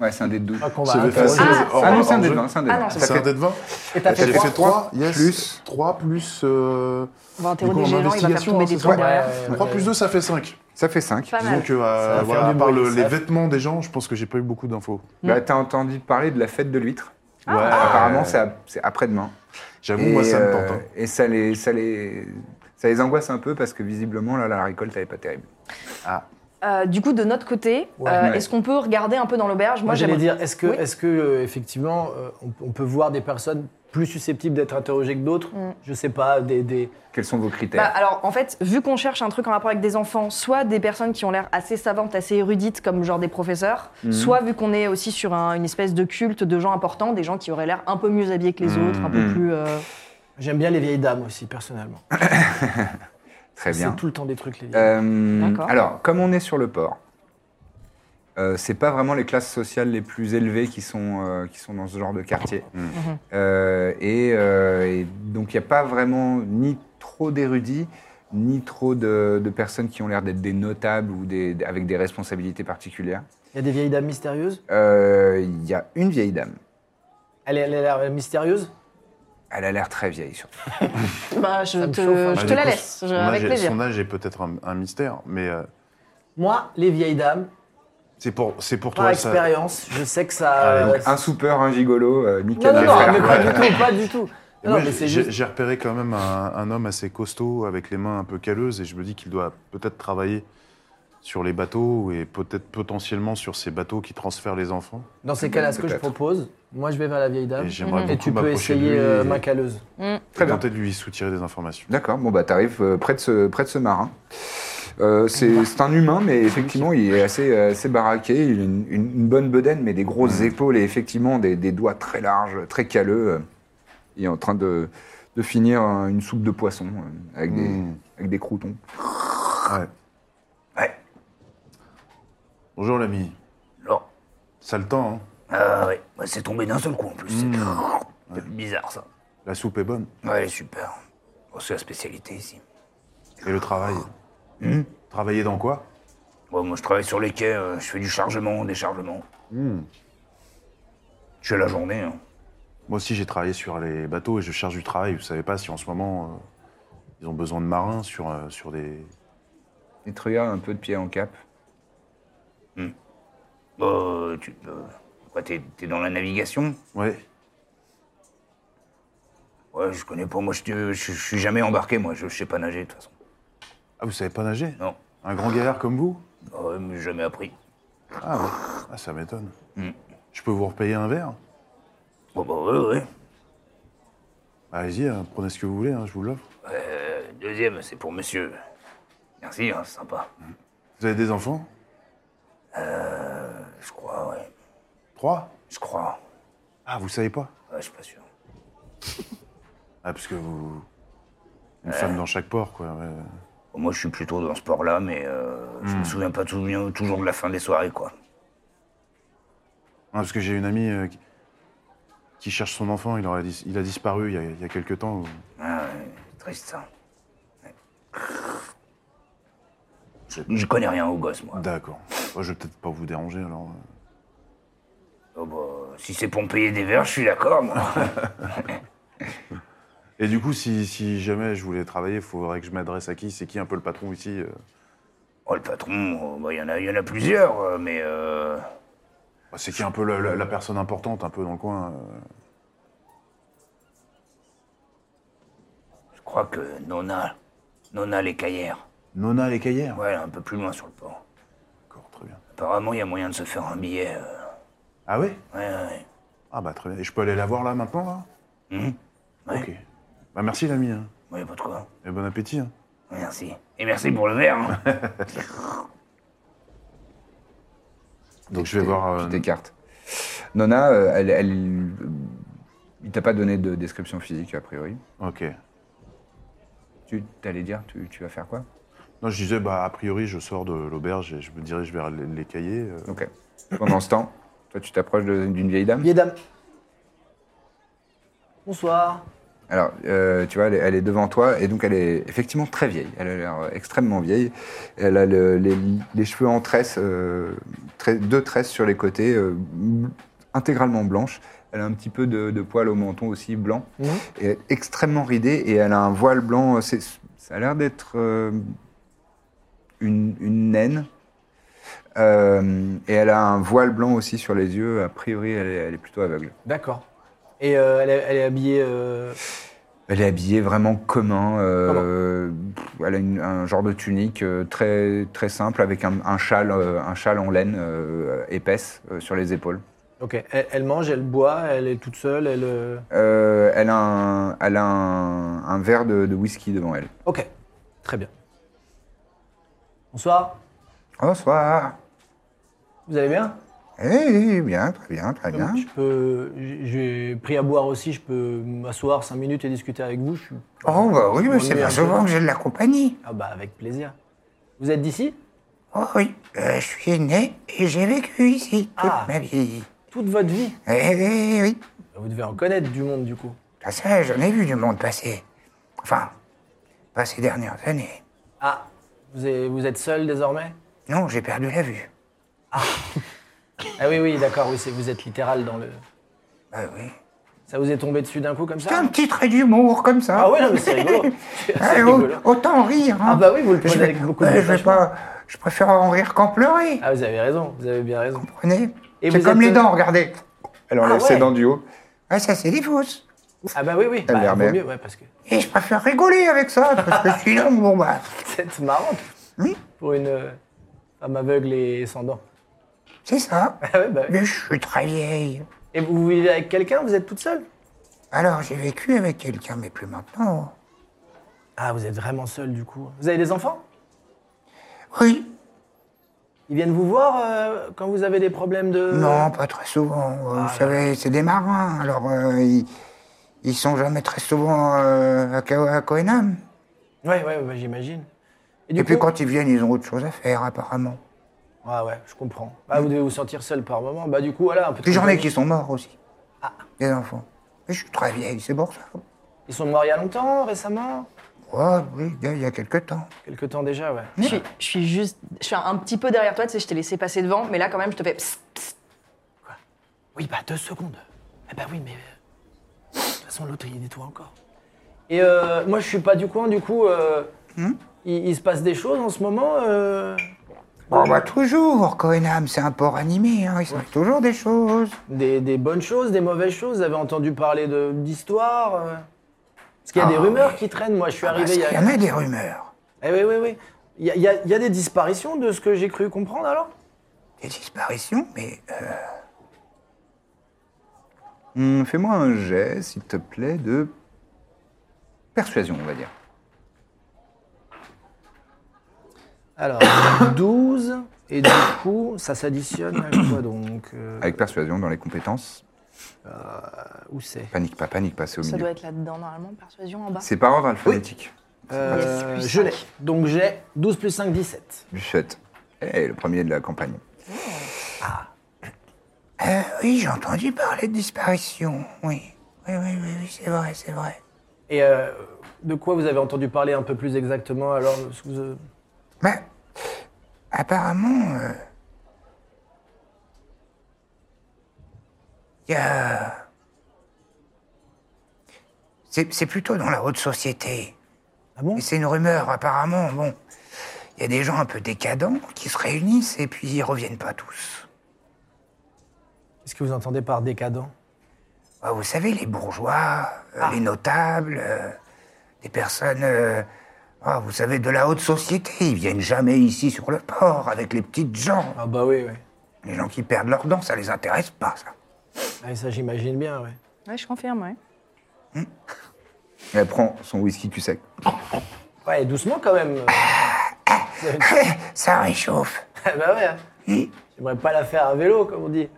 Speaker 1: ouais, c'est un dé de 12.
Speaker 2: Je crois qu'on
Speaker 5: Ça
Speaker 2: va
Speaker 5: fait
Speaker 2: interroger.
Speaker 5: facile.
Speaker 3: Ah,
Speaker 5: hors-
Speaker 1: Ah non,
Speaker 5: hors
Speaker 1: c'est un dé de
Speaker 5: jeu.
Speaker 1: 20. C'est un dé de
Speaker 3: Ah
Speaker 1: 20.
Speaker 3: non, c'est
Speaker 1: Ça
Speaker 5: C'est un dé de 20
Speaker 2: Et t'as fait
Speaker 5: J'ai fait
Speaker 2: quoi
Speaker 5: 3, yes.
Speaker 1: Plus.
Speaker 5: 3 plus. euh,
Speaker 3: On va
Speaker 5: Du coup,
Speaker 3: interroger
Speaker 5: en
Speaker 3: des gens, il va faire
Speaker 5: investigation,
Speaker 3: tomber
Speaker 5: hein,
Speaker 3: des
Speaker 5: c'est
Speaker 3: trucs
Speaker 5: ça
Speaker 3: derrière.
Speaker 2: Ouais,
Speaker 5: 3
Speaker 2: ouais.
Speaker 5: plus 2, ça fait 5.
Speaker 1: Ça fait 5.
Speaker 3: Pas
Speaker 5: Disons
Speaker 3: mal.
Speaker 5: que,
Speaker 2: va
Speaker 5: euh,
Speaker 2: faire
Speaker 5: voilà,
Speaker 2: du
Speaker 5: à part
Speaker 2: bruit,
Speaker 5: le-
Speaker 2: ça
Speaker 5: les
Speaker 2: va-
Speaker 5: vêtements des gens, je pense que j'ai pas eu beaucoup d'infos.
Speaker 1: Bah, t'as entendu parler de la fête de l'huître.
Speaker 5: Ah, ouais,
Speaker 1: Apparemment, c'est à- c'est après-demain.
Speaker 5: J'avoue, moi, ça me tente.
Speaker 1: euh,
Speaker 5: hein.
Speaker 1: Et ça les, ça, les, ça les angoisse un peu parce que visiblement, là, la récolte, elle est pas terrible.
Speaker 3: Euh, du coup, de notre côté, euh,
Speaker 1: Ouais.
Speaker 3: est-ce qu'on peut regarder un peu dans l'auberge
Speaker 2: Moi, j'allais
Speaker 3: j'aimerais-
Speaker 2: dire, est-ce que,
Speaker 3: Oui.
Speaker 2: est-ce que euh, effectivement, euh, on, on peut voir des personnes plus susceptibles d'être interrogées que d'autres Je sais pas, des, des-
Speaker 1: Quels sont vos
Speaker 3: Bah,
Speaker 1: critères
Speaker 3: alors, en fait, vu qu'on cherche un truc en rapport avec des enfants, soit des personnes qui ont l'air assez savantes, assez érudites, comme genre des professeurs, soit vu qu'on est aussi sur un- une espèce de culte de gens importants, des gens qui auraient l'air un peu mieux habillés que les autres, un peu plus. euh,
Speaker 2: J'aime bien les vieilles dames aussi, personnellement.
Speaker 1: Très bien.
Speaker 2: C'est tout le temps des trucs les vieilles.
Speaker 1: Euh,
Speaker 3: D'accord.
Speaker 1: alors, comme on est sur le port, euh, c'est pas vraiment les classes sociales les plus élevées qui sont, euh, qui sont dans ce genre de quartier.
Speaker 2: Mmh.
Speaker 1: Euh, et, euh, et donc, il n'y a pas vraiment ni trop d'érudits, ni trop de, de personnes qui ont l'air d'être des notables ou des, avec des responsabilités particulières.
Speaker 2: Il y a des vieilles dames mystérieuses.
Speaker 1: Euh, Il y a une vieille dame.
Speaker 2: Elle, est- elle a l'air mystérieuse.
Speaker 1: Elle a l'air très vieille, surtout.
Speaker 3: bah, je
Speaker 2: me
Speaker 3: te,
Speaker 2: chauffe,
Speaker 3: je
Speaker 2: hein.
Speaker 5: Bah,
Speaker 3: te
Speaker 5: du
Speaker 3: la
Speaker 5: coup,
Speaker 3: laisse, je-
Speaker 5: son
Speaker 3: avec
Speaker 5: âge est-
Speaker 3: plaisir.
Speaker 5: Son âge est peut-être un, un mystère, mais euh,
Speaker 2: Moi, les vieilles dames,
Speaker 5: C'est pour, c'est pour
Speaker 2: Par
Speaker 5: toi, ça. Ah,
Speaker 2: expérience, je sais que ça.
Speaker 5: donc,
Speaker 2: c'est-
Speaker 1: Un soupeur, un gigolo, euh,
Speaker 2: non,
Speaker 1: nickel.
Speaker 2: Ah non,
Speaker 1: les
Speaker 2: non,
Speaker 1: frères.
Speaker 2: mais
Speaker 1: Ouais.
Speaker 2: pas du tout, pas du tout.
Speaker 5: Et
Speaker 2: Non,
Speaker 5: moi,
Speaker 2: mais c'est
Speaker 5: j'ai
Speaker 2: juste.
Speaker 5: j'ai repéré quand même un, un homme assez costaud, avec les mains un peu calleuses, et je me dis qu'il doit peut-être travailler sur les bateaux et peut-être potentiellement sur ces bateaux qui transfèrent les enfants.
Speaker 2: Dans ces cas-là, ce que je
Speaker 1: Peut-être.
Speaker 2: propose, moi je vais vers la vieille dame
Speaker 5: Et j'aimerais
Speaker 2: Ah. et,
Speaker 5: beaucoup
Speaker 2: tu peux
Speaker 5: m'approcher de lui
Speaker 2: essayer euh,
Speaker 5: et-
Speaker 2: ma caleuse.
Speaker 5: Très
Speaker 1: Très bien.
Speaker 5: tenter de lui soutirer des informations.
Speaker 1: D'accord, bon bah t'arrives euh, près de ce, près de ce marin. Euh,
Speaker 5: Bah.
Speaker 1: c'est c'est un humain, mais effectivement, il est assez, euh, assez baraqué. Il a une, une- une bonne bedaine, mais des grosses épaules et effectivement des, des doigts très larges, très calleux. euh. Il est en train de, de finir euh, une soupe de poisson euh, avec, des,
Speaker 5: Mm.
Speaker 1: avec des croutons.
Speaker 5: Ouais.
Speaker 1: Ouais.
Speaker 5: Bonjour l'ami.
Speaker 6: Non.
Speaker 5: Ça le temps, hein
Speaker 6: Ah ouais, Bah, c'est tombé d'un seul coup en plus. C'est C'est bizarre ça.
Speaker 5: La soupe est bonne.
Speaker 6: Ouais, elle est super. Bon, c'est la spécialité ici.
Speaker 5: Et le travail Travailler dans quoi
Speaker 6: Ouais, moi je travaille sur les quais, euh, je fais du chargement, déchargement. Hmm. Je fais la journée. hein.
Speaker 5: Moi aussi, j'ai travaillé sur les bateaux et je cherche du travail. Vous savez pas si en ce moment, euh, ils ont besoin de marins sur, euh, sur des...
Speaker 1: Et Truya, un peu de pied en cap.
Speaker 6: Bah, euh, tu. euh, quoi, t'es t'es dans la navigation
Speaker 5: Ouais.
Speaker 6: Ouais, je connais pas. Moi je, te- je- je suis jamais embarqué, moi je, je sais pas nager de toute façon.
Speaker 5: Ah, vous savez pas nager
Speaker 6: Non.
Speaker 5: Un grand galère comme vous
Speaker 6: Ah ouais, mais j'ai jamais appris.
Speaker 5: Ah ouais. Ah, ça m'étonne.
Speaker 6: Mm.
Speaker 5: Je peux vous repayer un verre
Speaker 6: Bon, bah ouais, ouais.
Speaker 5: Allez-y, hein, prenez ce que vous voulez, hein, je vous l'offre.
Speaker 6: Euh, deuxième, c'est pour monsieur. Merci, hein, c'est sympa.
Speaker 5: Vous avez des enfants
Speaker 6: Je crois, ouais.
Speaker 5: Trois
Speaker 6: Je crois.
Speaker 5: Ah, vous savez pas
Speaker 6: Ouais, je suis pas sûr.
Speaker 5: Ah, parce que vous...
Speaker 6: Euh.
Speaker 5: Une femme dans chaque port, quoi. ouais.
Speaker 6: Moi, je suis plutôt dans ce sport-là, mais euh, je me souviens pas tout bien, toujours de la fin des soirées, quoi.
Speaker 5: Ah, parce que j'ai une amie euh, qui- qui cherche son enfant. Il, aurait dis- il a disparu il y a, il y a quelques temps.
Speaker 6: Ah, ouais, c'est triste, ça. Ouais. Je, je connais rien aux gosses, moi.
Speaker 5: D'accord. Moi, je vais peut-être pas vous déranger, alors. euh.
Speaker 6: Oh, bah, si c'est pour me payer des verres, je suis d'accord, moi.
Speaker 5: Et du coup, si, si jamais je voulais travailler, il faudrait que je m'adresse à qui C'est qui un peu le patron ici euh
Speaker 6: oh, le patron, euh, bah, il y en a, il y en a plusieurs, euh, mais... euh,
Speaker 5: Bah, C'est qui un peu la, la- la personne importante, un peu dans le coin euh
Speaker 6: je crois que Nona... Nona l'écaillère.
Speaker 5: Nona les Caillères
Speaker 6: Ouais, elle est un peu plus loin sur le port.
Speaker 5: D'accord, très bien.
Speaker 6: Apparemment, il y a moyen de se faire un billet. euh,
Speaker 5: Ah ouais
Speaker 6: Ouais, ouais.
Speaker 5: Ah bah très bien. Et je peux aller la voir là maintenant, là Mmh.
Speaker 6: Mhm. Ouais.
Speaker 5: Ok. Bah merci l'ami, hein.
Speaker 6: Ouais, pas de quoi.
Speaker 5: et bon appétit. hein.
Speaker 6: Merci. Et merci pour le verre. hein.
Speaker 5: Donc je vais voir... euh,
Speaker 1: Tu t'écartes. Nona, euh, elle, elle- euh, il t'a pas donné de description physique, a priori.
Speaker 5: ok.
Speaker 1: Tu t'allais dire, tu, tu vas faire quoi
Speaker 5: Non, je disais, bah a priori, je sors de l'auberge et je me dirige vers les, les cahiers. euh.
Speaker 1: Ok. Pendant ce temps, toi, tu t'approches de- d'une vieille dame
Speaker 2: Vieille dame. Bonsoir.
Speaker 1: Alors, euh, tu vois, elle est, elle est devant toi et donc elle est effectivement très vieille. Elle a l'air euh, extrêmement vieille. Elle a le- les, les cheveux en tresse, euh, tre- deux tresses sur les côtés, euh, bl- intégralement blanches. Elle a un petit peu de, de poils au menton aussi, blanc.
Speaker 2: Mhm.
Speaker 1: Et elle est extrêmement ridée et elle a un voile blanc. euh, c'est- Ça a l'air d'être euh, une, une naine. Euh, et elle a un voile blanc aussi sur les yeux. A priori, elle est- elle est plutôt aveugle.
Speaker 2: D'accord. Et euh, elle, est, elle est habillée. euh,
Speaker 1: Elle est habillée vraiment commun. euh, pff, elle a une- un genre de tunique euh, très, très simple avec un, un châle, euh, un châle en laine euh, épaisse euh, sur les épaules.
Speaker 2: Ok. Elle, elle mange, elle boit, elle est toute seule, elle. euh,
Speaker 1: Euh, elle a un, elle a un, un verre de, de whisky devant elle.
Speaker 2: Ok. Très bien. Bonsoir.
Speaker 1: Bonsoir.
Speaker 2: Vous allez bien
Speaker 1: Eh bien, très bien, très bien.
Speaker 2: Je peux. j'ai- J'ai pris à boire aussi. Je peux m'asseoir cinq minutes et discuter avec vous. Je suis-
Speaker 1: Oh, bah oui,
Speaker 2: je
Speaker 1: mais c'est
Speaker 2: m'ennuie
Speaker 1: pas
Speaker 2: un
Speaker 1: souvent
Speaker 2: peu.
Speaker 1: que j'ai de la compagnie.
Speaker 2: Ah bah avec plaisir. Vous êtes d'ici
Speaker 1: Oh oui, euh, je suis né et j'ai vécu ici toute
Speaker 2: Ah.
Speaker 1: ma vie.
Speaker 2: Toute votre vie
Speaker 1: Eh oui,
Speaker 2: Vous devez en connaître du monde du coup.
Speaker 1: Ah, ça, j'en ai vu du monde passer. Enfin, pas ces dernières années.
Speaker 2: Ah, vous êtes, vous êtes seul désormais
Speaker 1: Non, j'ai perdu la vue.
Speaker 2: Ah oui, oui, d'accord, oui, c'est- vous êtes littéral dans le...
Speaker 1: Bah oui.
Speaker 2: Ça vous est tombé dessus d'un coup comme ça
Speaker 1: C'est un petit trait d'humour comme ça.
Speaker 2: Ah ouais, non, mais c'est rigolo. C'est
Speaker 1: Ah,
Speaker 2: rigolo.
Speaker 1: au- Autant rire. hein.
Speaker 2: Ah bah oui, vous le prenez
Speaker 1: Je vais-
Speaker 2: avec beaucoup de
Speaker 1: ouais, Je vais
Speaker 2: détachement.
Speaker 1: pas, Je préfère en rire qu'en pleurer.
Speaker 2: Ah, vous avez raison, vous avez bien raison.
Speaker 1: Prenez.
Speaker 2: Et
Speaker 1: C'est
Speaker 2: vous
Speaker 1: comme
Speaker 2: êtes-
Speaker 1: les dents, regardez. Elle enlève ses
Speaker 2: ouais.
Speaker 1: dents du haut. Ah, ça, c'est des fausses.
Speaker 2: Ah bah oui, oui.
Speaker 1: Elle les
Speaker 2: Bah,
Speaker 1: remet.
Speaker 2: vaut mieux, ouais, parce que
Speaker 1: Et je préfère rigoler avec ça, parce que je suis là, bon, bah.
Speaker 2: c'est marrant
Speaker 1: Oui.
Speaker 2: pour une euh, femme aveugle et sans dents.
Speaker 1: C'est ça.
Speaker 2: Ah ouais, bah oui.
Speaker 1: Mais je suis très vieille.
Speaker 2: Et vous vivez avec quelqu'un Vous êtes toute seule
Speaker 1: Alors, j'ai vécu avec quelqu'un, mais plus maintenant.
Speaker 2: Ah, vous êtes vraiment seule du coup. Vous avez des enfants
Speaker 1: Oui.
Speaker 2: Ils viennent vous voir euh, quand vous avez des problèmes de...
Speaker 1: Non, pas très souvent. Euh,
Speaker 2: Ah.
Speaker 1: Vous savez, c'est des marins, alors euh, ils, ils sont jamais très souvent euh, à, Ko- à Koh Enam.
Speaker 2: Ouais, ouais, bah, j'imagine. du
Speaker 1: Et puis
Speaker 2: coup-
Speaker 1: quand ils viennent, ils ont autre chose à faire, apparemment.
Speaker 2: Ah ouais, je comprends. Bah, vous devez vous sentir seul par moment. Bah du coup, voilà, un peu de
Speaker 1: Puis j'en ai
Speaker 2: compagnie.
Speaker 1: qui sont morts aussi.
Speaker 2: Ah.
Speaker 1: Des enfants. Mais je suis très vieille, c'est pour ça.
Speaker 2: Ils sont morts il y a longtemps, récemment
Speaker 1: Ouais, Oh, oui, il y a quelque temps.
Speaker 2: Quelque temps déjà, ouais.
Speaker 3: Je suis, je suis juste, je suis un petit peu derrière toi, tu sais, je t'ai laissé passer devant, mais là quand même, je te fais. psst, psst.
Speaker 2: Oui, bah deux secondes. Eh bah oui, mais... euh, De toute façon, l'autre, il est tout encore. Et euh, moi, je suis pas du coin, du coup... euh,
Speaker 1: Hmm?
Speaker 2: il, il se passe des choses en ce moment euh,
Speaker 1: Bon, bah toujours, Koh Enam, c'est un port animé, hein, il se passe toujours des choses.
Speaker 2: des, des bonnes choses, des mauvaises choses. Vous avez entendu parler de- d'histoires euh, Parce
Speaker 1: Ah
Speaker 2: qu'il y a des rumeurs qui traînent. Moi, je suis
Speaker 1: Parce
Speaker 2: arrivé...
Speaker 1: Ah bah, qu'il
Speaker 2: il y
Speaker 1: y
Speaker 2: a-
Speaker 1: en a des rumeurs,
Speaker 2: Eh oui, oui, oui. Il y, a- il y a- il y a des disparitions de ce que j'ai cru comprendre alors
Speaker 1: des disparitions, mais... euh, hum, Fais-moi un jet, s'il te plaît, de persuasion, on va dire.
Speaker 2: Alors, 12, et du coup, ça s'additionne à quoi donc euh,
Speaker 1: Avec persuasion dans les compétences.
Speaker 2: Où c'est
Speaker 1: Panique pas, panique pas, c'est au
Speaker 3: Ça
Speaker 1: milieu.
Speaker 3: doit être là-dedans normalement, persuasion en bas.
Speaker 1: C'est par ordre alphabétique.
Speaker 2: Euh,
Speaker 3: plus
Speaker 2: Je
Speaker 3: cinq.
Speaker 2: l'ai. Donc j'ai 12 plus 5, 17.
Speaker 1: Du fait. Eh, le premier de la campagne.
Speaker 3: Ah.
Speaker 1: Euh, oui, j'ai entendu parler de disparition, oui. Oui, oui, oui, oui, c'est vrai, c'est vrai.
Speaker 2: Et euh, de quoi vous avez entendu parler un peu plus exactement alors parce que vous-
Speaker 1: Ben, apparemment, euh, y a- c'est c'est plutôt dans la haute société.
Speaker 2: Ah bon
Speaker 1: Mais c'est une rumeur, apparemment. Bon, il y a des gens un peu décadents qui se réunissent et puis ils reviennent pas tous.
Speaker 2: Qu'est-ce que vous entendez par décadent
Speaker 1: Ah, vous savez, les bourgeois, euh,
Speaker 2: Ah.
Speaker 1: les notables, euh, des personnes, euh, ah, vous savez, de la haute société, ils viennent jamais ici sur le port avec les petites gens.
Speaker 2: Ah bah oui, oui.
Speaker 1: Les gens qui perdent leurs dents, ça les intéresse pas, ça.
Speaker 2: Ah, et ça j'imagine bien, oui.
Speaker 3: Ouais, je confirme, ouais.
Speaker 1: Elle prend son whisky cul sec.
Speaker 2: Ouais, doucement quand même. euh.
Speaker 1: Ça réchauffe.
Speaker 2: Ah bah ouais. hein.
Speaker 1: Oui.
Speaker 2: J'aimerais pas la faire à vélo, comme on dit.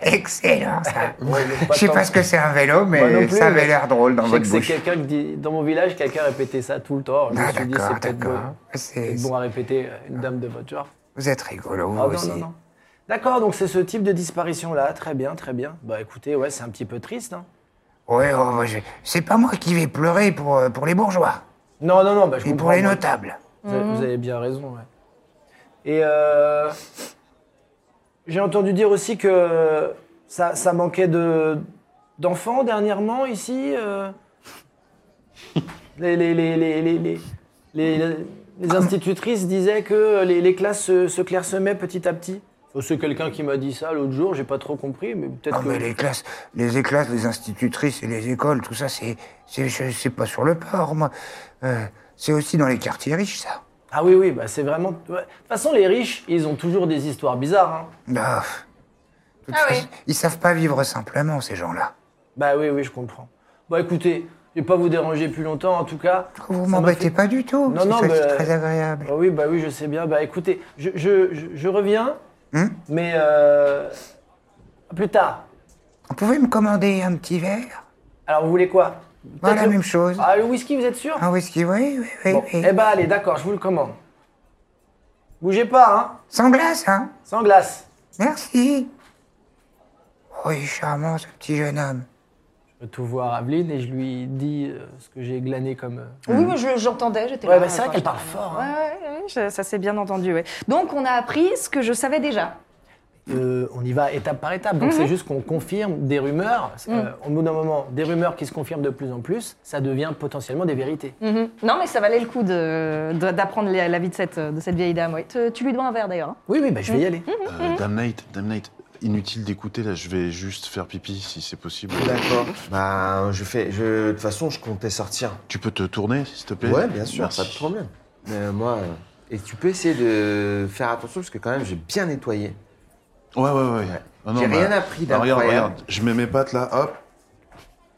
Speaker 1: Excellent, ça.
Speaker 2: Ouais, donc
Speaker 1: Je sais
Speaker 2: tant.
Speaker 1: pas ce que c'est un vélo,
Speaker 2: Moi
Speaker 1: mais
Speaker 2: non plus,
Speaker 1: ça avait
Speaker 2: mais
Speaker 1: l'air drôle dans
Speaker 2: Je sais que
Speaker 1: votre
Speaker 2: c'est
Speaker 1: bouche.
Speaker 2: quelqu'un qui dit. Dans mon village, quelqu'un répétait ça tout le temps. Je me
Speaker 1: Ah,
Speaker 2: suis dit,
Speaker 1: d'accord,
Speaker 2: c'est peut-être
Speaker 1: d'accord.
Speaker 2: bon,
Speaker 1: C'est-
Speaker 2: peut-être bon à répéter euh, une dame de votre genre.
Speaker 1: Vous êtes rigolo, vous
Speaker 2: Ah, non,
Speaker 1: aussi.
Speaker 2: non, non. D'accord, donc c'est ce type de disparition-là. Très bien, très bien. Bah écoutez, ouais, c'est un petit peu triste. hein.
Speaker 1: Ouais, oh, moi, je- c'est pas moi qui vais pleurer pour, euh, pour les bourgeois
Speaker 2: Non, non, non, bah, je
Speaker 1: et
Speaker 2: comprends.
Speaker 1: pour les
Speaker 2: moi.
Speaker 1: notables.
Speaker 2: Vous, avez- vous avez bien raison, ouais. Et euh, j'ai entendu dire aussi que ça, ça manquait de d'enfants dernièrement ici. euh. Les, les, les, les, les, les- les- les institutrices disaient que les, les classes se, se clairsemaient petit à petit. Oh, C'est quelqu'un qui m'a dit ça l'autre jour, j'ai pas trop compris, Ah, mais peut-être
Speaker 1: Non,
Speaker 2: que...
Speaker 1: mais les classes, les éclates, les institutrices et les écoles, tout ça, c'est c'est- je- c'est pas sur le port, moi. Euh, c'est aussi dans les quartiers riches, ça.
Speaker 2: Ah oui, oui, bah c'est vraiment... ouais. De toute façon, les riches, ils ont toujours des histoires bizarres. hein.
Speaker 1: Bah, de toute
Speaker 3: Ah oui.
Speaker 1: façon, Ils savent pas vivre simplement, ces gens-là.
Speaker 2: Bah oui, oui, je comprends. Bon, écoutez, je vais pas vous déranger plus longtemps, en tout cas.
Speaker 1: Vous
Speaker 2: ça m'a
Speaker 1: m'embêtez
Speaker 2: fait-
Speaker 1: pas du tout.
Speaker 2: Non,
Speaker 1: c'est
Speaker 2: non,
Speaker 1: ça qui est
Speaker 2: mais-
Speaker 1: très agréable.
Speaker 2: Bah oui, bah oui, je sais bien. Bah écoutez, je, je, je, je reviens,
Speaker 1: Hum
Speaker 2: mais euh, à plus tard.
Speaker 1: Vous pouvez me commander un petit verre
Speaker 2: Alors, vous voulez quoi
Speaker 1: Bah,
Speaker 2: Peut-être
Speaker 1: la
Speaker 2: le-
Speaker 1: même chose.
Speaker 2: Ah, le whisky, vous êtes sûr
Speaker 1: Un whisky, oui, oui, oui.
Speaker 2: Bon,
Speaker 1: oui.
Speaker 2: Eh bah allez, d'accord, je vous le commande. Bougez pas, hein
Speaker 1: Sans glace, hein
Speaker 2: Sans glace.
Speaker 1: Merci. Oh, il est charmant, ce petit jeune homme.
Speaker 2: Je peux tout voir Aveline et je lui dis euh, ce que j'ai glané comme... euh,
Speaker 3: Oui, mais je- j'entendais, j'étais là.
Speaker 2: Ouais,
Speaker 3: euh,
Speaker 2: bah,
Speaker 1: Ah,
Speaker 2: c'est vrai
Speaker 3: quand
Speaker 2: qu'elle
Speaker 3: je-
Speaker 2: parle fort,
Speaker 3: Ouais, ouais, ouais, je- ça s'est bien entendu, ouais. Donc on a appris ce que je savais déjà.
Speaker 2: euh, on y va étape par étape.
Speaker 3: Mhm.
Speaker 2: Donc c'est juste qu'on confirme des rumeurs.
Speaker 3: Mm.
Speaker 2: Euh, au bout d'un moment, des rumeurs qui se confirment de plus en plus, ça devient potentiellement des vérités.
Speaker 3: Mhm. Non, mais ça valait le coup de- de- d'apprendre la, la vie de cette, de cette vieille dame. oui. Te- tu lui dois un verre d'ailleurs. hein.
Speaker 2: Oui, oui, bah, je vais y aller.
Speaker 3: Mm.
Speaker 5: Euh, Dame Knight, Dame Knight, inutile d'écouter là, je vais juste faire pipi si c'est possible.
Speaker 4: D'accord. Bah, je fais. je- De toute façon, je comptais sortir.
Speaker 5: Tu peux te tourner, s'il te plaît
Speaker 4: Ouais, bien sûr,
Speaker 5: Merci.
Speaker 4: pas de problème. Mais euh, moi. euh, Et tu peux essayer de faire attention parce que quand même, j'ai bien nettoyé.
Speaker 5: Ouais, ouais, ouais. Ah non,
Speaker 4: J'ai
Speaker 5: bah,
Speaker 4: rien appris
Speaker 5: bah, Regarde,
Speaker 4: d'incroyable.
Speaker 5: regarde, je mets mes pattes là, hop.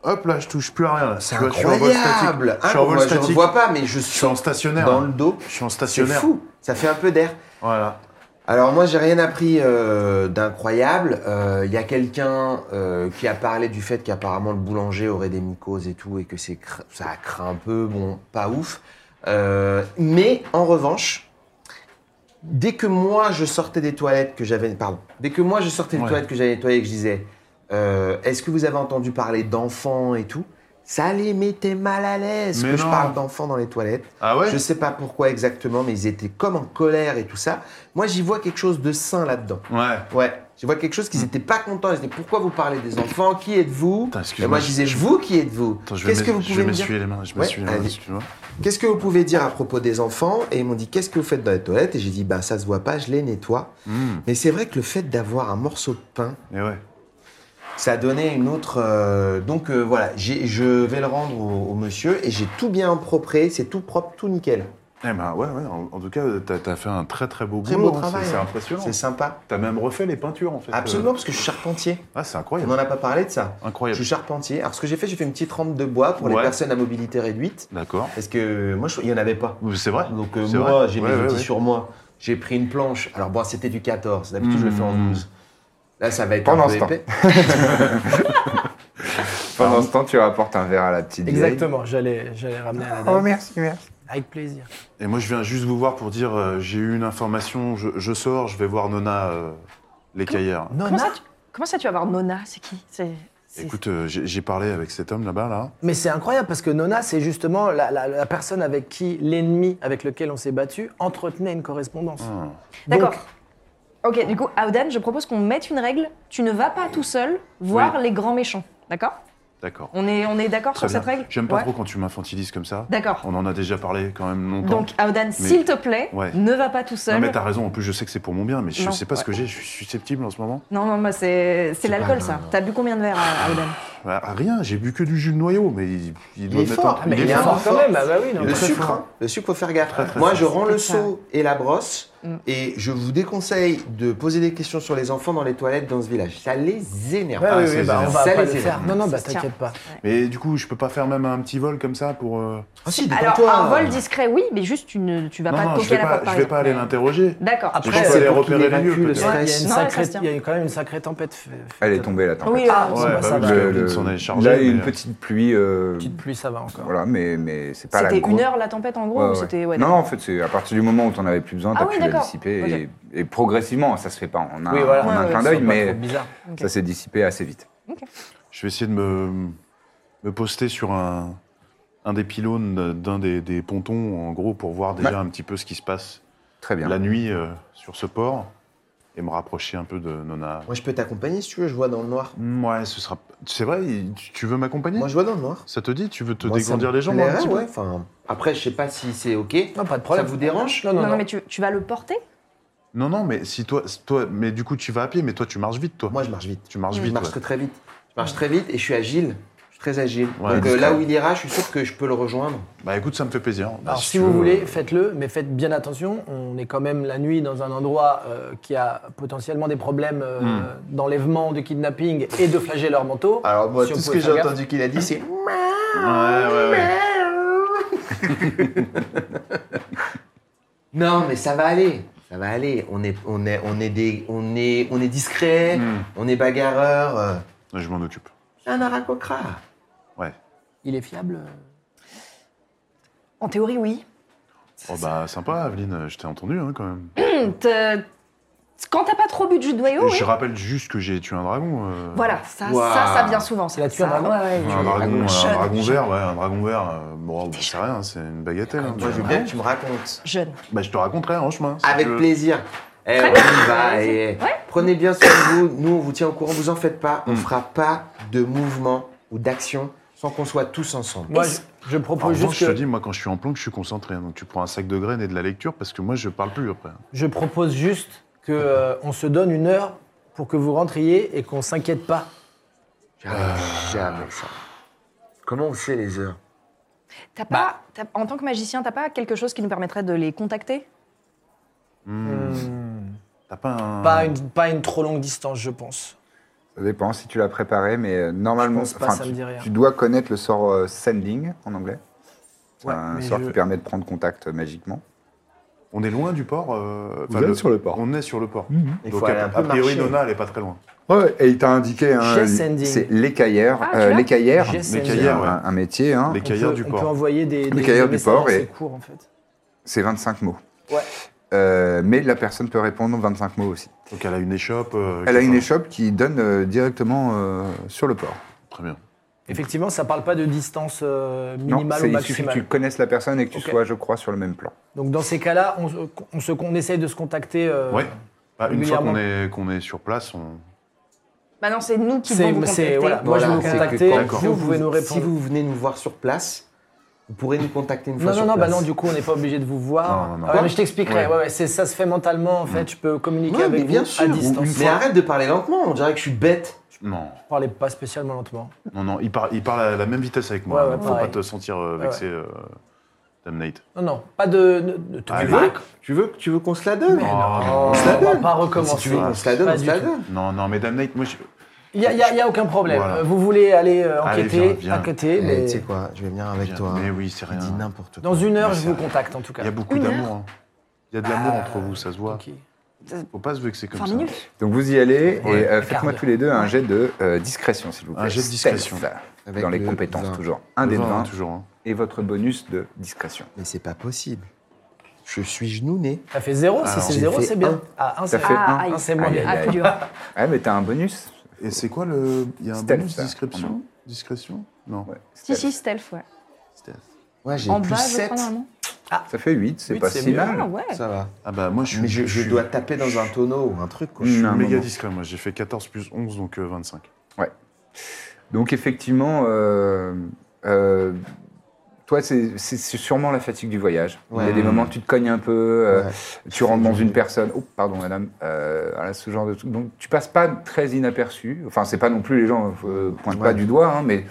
Speaker 5: Hop là, je touche plus à rien. là.
Speaker 4: C'est
Speaker 5: Tu vois, je suis en vol
Speaker 4: incroyable. Ah
Speaker 5: statique. Je suis en vol
Speaker 4: Moi, je ne
Speaker 5: statique.
Speaker 4: vois pas, mais je
Speaker 5: Je
Speaker 4: suis
Speaker 5: suis en stationnaire.
Speaker 4: dans le dos.
Speaker 5: Je suis en
Speaker 4: C'est
Speaker 5: stationnaire.
Speaker 4: fou. Ça fait un peu d'air.
Speaker 5: Voilà.
Speaker 4: Alors moi j'ai rien appris euh, d'incroyable. Euh, Il y a quelqu'un euh, qui a parlé du fait qu'apparemment le boulanger aurait des mycoses et tout et que c'est cr- ça craint un peu, bon, pas ouf. Euh, mais en revanche, dès que moi je sortais des toilettes que j'avais, pardon, dès que moi je sortais des
Speaker 5: Ouais.
Speaker 4: toilettes que j'avais nettoyées et que je disais, euh, est-ce que vous avez entendu parler d'enfants et tout, ça les mettait mal à l'aise
Speaker 5: Mais
Speaker 4: que je
Speaker 5: non.
Speaker 4: parle d'enfants dans les toilettes.
Speaker 5: Ah ouais
Speaker 4: Je sais pas pourquoi exactement, mais ils étaient comme en colère et tout ça. Moi, j'y vois quelque chose de sain là-dedans.
Speaker 5: Ouais.
Speaker 4: Ouais, j'y vois quelque chose qu'ils n'étaient pas contents. Ils disaient pourquoi vous parlez des enfants Qui êtes-vous
Speaker 5: Mm. Putain, excuse-moi,
Speaker 4: Et moi, je
Speaker 5: je-
Speaker 4: disais vous qui êtes-vous
Speaker 5: Attends, je vais
Speaker 4: Qu'est-ce
Speaker 5: m'es-
Speaker 4: que vous
Speaker 5: je vais
Speaker 4: pouvez me dire
Speaker 5: m'essuyer les mains. Je
Speaker 4: Ouais,
Speaker 5: m'essuie les mains,
Speaker 4: allez.
Speaker 5: excuse-moi.
Speaker 4: Qu'est-ce que vous pouvez dire à propos des enfants Et ils m'ont dit qu'est-ce que vous faites dans les toilettes Et j'ai dit bah ça se voit pas, je les nettoie.
Speaker 5: Mm.
Speaker 4: Mais c'est vrai que le fait d'avoir un morceau de pain
Speaker 5: Et Eh ouais.
Speaker 4: ça donnait une autre. euh, donc euh, voilà, j'ai- je vais le rendre au, au monsieur et j'ai tout bien empropré, c'est tout propre, tout nickel.
Speaker 5: Eh ben ouais, ouais. En, en tout cas, t'as as fait un très très beau
Speaker 4: Très
Speaker 5: boulot.
Speaker 4: beau
Speaker 5: hein.
Speaker 4: travail.
Speaker 5: C'est- C'est
Speaker 4: hein.
Speaker 5: impressionnant.
Speaker 4: C'est sympa.
Speaker 5: T'as même refait les peintures en fait.
Speaker 4: Absolument,
Speaker 5: Euh,
Speaker 4: parce que je suis charpentier.
Speaker 5: Ah, c'est
Speaker 4: On
Speaker 5: incroyable.
Speaker 4: n'en a pas parlé de ça. Je
Speaker 5: Incroyable.
Speaker 4: suis charpentier. Alors, ce que j'ai fait, j'ai fait une petite rampe de bois pour les
Speaker 5: Ouais.
Speaker 4: personnes à mobilité réduite.
Speaker 5: D'accord.
Speaker 4: Parce que moi, je- il n'y en avait pas.
Speaker 5: C'est vrai.
Speaker 4: Donc, euh,
Speaker 5: C'est
Speaker 4: moi,
Speaker 5: vrai.
Speaker 4: j'ai
Speaker 5: Ouais,
Speaker 4: mes
Speaker 5: ouais,
Speaker 4: outils
Speaker 5: ouais.
Speaker 4: sur moi. J'ai pris une planche. Alors, bon, c'était du 14. D'habitude, je le fais en
Speaker 5: Mmh.
Speaker 4: 12. Là, ça va être
Speaker 1: Pendant
Speaker 4: un peu
Speaker 1: ce temps.
Speaker 4: épais.
Speaker 1: Pendant ce temps, tu rapportes un verre à la petite vieille.
Speaker 2: Exactement, j'allais j'allais ramener à la
Speaker 1: Oh,
Speaker 2: dame.
Speaker 1: merci, merci.
Speaker 2: Avec plaisir.
Speaker 5: Et moi, je viens juste vous voir pour dire euh, j'ai eu une information, je, je sors, je vais voir Nona, euh, l'écaillère.
Speaker 3: Comment,
Speaker 2: Nona
Speaker 3: ça, tu, comment ça tu vas voir Nona C'est qui C'est- c'est-
Speaker 5: Écoute, euh, j'ai j'ai parlé avec cet homme là-bas, là.
Speaker 2: Mais c'est incroyable parce que Nona, c'est justement la, la- la personne avec qui l'ennemi avec lequel on s'est battu entretenait une correspondance.
Speaker 5: Ah,
Speaker 2: Donc,
Speaker 3: Mm. D'accord. Ok, du coup, Aodan, je propose qu'on mette une règle. Tu ne vas pas tout seul voir les grands méchants. D'accord
Speaker 5: D'accord.
Speaker 3: On est, on est d'accord
Speaker 5: Très
Speaker 3: sur cette
Speaker 5: bien.
Speaker 3: règle
Speaker 5: J'aime pas
Speaker 3: Ouais.
Speaker 5: trop quand tu m'infantilises comme ça.
Speaker 3: D'accord.
Speaker 5: On en a déjà parlé quand même longtemps.
Speaker 3: Donc, Aodan, s'il te plaît,
Speaker 5: Ouais.
Speaker 3: ne va pas tout seul.
Speaker 5: non, mais t'as raison, en plus, je sais que c'est pour mon bien, mais je
Speaker 3: Non,
Speaker 5: sais pas ce que
Speaker 3: ouais.
Speaker 5: j'ai, je suis susceptible en ce moment.
Speaker 3: Non, non, mais c'est c'est
Speaker 4: pas
Speaker 3: l'alcool,
Speaker 4: grave.
Speaker 3: ça. T'as bu combien de verres, euh, Aodan
Speaker 5: Bah, rien, j'ai bu que du jus de noyau, mais il, doit
Speaker 4: est
Speaker 5: mettre
Speaker 4: fort,
Speaker 5: un
Speaker 4: mais
Speaker 5: truc.
Speaker 4: il
Speaker 2: il
Speaker 4: est
Speaker 2: est
Speaker 4: fort.
Speaker 2: fort quand même, ah bah oui,
Speaker 5: Il est
Speaker 2: non,
Speaker 4: Le
Speaker 2: mais-
Speaker 5: très
Speaker 4: sucre,
Speaker 5: fort.
Speaker 4: hein. le sucre, faut faire gaffe.
Speaker 5: Très, très
Speaker 4: Moi,
Speaker 5: fort.
Speaker 4: je rends le
Speaker 3: C'est ça.
Speaker 4: seau et la brosse
Speaker 3: Mm.
Speaker 4: et je vous déconseille de poser des questions sur les enfants dans les toilettes dans ce village. Ça les énerve.
Speaker 2: Ouais,
Speaker 5: Ah,
Speaker 2: oui,
Speaker 5: c'est
Speaker 2: oui, bah, on
Speaker 5: énorme.
Speaker 2: va
Speaker 4: Ça,
Speaker 2: pas le
Speaker 4: c'est
Speaker 2: faire.
Speaker 4: énorme.
Speaker 2: Non, non, bah
Speaker 3: Ça se tient.
Speaker 2: t'inquiète pas.
Speaker 5: Mais du coup, je peux pas faire même un petit vol comme ça pour. euh,
Speaker 4: Ah si,
Speaker 3: Alors,
Speaker 4: détends-toi.
Speaker 3: un vol discret, oui, mais juste, tu ne tu vas
Speaker 5: Non,
Speaker 3: pas
Speaker 5: non, je
Speaker 3: toquer
Speaker 5: vais
Speaker 3: à la
Speaker 5: pas,
Speaker 3: porte, par
Speaker 5: je vais pas
Speaker 3: exemple.
Speaker 5: aller l'interroger.
Speaker 3: D'accord.
Speaker 5: Je
Speaker 2: Après,
Speaker 5: pense
Speaker 2: c'est
Speaker 5: faut aller
Speaker 4: pour qu'il
Speaker 5: repérer les
Speaker 4: évacue
Speaker 5: lieux.
Speaker 4: le
Speaker 5: peut-être.
Speaker 4: stress.
Speaker 2: Ouais, il y a une
Speaker 3: Non, ça
Speaker 2: sacrée-
Speaker 3: se tient.
Speaker 2: il y a quand même une sacrée tempête. fait- fait-
Speaker 1: Elle est tombée, la tempête.
Speaker 3: Oui, ah,
Speaker 2: Ouais,
Speaker 3: c'est
Speaker 5: bah
Speaker 3: pas ça
Speaker 5: oui,
Speaker 2: va.
Speaker 5: parce que
Speaker 1: Le-
Speaker 5: Lynn
Speaker 1: le-
Speaker 5: s'en est chargé,
Speaker 1: là, il y a
Speaker 5: mais-
Speaker 1: une petite pluie. euh,
Speaker 2: Petite pluie, ça va
Speaker 3: Mm.
Speaker 2: encore.
Speaker 1: Voilà, mais, mais c'est pas la
Speaker 3: C'était
Speaker 1: grosse-
Speaker 3: une heure la tempête, en gros
Speaker 1: Ouais,
Speaker 3: ou
Speaker 1: ouais.
Speaker 3: c'était... ouais,
Speaker 1: non, en fait, c'est à partir du moment où t'en avais plus besoin,
Speaker 3: Ah
Speaker 1: t'as
Speaker 3: oui,
Speaker 1: pu la
Speaker 3: d'accord.
Speaker 1: dissiper.
Speaker 3: Ok.
Speaker 1: Et, et progressivement, ça se fait pas en un,
Speaker 2: Oui, voilà.
Speaker 1: en un
Speaker 3: Ouais,
Speaker 1: clin
Speaker 3: ouais,
Speaker 1: d'œil,
Speaker 2: C'est pas trop
Speaker 1: mais Ah,
Speaker 2: bizarre.
Speaker 1: ça s'est dissipé assez vite.
Speaker 5: Je vais essayer de me, me poster sur un, un des pylônes d'un des, des pontons, en gros, pour voir déjà un petit peu ce qui se passe
Speaker 1: Très bien.
Speaker 5: la nuit euh, sur ce port et me rapprocher un peu de Nona.
Speaker 4: Moi, je peux t'accompagner si tu veux, je vois dans le noir.
Speaker 5: Mm, Ouais, ce sera. C'est vrai, il- tu- tu veux m'accompagner
Speaker 4: Moi, je vois dans le noir.
Speaker 5: Ça te dit Tu veux te
Speaker 4: Moi, ça
Speaker 5: dégrandir
Speaker 4: me
Speaker 5: les jambes un
Speaker 4: plairait,
Speaker 5: petit peu
Speaker 4: ouais, enfin, Après, je sais pas si c'est OK.
Speaker 2: Non, pas de problème.
Speaker 4: Ça vous dérange
Speaker 2: Non, non,
Speaker 3: Non, non,
Speaker 2: non.
Speaker 3: mais tu, tu vas le porter
Speaker 5: Non, non, mais si toi, toi, mais du coup, tu vas à pied, mais toi, tu marches vite, toi.
Speaker 4: Moi, je marche vite.
Speaker 5: tu marches
Speaker 4: Je
Speaker 5: vite.
Speaker 4: marche
Speaker 5: ouais.
Speaker 4: très, très vite. Je marche très vite et je suis agile. Je suis très agile.
Speaker 5: Ouais,
Speaker 4: Donc, euh,
Speaker 5: discret.
Speaker 4: là où il ira, je suis sûr que je peux le rejoindre.
Speaker 5: Bah écoute, ça me fait plaisir. Bah,
Speaker 2: Alors, si,
Speaker 5: tu
Speaker 2: vous
Speaker 5: veux,
Speaker 2: voulez, faites-le, mais faites bien attention. On est quand même la nuit dans un endroit euh, qui a potentiellement des problèmes euh,
Speaker 1: Hmm.
Speaker 2: d'enlèvement, de kidnapping et de flageller leur manteau.
Speaker 4: Alors, moi,
Speaker 2: Si on
Speaker 4: tout ce que
Speaker 2: pouvait
Speaker 4: j'ai
Speaker 2: faire gaffe.
Speaker 4: entendu qu'il a dit, c'est.
Speaker 5: Ouais, ouais, ouais.
Speaker 4: Non, mais ça va aller. Ça va aller. On est, on est, on est, des, on est, on est discret.
Speaker 5: Hmm.
Speaker 4: On est bagarreur. euh,
Speaker 5: Je m'en occupe.
Speaker 4: C'est un aracocra.
Speaker 5: Ouais.
Speaker 2: Il est fiable
Speaker 3: En théorie, oui.
Speaker 5: Oh bah sympa, Aveline, je t'ai entendu hein, quand même.
Speaker 3: Te- euh, Quand t'as pas trop bu de jus de noyau, oui.
Speaker 5: Je rappelle juste que j'ai tué un dragon. euh,
Speaker 3: Voilà, ça,
Speaker 4: Waouh.
Speaker 3: ça, ça vient souvent. Ça,
Speaker 2: Il a tué un
Speaker 3: Ça,
Speaker 2: dragon
Speaker 3: ouais, ouais,
Speaker 5: Un dragon,
Speaker 3: jeune,
Speaker 5: un dragon vert, ouais, un dragon vert. euh, Bon, je sais rien, c'est une bagatelle. hein,
Speaker 4: Moi, je veux
Speaker 5: mais-
Speaker 4: bien que Ah, tu me racontes.
Speaker 3: Jeune.
Speaker 5: bah, je te raconterai en chemin. si
Speaker 4: Avec
Speaker 5: tu veux.
Speaker 4: plaisir. Eh, on
Speaker 3: Très bien.
Speaker 4: y va.
Speaker 3: Vas-y.
Speaker 4: Et...
Speaker 3: Ouais,
Speaker 4: Prenez bien soin de vous. Nous, on vous tient au courant. Vous en faites pas. On fera pas de mouvement ou d'action sans qu'on soit tous ensemble.
Speaker 2: Moi, je, je
Speaker 5: En
Speaker 2: propose
Speaker 5: revanche,
Speaker 2: juste
Speaker 5: je te
Speaker 2: que,
Speaker 5: dis, moi, quand je suis en planque, je suis concentré. hein. Donc, tu prends un sac de graines et de la lecture parce que moi, je parle plus après.
Speaker 2: je propose juste que euh, on se donne une heure pour que vous rentriez et qu'on s'inquiète pas.
Speaker 4: J'arrive jamais ça. Ah. Comment on sait les heures
Speaker 3: T'as pas, t'as- en tant que magicien, t'as pas quelque chose qui nous permettrait de les contacter
Speaker 1: Hmm.
Speaker 5: T'as pas un.
Speaker 2: Hmm. Pas une, pas une trop longue distance, je pense.
Speaker 1: Ça dépend si tu l'as préparé, mais euh, normalement,
Speaker 2: pense pas,
Speaker 1: enfin,
Speaker 2: ça me
Speaker 1: tu,
Speaker 2: dit rien.
Speaker 1: tu dois connaître le sort euh, Sending en anglais. C'est
Speaker 2: Ouais,
Speaker 1: un
Speaker 2: mais
Speaker 1: sort
Speaker 2: je-
Speaker 1: qui permet de prendre contact euh, magiquement.
Speaker 5: On est loin du port. euh,
Speaker 1: Vous
Speaker 5: enfin,
Speaker 1: êtes sur le port. Mhm.
Speaker 5: On est sur le port.
Speaker 4: Il
Speaker 5: Donc,
Speaker 4: faut aller
Speaker 5: a,
Speaker 4: un
Speaker 5: a
Speaker 4: peu
Speaker 5: priori,
Speaker 4: marcher.
Speaker 5: Nona, elle est pas très loin.
Speaker 1: Ouais, et il t'a indiqué, hein,
Speaker 2: Chez
Speaker 1: l-
Speaker 2: Sending.
Speaker 1: c'est l'écaillère,
Speaker 3: Ah, tu
Speaker 1: euh,
Speaker 3: l'as
Speaker 1: l'écaillère,
Speaker 2: Chez Sending.
Speaker 1: l'écaillère,
Speaker 5: Ouais.
Speaker 1: un, un métier, hein.
Speaker 2: On
Speaker 5: L'écaillère
Speaker 2: peut-
Speaker 5: du
Speaker 2: On peut
Speaker 5: port.
Speaker 2: envoyer des, des,
Speaker 1: L'écaillère
Speaker 2: des
Speaker 1: du
Speaker 2: messages
Speaker 1: port
Speaker 2: assez
Speaker 1: et-
Speaker 2: courts, en fait.
Speaker 1: c'est 25 mots.
Speaker 2: Ouais.
Speaker 1: Euh, mais la personne peut répondre en 25 mots aussi.
Speaker 5: Donc, elle a une échoppe. euh,
Speaker 1: Elle a une
Speaker 5: qui-
Speaker 1: échoppe qui donne euh, directement euh, sur le port.
Speaker 5: Très bien.
Speaker 2: Effectivement, ça parle pas de distance euh, minimale
Speaker 1: c'est-
Speaker 2: ou
Speaker 1: il suffit que
Speaker 2: maximale.
Speaker 1: tu connaisses la personne et que tu
Speaker 2: Ok.
Speaker 1: sois, je crois, sur le même plan.
Speaker 2: Donc dans ces cas-là, on, se- on, se- on essaye de se contacter. euh,
Speaker 5: Ouais. Bah, une fois qu'on
Speaker 2: régulièrement.
Speaker 5: est, qu'on est sur place, on.
Speaker 3: Bah non, c'est nous qui
Speaker 2: C'est-
Speaker 3: devons vous
Speaker 2: mais c'est-
Speaker 3: contacter.
Speaker 2: voilà. Moi, je vais vous
Speaker 4: c'est que
Speaker 2: contacter,
Speaker 4: quand
Speaker 2: vous, vous pouvez nous répondre.
Speaker 4: Si vous venez nous voir sur place, vous pourrez nous contacter une fois
Speaker 2: Non,
Speaker 4: sur
Speaker 2: non, non, bah
Speaker 4: place.
Speaker 2: non, du coup, on n'est pas obligé de vous voir.
Speaker 5: Non, non, non.
Speaker 2: Ah ouais, mais je t'expliquerai.
Speaker 5: Ouais.
Speaker 2: Ouais, ouais, c'est- ça se fait mentalement, en fait. Je peux communiquer
Speaker 4: Ouais,
Speaker 2: avec
Speaker 4: mais bien
Speaker 2: vous
Speaker 4: sûr.
Speaker 2: à distance.
Speaker 4: Mais arrête de parler lentement. On dirait que je suis bête.
Speaker 5: Non,
Speaker 2: Je parlais pas spécialement lentement.
Speaker 5: non, non. Il parle, il parle à la même vitesse avec moi.
Speaker 2: Ouais, ouais,
Speaker 5: Faut
Speaker 2: pareil.
Speaker 5: pas te sentir euh,
Speaker 2: Ouais,
Speaker 5: vexé, euh, Dame Nate.
Speaker 2: Non, non, pas de. Ne, ne te
Speaker 5: Allez.
Speaker 2: mets pas.
Speaker 4: Tu veux, tu veux qu'on se la donne
Speaker 5: Oh,
Speaker 2: on
Speaker 4: Ah, On se la
Speaker 2: va
Speaker 4: donne.
Speaker 2: pas recommencer.
Speaker 4: Si tu veux qu'on se la donne,
Speaker 2: Pas
Speaker 4: on se
Speaker 2: du
Speaker 4: la
Speaker 2: tout.
Speaker 4: donne.
Speaker 5: Non, non, mais Dame Nate, moi, je-
Speaker 2: Il n'y a, il y a- il y a aucun problème.
Speaker 5: Voilà.
Speaker 2: Euh, Vous voulez aller euh,
Speaker 5: Allez,
Speaker 2: enquêter,
Speaker 5: viens, viens.
Speaker 2: enquêter,
Speaker 4: Eh,
Speaker 2: mais
Speaker 4: Tu sais quoi Je vais venir avec
Speaker 5: Viens.
Speaker 4: toi.
Speaker 5: Mais oui, c'est rien.
Speaker 4: Dis n'importe quoi.
Speaker 2: dans une heure,
Speaker 5: Mais
Speaker 2: je
Speaker 5: c'est
Speaker 2: vous
Speaker 5: vrai.
Speaker 2: contacte en tout cas.
Speaker 5: il y a beaucoup
Speaker 3: Une heure Ah,
Speaker 5: d'amour. hein. Il y a de l'amour entre vous, ça se voit.
Speaker 2: Ok.
Speaker 5: Faut pas se vexer comme
Speaker 3: 20
Speaker 5: ça.
Speaker 3: minutes.
Speaker 1: Donc vous y allez
Speaker 5: Ouais.
Speaker 1: et euh,
Speaker 2: Un quart
Speaker 1: faites-moi
Speaker 2: d'heure.
Speaker 1: tous les deux un jet de euh, discrétion, s'il vous plaît.
Speaker 5: Un jet de
Speaker 1: Stealth,
Speaker 5: discrétion.
Speaker 4: Avec
Speaker 1: dans les
Speaker 4: le
Speaker 1: compétences,
Speaker 4: vin.
Speaker 1: toujours. Un
Speaker 5: Le
Speaker 1: des
Speaker 5: vin, hein,
Speaker 1: 20
Speaker 5: toujours. hein.
Speaker 1: et votre bonus de discrétion.
Speaker 4: Mais c'est pas possible. Je suis genouné.
Speaker 2: Ça fait zéro, si
Speaker 5: Alors,
Speaker 2: c'est
Speaker 4: j'ai
Speaker 2: zéro,
Speaker 4: fait
Speaker 2: c'est bien.
Speaker 4: un.
Speaker 2: Ah, un,
Speaker 1: Ça
Speaker 2: c'est
Speaker 1: fait
Speaker 3: Ah,
Speaker 1: un.
Speaker 3: aïe.
Speaker 2: un, c'est moins
Speaker 1: Aïe,
Speaker 2: bien.
Speaker 1: aïe,
Speaker 3: Ah,
Speaker 1: aïe.
Speaker 3: plus dur.
Speaker 1: Ouais, mais t'as un bonus.
Speaker 5: Et c'est quoi le. Il y a un
Speaker 1: Stealth,
Speaker 5: bonus
Speaker 1: ça.
Speaker 5: description Discrétion Non.
Speaker 1: Ouais,
Speaker 3: Si,
Speaker 1: stealth.
Speaker 3: si, stealth, ouais.
Speaker 4: Ouais, j'ai
Speaker 3: En
Speaker 4: plus
Speaker 3: bas, je
Speaker 4: 7.
Speaker 3: crois, normalement.
Speaker 1: Ça fait 8, c'est
Speaker 2: Huit,
Speaker 1: pas
Speaker 2: c'est
Speaker 1: si
Speaker 2: mieux.
Speaker 3: Ah
Speaker 1: mal.
Speaker 3: ouais.
Speaker 4: Ça va.
Speaker 5: Ah bah moi je suis.
Speaker 4: Mais je, je
Speaker 5: suis-
Speaker 4: dois taper dans un tonneau ou un truc. Quoi.
Speaker 1: Mm.
Speaker 5: Je suis
Speaker 1: Non, non,
Speaker 5: méga
Speaker 1: non.
Speaker 5: discret, moi j'ai fait 14 plus 11, donc euh, 25.
Speaker 1: Donc effectivement, euh, euh, toi, c'est c'est- c'est sûrement la fatigue du voyage. Il y a
Speaker 4: Ouais.
Speaker 1: des moments où tu te cognes un peu, euh,
Speaker 4: Ouais.
Speaker 1: tu rentres dans une personne. Oh, pardon, madame. Euh, voilà, ce genre de truc. Donc tu passes pas très inaperçu. Enfin, c'est pas non plus les gens euh, pointent pas
Speaker 4: Ouais.
Speaker 1: du doigt, hein, mais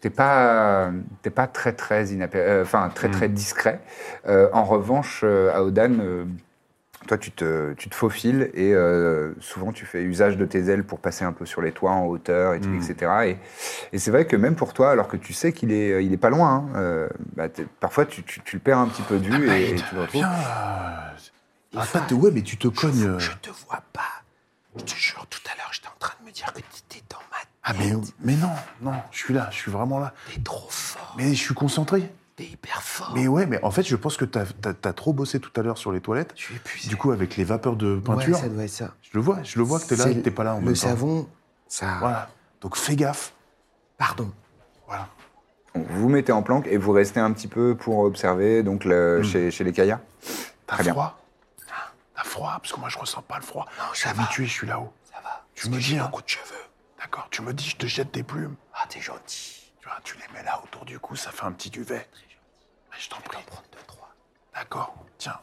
Speaker 1: t'es pas t'es pas très très inaper- euh, enfin très très discret. Euh, en revanche, euh, à Odan. euh, toi, tu te, tu te faufiles et euh, souvent tu fais usage de tes ailes pour passer un peu sur les toits en hauteur, et tout,
Speaker 5: Mm.
Speaker 1: etc. Et, et c'est vrai que même pour toi, alors que tu sais qu'il est, il est pas loin, hein, euh, bah, t'es- parfois tu, tu- tu le perds un petit peu de vue et, et tu le retrouves.
Speaker 5: Arrête, ouais, mais tu te cognes. euh.
Speaker 4: te vois pas. Je te jure, tout à l'heure, j'étais en train de me dire que t'étais dans ma
Speaker 5: Ah, mais, mais non, non, je suis là, je suis vraiment là.
Speaker 4: T'es trop fort.
Speaker 5: Mais je suis concentré.
Speaker 4: T'es hyper fort.
Speaker 5: Mais ouais, mais en fait, je pense que t'as as, trop bossé tout à l'heure sur les toilettes.
Speaker 4: Je suis épuisé.
Speaker 5: Du coup, avec les vapeurs de
Speaker 4: ouais,
Speaker 5: peinture,
Speaker 4: ça doit être ça.
Speaker 5: je le vois, je le vois que t'es là
Speaker 4: C'est
Speaker 5: et que t'es pas là en
Speaker 4: Le
Speaker 5: même temps.
Speaker 4: savon, ça.
Speaker 5: Voilà. Donc fais gaffe.
Speaker 4: Pardon.
Speaker 5: Voilà.
Speaker 1: Donc, vous vous mettez en planque et vous restez un petit peu pour observer donc le- chez, chez les Kayas.
Speaker 5: T'as
Speaker 1: Très bien.
Speaker 5: froid Hein T'as froid Parce que moi, je ressens pas le froid.
Speaker 4: Ah. Non,
Speaker 5: Je suis
Speaker 4: ça va.
Speaker 5: habitué, je suis là-haut.
Speaker 4: Ça va.
Speaker 5: Tu me dis. un coup de cheveux. D'accord. Tu me dis, je te jette des plumes.
Speaker 4: Ah, t'es gentil.
Speaker 5: Tu vois, tu les mets là autour du cou, ça fait un petit duvet. Mais je t'en prie.
Speaker 4: Prendre deux, trois.
Speaker 5: D'accord. Tiens.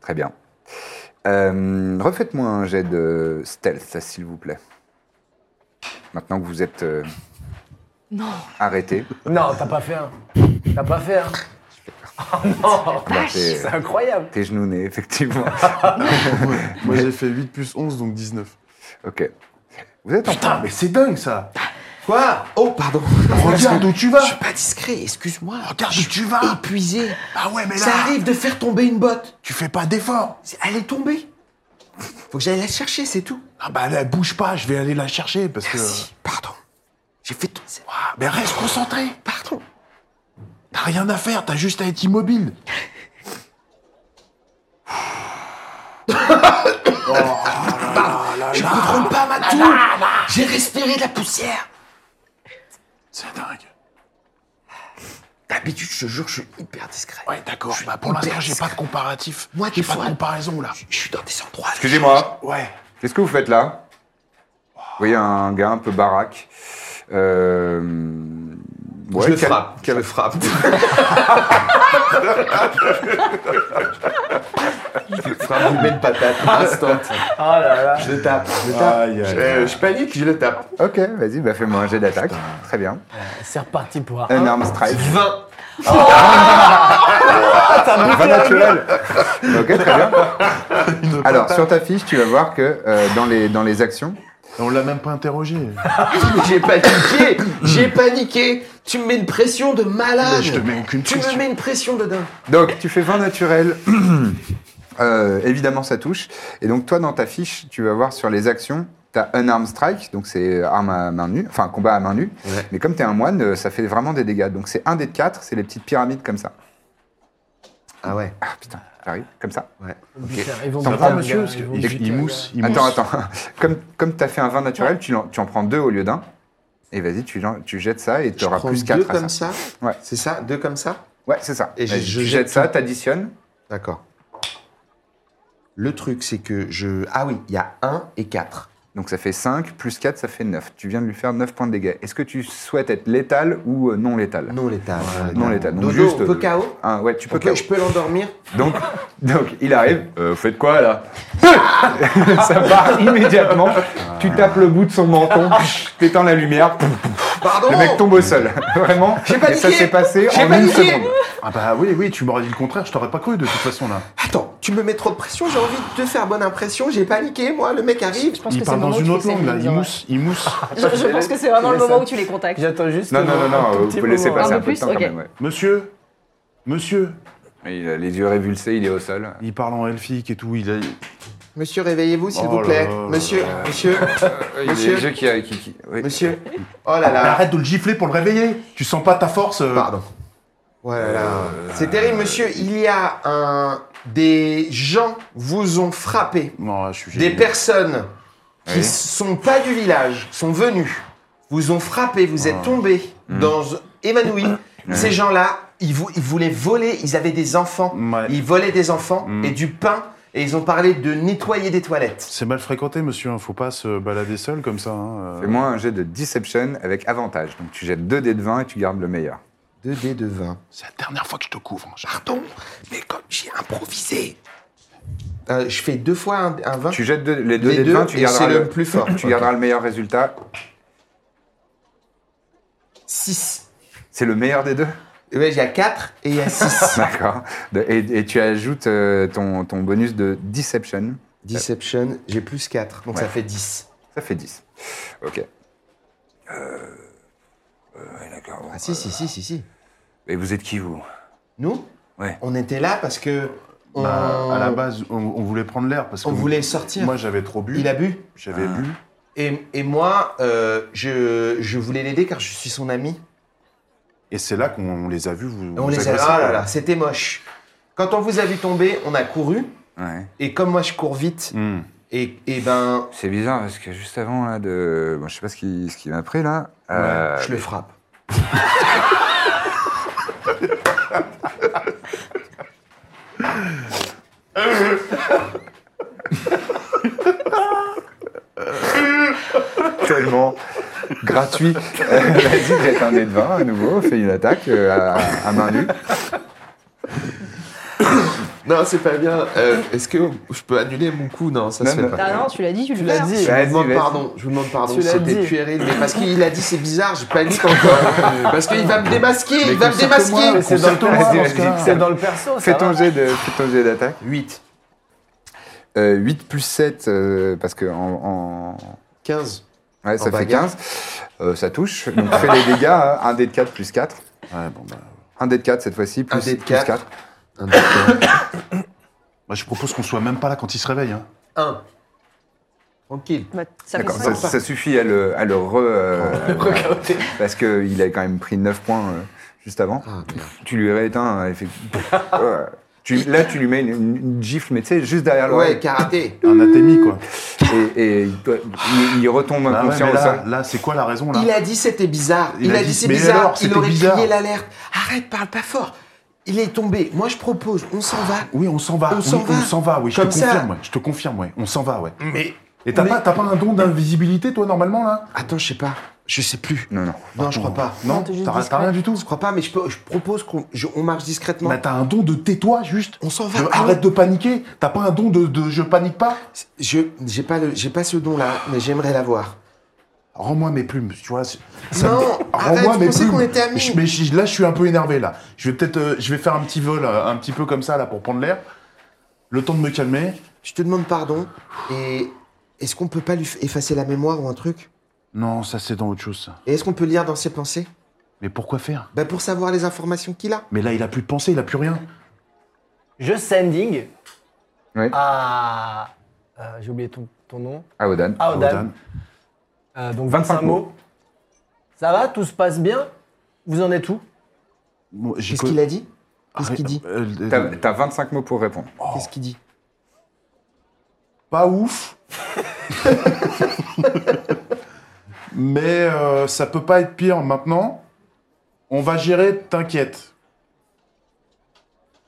Speaker 1: Très bien. Euh, Refaites-moi un jet de stealth, s'il vous plaît. Maintenant que vous êtes euh, arrêté,
Speaker 2: Non, t'as pas fait un. T'as pas fait un. Oh,
Speaker 1: bah, t'es
Speaker 2: C'est incroyable.
Speaker 1: t'es genouné, effectivement.
Speaker 5: Moi, j'ai fait 8 plus 11, donc 19.
Speaker 1: ok. Vous êtes en
Speaker 5: Putain, mais c'est dingue ça
Speaker 4: Ah, Quoi Oh, pardon.
Speaker 5: Regarde où tu vas
Speaker 4: Je suis pas discret, excuse-moi.
Speaker 5: Regarde
Speaker 4: Je
Speaker 5: où tu
Speaker 4: suis
Speaker 5: vas.
Speaker 4: Épuisé.
Speaker 5: Ah ouais, mais
Speaker 4: Ça
Speaker 5: là,
Speaker 4: arrive de faire tomber une botte.
Speaker 5: tu fais pas d'effort
Speaker 4: C'est- Elle est tombée. Faut que j'aille la chercher, c'est tout.
Speaker 5: Ah bah, là, bouge pas, je vais aller la chercher parce que.
Speaker 4: Merci. Pardon. J'ai fait tout. c'est-
Speaker 5: Ah, mais reste concentré
Speaker 4: Pardon.
Speaker 5: T'as rien à faire, t'as juste à être immobile
Speaker 4: Oh, Je contrôle pas ma toux. J'ai respiré de la poussière.
Speaker 5: C'est dingue
Speaker 4: D'habitude, je te jure, je suis hyper discret.
Speaker 5: Ouais, d'accord. Bah, pour l'instant, j'ai pas de comparatif. Moi, j'ai
Speaker 4: des
Speaker 5: pas de
Speaker 4: fois-
Speaker 5: comparaison là.
Speaker 4: Je suis dans des endroits.
Speaker 1: Excusez-moi,
Speaker 5: Ouais.
Speaker 1: qu'est-ce que vous faites là Vous voyez un gars un peu baraque. Euh, ouais,
Speaker 4: je le
Speaker 1: quel-
Speaker 4: frappe. Je le frappe. je le frappe, je lui mets une patate. Instant.
Speaker 2: Oh là là.
Speaker 4: Je le tape. Je le tape.
Speaker 5: Aïe, aïe,
Speaker 4: Je- euh, je panique, je le tape.
Speaker 1: Ok, vas-y, bah fais-moi un jet d'attaque. Très bien.
Speaker 2: C'est reparti pour un.
Speaker 1: Un arm strike.
Speaker 4: 20.
Speaker 1: Pas naturel. Ok, très bien. Alors, sur ta fiche, tu vas voir que euh, dans, les, dans les actions,
Speaker 5: On l'a même pas interrogé.
Speaker 4: J'ai paniqué. J'ai paniqué. Tu me mets une pression de malade.
Speaker 5: Mais je te mets aucune
Speaker 4: tu
Speaker 5: pression.
Speaker 4: me mets une pression de dingue.
Speaker 1: Donc, tu fais 20 naturel. Euh, évidemment, ça touche. Et donc, toi, dans ta fiche, tu vas voir sur les actions, tu as un arm strike, donc c'est arme à main nue, enfin combat à main nue. Mais comme tu es un moine, euh, ça fait vraiment des dégâts. Donc, c'est un dé de 4, c'est les petites pyramides comme ça.
Speaker 4: Ah ouais.
Speaker 1: Ah putain, j'arrive, comme ça.
Speaker 2: Ils vont
Speaker 1: T'en prends,
Speaker 2: buter
Speaker 3: Ah,
Speaker 2: un gars,
Speaker 5: monsieur, parce
Speaker 2: ils vont
Speaker 5: qu'il-
Speaker 2: buter
Speaker 5: il
Speaker 2: un
Speaker 5: mousse,
Speaker 2: gars.
Speaker 3: euh,
Speaker 5: il
Speaker 1: Attends,
Speaker 5: mousse.
Speaker 1: attends. Comme, comme tu as fait un 20 naturel, tu, l'en- tu en prends deux au lieu d'un. Et vas-y, tu, l'en- tu jettes ça et tu auras
Speaker 4: prends
Speaker 1: plus
Speaker 4: deux
Speaker 1: 4 à ça.
Speaker 4: comme ça.
Speaker 1: Ouais.
Speaker 4: C'est ça, deux comme ça.
Speaker 1: Ouais, c'est ça.
Speaker 4: Et je-
Speaker 1: Vas-y,
Speaker 4: je
Speaker 1: tu
Speaker 4: jette
Speaker 1: jettes ça, t'additionnes.
Speaker 4: D'accord. Le truc, c'est que je. Ah oui, il y a 1 et 4.
Speaker 1: Donc ça fait 5, plus 4, ça fait 9. Tu viens de lui faire 9 points de dégâts. Est-ce que tu souhaites être létal ou euh, non létal
Speaker 4: Non l'état. euh,
Speaker 1: Non létal. Donc
Speaker 4: Dodo,
Speaker 1: juste,
Speaker 4: on peut
Speaker 1: euh,
Speaker 4: KO
Speaker 1: un- Ouais, tu peux
Speaker 4: On peut-
Speaker 1: KO.
Speaker 4: Je peux l'endormir
Speaker 1: Donc, donc il arrive. Euh, vous faites quoi là Ça part immédiatement.
Speaker 4: Ah.
Speaker 1: Tu tapes le bout de son menton, t'étends la lumière.
Speaker 4: Pardon
Speaker 1: Le mec tombe au sol. Vraiment.
Speaker 4: J'ai paniqué.
Speaker 1: Et ça s'est passé
Speaker 4: J'ai
Speaker 1: en une
Speaker 4: paniqué.
Speaker 1: seconde.
Speaker 5: Ah bah oui, oui, tu m'aurais dit le contraire, je t'aurais pas cru de toute façon là.
Speaker 4: Attends, tu me mets trop de pression, j'ai envie de te faire bonne impression, j'ai paniqué, moi, le mec arrive.
Speaker 3: Je pense
Speaker 5: Il
Speaker 3: que c'est
Speaker 5: parle
Speaker 3: le
Speaker 5: dans
Speaker 3: moment où
Speaker 5: une
Speaker 3: tu
Speaker 5: autre
Speaker 3: les
Speaker 5: langue là,
Speaker 3: séduis,
Speaker 5: il
Speaker 3: ouais.
Speaker 5: mousse, il mousse.
Speaker 3: Je, je pense que c'est vraiment le
Speaker 2: laisses
Speaker 3: moment
Speaker 2: ça.
Speaker 3: où tu les contactes.
Speaker 2: J'attends juste.
Speaker 1: Non, non, non, non,
Speaker 2: un tout
Speaker 1: vous
Speaker 2: petit
Speaker 1: pouvez laisser
Speaker 2: moment.
Speaker 1: passer
Speaker 3: hein. Un
Speaker 1: un
Speaker 3: peu
Speaker 1: peu de
Speaker 3: plus,
Speaker 1: temps
Speaker 3: ok.
Speaker 1: quand même. ouais.
Speaker 5: Monsieur Monsieur
Speaker 1: Il a les yeux révulsés, il est au sol.
Speaker 4: Euh,
Speaker 5: Il parle en elfique et tout, il a...
Speaker 4: Monsieur, réveillez-vous, s'il
Speaker 5: Oh
Speaker 4: vous plaît.
Speaker 5: là là
Speaker 4: monsieur,
Speaker 5: là là.
Speaker 4: monsieur,
Speaker 1: Il
Speaker 4: Monsieur.
Speaker 1: a les yeux qui. qui- qui- oui.
Speaker 4: monsieur. Oh là
Speaker 5: Mais
Speaker 4: là.
Speaker 5: arrête de le gifler pour le réveiller Tu sens pas ta force euh,
Speaker 4: Pardon. Oh là là. C'est terrible, monsieur. Il y a un. Des gens vous ont frappé.
Speaker 5: Non, je suis
Speaker 4: Des personnes qui
Speaker 1: Oui.
Speaker 4: sont pas du village sont venues, vous ont frappé, vous
Speaker 5: Ah.
Speaker 4: êtes tombés
Speaker 5: Mm.
Speaker 4: dans évanouis. Ces gens-là, ils, vou- ils voulaient voler, ils avaient des enfants,
Speaker 5: Ouais. Mm.
Speaker 4: ils volaient des enfants et du pain et ils ont parlé de nettoyer des toilettes.
Speaker 5: C'est mal fréquenté, monsieur, hein, faut pas se balader seul comme ça. hein, euh.
Speaker 1: Fais-moi un jet de deception avec avantage. Donc tu jettes 2 dés de 20 et tu gardes le meilleur.
Speaker 4: 2 dés de 20.
Speaker 5: C'est la dernière fois que je te couvre. hein.
Speaker 4: Pardon, mais comme j'ai improvisé. Euh, je fais deux fois un, un 20.
Speaker 1: Tu jettes deux- les deux
Speaker 4: Les
Speaker 1: dés de
Speaker 4: deux,
Speaker 1: 20, tu
Speaker 4: et
Speaker 1: garderas
Speaker 4: c'est
Speaker 1: le,
Speaker 4: le plus fort.
Speaker 1: Tu garderas le meilleur résultat.
Speaker 4: 6.
Speaker 1: C'est le meilleur des deux
Speaker 4: Ouais, il y a 4 et il y a 6.
Speaker 1: D'accord. De- Et, et tu ajoutes euh, ton, ton bonus de deception.
Speaker 4: Deception, j'ai plus 4, donc ça
Speaker 1: Ouais.
Speaker 4: fait 10.
Speaker 1: Ça fait 10. Ok. ouais, d'accord. bon.
Speaker 4: Ah si, si, si, si, si.
Speaker 1: Et vous êtes qui, vous
Speaker 4: Nous,
Speaker 1: Ouais.
Speaker 4: on était là parce que
Speaker 3: Euh,
Speaker 4: on,
Speaker 5: Bah, à la base, on, on voulait prendre l'air parce que...
Speaker 4: on voulait le sortir.
Speaker 5: Moi, j'avais trop bu.
Speaker 4: Il a bu. Ah.
Speaker 5: J'avais bu.
Speaker 4: Et, et moi, euh, je, je voulais l'aider car je suis son ami.
Speaker 5: Et c'est là qu'on on les a vus vous
Speaker 4: Et on
Speaker 5: vous
Speaker 4: les a.
Speaker 5: agresser,
Speaker 4: Ah là
Speaker 5: quoi.
Speaker 4: là, c'était moche. Quand on vous a vu tomber, on a couru.
Speaker 1: Ouais.
Speaker 4: Et comme moi, je cours vite.
Speaker 5: Hmm.
Speaker 4: Et, et ben,
Speaker 1: C'est bizarre parce que juste avant, là, de. Bon, je sais pas ce qui, ce qui m'a pris, là. Euh,
Speaker 4: je le frappe.
Speaker 1: tellement gratuit. Euh, Vas-y, jette un dé de 20 à nouveau, fais une attaque euh, à, à main nue.
Speaker 4: Non, c'est pas bien. Euh, Est-ce que je peux annuler mon coup Non, ça
Speaker 1: Non, se fait non. pas.
Speaker 3: Ah non, tu l'as dit, tu le
Speaker 2: Tu l'as
Speaker 3: fais, hein.
Speaker 2: dit.
Speaker 4: Je vous
Speaker 1: Vas-y,
Speaker 4: demande
Speaker 1: vas-y.
Speaker 4: pardon, je vous demande pardon,
Speaker 2: Tu l'as
Speaker 4: c'était
Speaker 2: dit.
Speaker 4: puéril, mais parce qu'il a dit c'est bizarre, je panique encore, parce qu'il va me démasquer, il va me
Speaker 2: Mais
Speaker 4: démasquer
Speaker 2: C'est dans le
Speaker 1: Consulte-moi,
Speaker 2: perso,
Speaker 1: vas-y,
Speaker 2: parce que
Speaker 1: vas-y.
Speaker 2: c'est dans le perso. ça
Speaker 1: Fais
Speaker 2: va.
Speaker 1: ton jet de- fais ton jet d'attaque.
Speaker 4: 8,
Speaker 1: 8 plus 7, parce que en. en-
Speaker 4: 15,
Speaker 1: Ouais, ça
Speaker 4: En
Speaker 1: fait
Speaker 4: bagarre.
Speaker 1: 15. Euh, ça touche. Donc fais les dégâts. hein. 1 dé de 4 plus 4.
Speaker 5: Ouais, bon, bah...
Speaker 1: 1 dé de 4 cette fois-ci, plus,
Speaker 4: Un dé de
Speaker 1: plus
Speaker 4: 4.
Speaker 1: 4.
Speaker 5: Moi, Bah, je propose qu'on soit même pas là quand il se réveille. Hein.
Speaker 4: 1. Tranquille.
Speaker 3: Bah, ça fait
Speaker 1: D'accord, ça,
Speaker 3: ça.
Speaker 1: ça suffit à le, à le re. euh, parce qu'il a quand même pris 9 points euh, juste avant.
Speaker 4: Ah, merde.
Speaker 1: Tu lui rééteins. euh, effect- Ouais. Tu- là, tu lui mets une, une- une gifle, mais tu sais, juste derrière l'oreille.
Speaker 4: Ouais, karaté.
Speaker 5: Un atémi, quoi.
Speaker 1: et, et il, peut- il- il retombe
Speaker 5: Ah ouais,
Speaker 1: inconscient
Speaker 5: mais
Speaker 1: au
Speaker 5: là,
Speaker 1: sol.
Speaker 5: là, c'est quoi la raison là
Speaker 4: Il a dit c'était bizarre. Ah. Il, a dit, c'est
Speaker 5: mais
Speaker 4: bizarre.
Speaker 5: alors,
Speaker 4: il
Speaker 5: c'était
Speaker 4: aurait
Speaker 5: bizarre.
Speaker 4: crié l'alerte. Arrête, parle pas fort. Il est tombé. Moi, je propose, on s'en va.
Speaker 5: Oui, on s'en va.
Speaker 4: On
Speaker 5: oui,
Speaker 4: s'en va.
Speaker 5: On s'en va, oui. Je te
Speaker 4: Comme ça.
Speaker 5: confirme, ouais. Je te confirme, ouais. On s'en va, ouais.
Speaker 4: Mais
Speaker 5: Et t'as
Speaker 4: Mais-
Speaker 5: pas, t'as pas un don d'invisibilité, toi, normalement, là
Speaker 4: attends, je sais pas. Je sais plus.
Speaker 1: Non, non.
Speaker 4: Non, je crois pas.
Speaker 5: Non,
Speaker 3: t'es juste
Speaker 5: t'as
Speaker 3: discret.
Speaker 5: t'as rien du tout.
Speaker 4: Je crois pas, mais je, peux- je propose qu'on je- on marche discrètement.
Speaker 5: Bah, t'as un don de tais-toi, juste.
Speaker 4: On s'en va.
Speaker 5: De-
Speaker 4: Ah
Speaker 5: arrête
Speaker 4: ouais.
Speaker 5: de paniquer. T'as pas un don de, de je panique pas
Speaker 4: Je j'ai pas le- j'ai pas ce don là, mais j'aimerais l'avoir.
Speaker 5: Rends-moi mes plumes, tu vois. c'est-
Speaker 4: Non,
Speaker 5: me-
Speaker 4: arrête,
Speaker 5: rends-moi
Speaker 4: je
Speaker 5: mes
Speaker 4: pensais
Speaker 5: plumes.
Speaker 4: qu'on était amis.
Speaker 5: Mais je- mais je- là, je suis un peu énervé, là. Je vais peut-être, euh, je vais faire un petit vol, euh, un petit peu comme ça, là, pour prendre l'air. Le temps de me calmer.
Speaker 4: Je te demande pardon. Et est-ce qu'on peut pas lui f- effacer la mémoire ou un truc
Speaker 5: Non, ça, c'est dans autre chose, ça.
Speaker 4: Et est-ce qu'on peut lire dans ses pensées
Speaker 5: Mais pourquoi faire
Speaker 4: Bah pour savoir les informations qu'il a.
Speaker 5: Mais là, il a plus de pensée, il a plus rien.
Speaker 2: Je sending
Speaker 1: Oui.
Speaker 2: à. euh, J'ai oublié ton, ton nom.
Speaker 1: Ah, Odan.
Speaker 2: À Odan.
Speaker 5: Odan.
Speaker 2: Euh, donc 25
Speaker 1: mots.
Speaker 2: mots. Ça va Tout se passe bien Vous en êtes où
Speaker 5: Moi, j'ai
Speaker 4: Qu'est-ce
Speaker 5: co-
Speaker 4: qu'il a dit Qu'est-ce qu'il dit
Speaker 5: Euh, euh,
Speaker 1: T'as t'as 25 mots pour répondre.
Speaker 4: Qu'est-ce qu'il dit
Speaker 5: pas ouf. Mais euh, ça peut pas être pire maintenant. On va gérer, t'inquiète.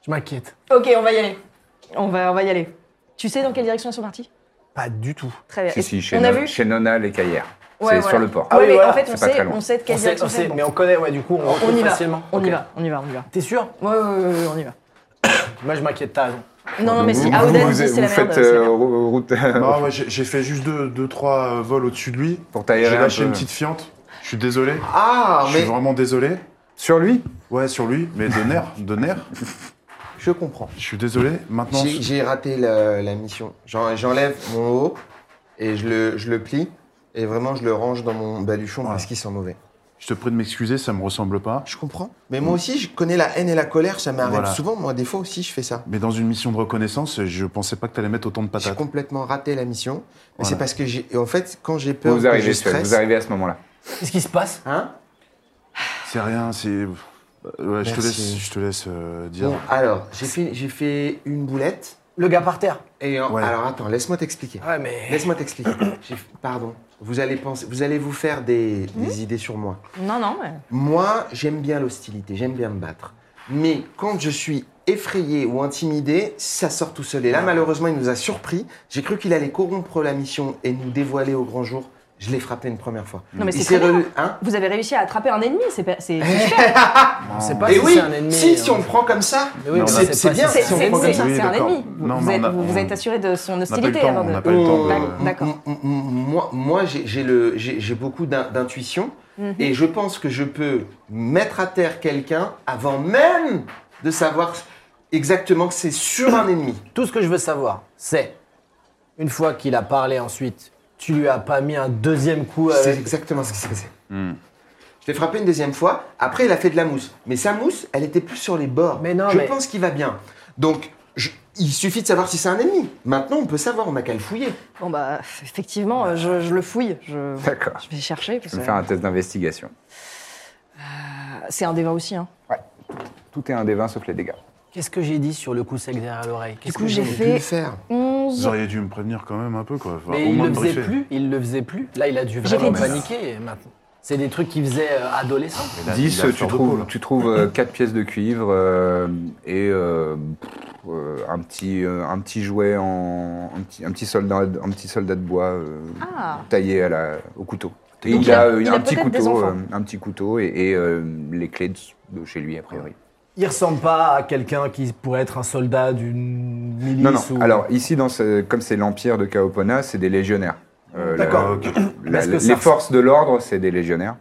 Speaker 2: Je m'inquiète.
Speaker 3: Ok, on va y aller. On va, on va y aller. Tu sais dans quelle direction ils sont partis
Speaker 2: Pas du tout.
Speaker 3: Très bien.
Speaker 1: Si, si, chez,
Speaker 3: on Euh, a
Speaker 1: No-
Speaker 3: vu
Speaker 1: chez Nona, les Caillères.
Speaker 3: Ouais,
Speaker 1: c'est
Speaker 3: voilà.
Speaker 1: sur le port.
Speaker 2: Ah
Speaker 3: Ouais,
Speaker 2: oui,
Speaker 3: mais
Speaker 2: voilà.
Speaker 3: en fait, on
Speaker 1: C'est pas
Speaker 3: sait,
Speaker 1: très loin.
Speaker 3: on sait de
Speaker 2: On
Speaker 3: quelle
Speaker 2: sait,
Speaker 3: direction
Speaker 2: on
Speaker 3: c'est.
Speaker 2: sait,
Speaker 3: Bon.
Speaker 2: mais on connaît, ouais, du coup, on,
Speaker 3: on y
Speaker 2: retrouve
Speaker 3: va.
Speaker 2: facilement.
Speaker 3: On y
Speaker 2: Ok.
Speaker 3: va, on y va, on y va.
Speaker 2: T'es sûr
Speaker 3: Ouais, ouais, ouais, ouais, on y va.
Speaker 2: Moi, je m'inquiète, t'as raison.
Speaker 3: Non, non, mais
Speaker 1: vous,
Speaker 3: si
Speaker 1: vous-
Speaker 3: Aouden
Speaker 1: vous-
Speaker 3: dit c'est la
Speaker 1: vous
Speaker 3: merde.
Speaker 1: faites
Speaker 3: c'est la
Speaker 1: euh,
Speaker 3: merde.
Speaker 1: rou- route
Speaker 4: Ah,
Speaker 5: Non, ouais, j'ai j'ai fait juste deux, deux trois euh, vols au-dessus de lui.
Speaker 1: pour t'aérer
Speaker 5: J'ai
Speaker 1: un
Speaker 5: lâché
Speaker 1: peu.
Speaker 5: une petite fiante. Je suis désolé.
Speaker 4: Ah
Speaker 5: je suis
Speaker 4: mais
Speaker 5: vraiment désolé.
Speaker 1: Sur lui
Speaker 5: Ouais, sur lui, mais de nerfs, de nerfs.
Speaker 4: je comprends.
Speaker 5: Je suis désolé. Maintenant,
Speaker 4: J'ai j'ai raté la, la mission. J'en- J'enlève mon haut et je le, je le plie et vraiment je le range dans mon baluchon
Speaker 5: Voilà.
Speaker 4: parce qu'il sent mauvais.
Speaker 5: je te prie de m'excuser, ça me ressemble pas.
Speaker 4: Je comprends.
Speaker 1: Mm.
Speaker 4: Mais moi aussi, je connais la haine et la colère, ça m'arrive
Speaker 5: Voilà.
Speaker 4: souvent. Moi, des fois aussi, je fais ça.
Speaker 5: Mais dans une mission de reconnaissance, je pensais pas que t'allais mettre autant de
Speaker 4: J'ai
Speaker 5: patates.
Speaker 4: complètement raté la mission. Mais
Speaker 5: Voilà.
Speaker 4: c'est parce que j'ai. et En fait, quand j'ai peur,
Speaker 1: Vous
Speaker 4: que je
Speaker 1: arrivez, sur-
Speaker 4: stresse.
Speaker 1: vous arrivez à ce moment-là.
Speaker 2: Qu'est-ce qui se passe
Speaker 4: Hein
Speaker 5: C'est rien, c'est. Euh, ouais, je
Speaker 4: Merci.
Speaker 5: te laisse, je te laisse euh, dire.
Speaker 4: Bon, alors, j'ai fait, j'ai fait une boulette.
Speaker 2: Le gars par terre.
Speaker 4: Et en-
Speaker 5: Ouais.
Speaker 4: alors, attends, laisse-moi t'expliquer.
Speaker 2: Ouais, mais.
Speaker 4: Laisse-moi t'expliquer. J'ai- Pardon. Vous allez penser, vous allez vous faire des, des idées sur moi.
Speaker 3: Non, non, mais.
Speaker 4: Moi, j'aime bien l'hostilité, j'aime bien me battre. Mais quand je suis effrayé ou intimidé, ça sort tout seul. Et là, malheureusement, il nous a surpris. J'ai cru qu'il allait corrompre la mission et nous dévoiler au grand jour. Je l'ai frappé une première fois.
Speaker 3: Non, mais
Speaker 4: Il
Speaker 3: c'est
Speaker 4: s'est
Speaker 3: très bien.
Speaker 4: relu- hein
Speaker 3: Vous avez réussi à attraper un ennemi, c'est pas- c'est
Speaker 5: Eh,
Speaker 3: c'est super.
Speaker 2: On sait pas
Speaker 4: Et
Speaker 2: si
Speaker 4: oui,
Speaker 2: c'est un ennemi.
Speaker 4: si,
Speaker 2: hein.
Speaker 4: si on le prend comme ça,
Speaker 2: Mais oui, mais on
Speaker 4: c'est
Speaker 2: sait
Speaker 4: c'est
Speaker 2: pas
Speaker 4: bien.
Speaker 2: si
Speaker 3: C'est
Speaker 4: si on
Speaker 3: c'est-
Speaker 4: le prend
Speaker 3: c'est-
Speaker 4: comme
Speaker 3: c'est
Speaker 4: ça.
Speaker 5: Oui,
Speaker 3: un
Speaker 5: d'accord.
Speaker 3: ennemi.
Speaker 5: Non,
Speaker 3: Vous, vous
Speaker 5: mais
Speaker 3: êtes,
Speaker 5: on a-
Speaker 3: vous, vous êtes assuré de son
Speaker 5: On n'a pas eu le
Speaker 3: hostilité
Speaker 5: temps,
Speaker 3: avant
Speaker 5: on n'a
Speaker 3: de.
Speaker 5: pas eu le temps de-
Speaker 4: D'accord.
Speaker 3: D'accord.
Speaker 4: M- m- m- mm, Moi, moi, j'ai j'ai le- j'ai- j'ai beaucoup d'in- d'intuition et je pense que je peux mettre à terre quelqu'un avant même de savoir exactement que c'est sur un ennemi.
Speaker 2: Tout ce que je veux savoir, c'est une fois qu'il a parlé ensuite, tu lui as pas mis un deuxième coup
Speaker 4: C'est
Speaker 2: avec.
Speaker 4: exactement ce qui s'est passé.
Speaker 2: Mm.
Speaker 4: Je l'ai frappé une deuxième fois. Après, il a fait de la mousse. Mais sa mousse, elle était plus sur les bords.
Speaker 2: Mais non,
Speaker 4: je
Speaker 2: mais-
Speaker 4: pense qu'il va bien. Donc, je- il suffit de savoir si c'est un ennemi. Maintenant, on peut savoir. On n'a qu'à le fouiller.
Speaker 3: Bon, bah, effectivement, euh, je, je le fouille. Je,
Speaker 1: D'accord.
Speaker 3: je vais chercher. parce
Speaker 1: Je vais
Speaker 3: que-
Speaker 1: faire un test d'investigation.
Speaker 3: C'est un des vingt aussi. Hein.
Speaker 1: Tout est un des 20 sauf les dégâts.
Speaker 2: Qu'est-ce que j'ai dit sur le coup sec derrière l'oreille
Speaker 3: Du
Speaker 2: Qu'est-ce
Speaker 3: coup,
Speaker 2: que
Speaker 3: j'ai
Speaker 4: On peut
Speaker 3: fait
Speaker 4: le faire.
Speaker 5: Vous
Speaker 3: 11.
Speaker 5: auriez dû me prévenir quand même un peu, quoi. Enfin,
Speaker 2: Mais il
Speaker 5: Bah, moins
Speaker 2: le
Speaker 5: me
Speaker 2: faisait
Speaker 5: briefer.
Speaker 2: plus, il le faisait plus. Là, il a dû
Speaker 3: J'avais
Speaker 2: vraiment
Speaker 3: dix.
Speaker 2: paniquer et maintenant. C'est des trucs qu'il faisait euh, adolescent.
Speaker 5: Mais là, il
Speaker 1: 10,
Speaker 5: a
Speaker 1: euh,
Speaker 5: fleur
Speaker 1: tu
Speaker 5: de peau, là.
Speaker 1: trouves, tu trouves euh, quatre pièces de cuivre euh, et euh, pff, euh, un, petit, euh, un petit jouet en. un petit, un petit, soldat, un petit soldat de bois euh,
Speaker 3: Ah.
Speaker 1: taillé à la- au couteau. Et
Speaker 3: Donc
Speaker 1: il,
Speaker 3: il a-
Speaker 1: a, euh,
Speaker 3: il a
Speaker 1: un, petit
Speaker 3: peut-être des
Speaker 1: couteau,
Speaker 3: enfants.
Speaker 1: euh, un petit couteau et, et, euh, les clés de, de chez lui, a priori.
Speaker 2: Il ressemble pas à quelqu'un qui pourrait être un soldat d'une milice
Speaker 1: Non, non.
Speaker 2: ou-
Speaker 1: Alors, ici, dans ce- comme c'est l'Empire de Kaopona, c'est des légionnaires. Euh, la-
Speaker 2: D'accord.
Speaker 5: ok.
Speaker 1: la-
Speaker 2: Mais est-ce que
Speaker 1: les
Speaker 2: ça-
Speaker 1: forces de l'ordre, c'est des légionnaires.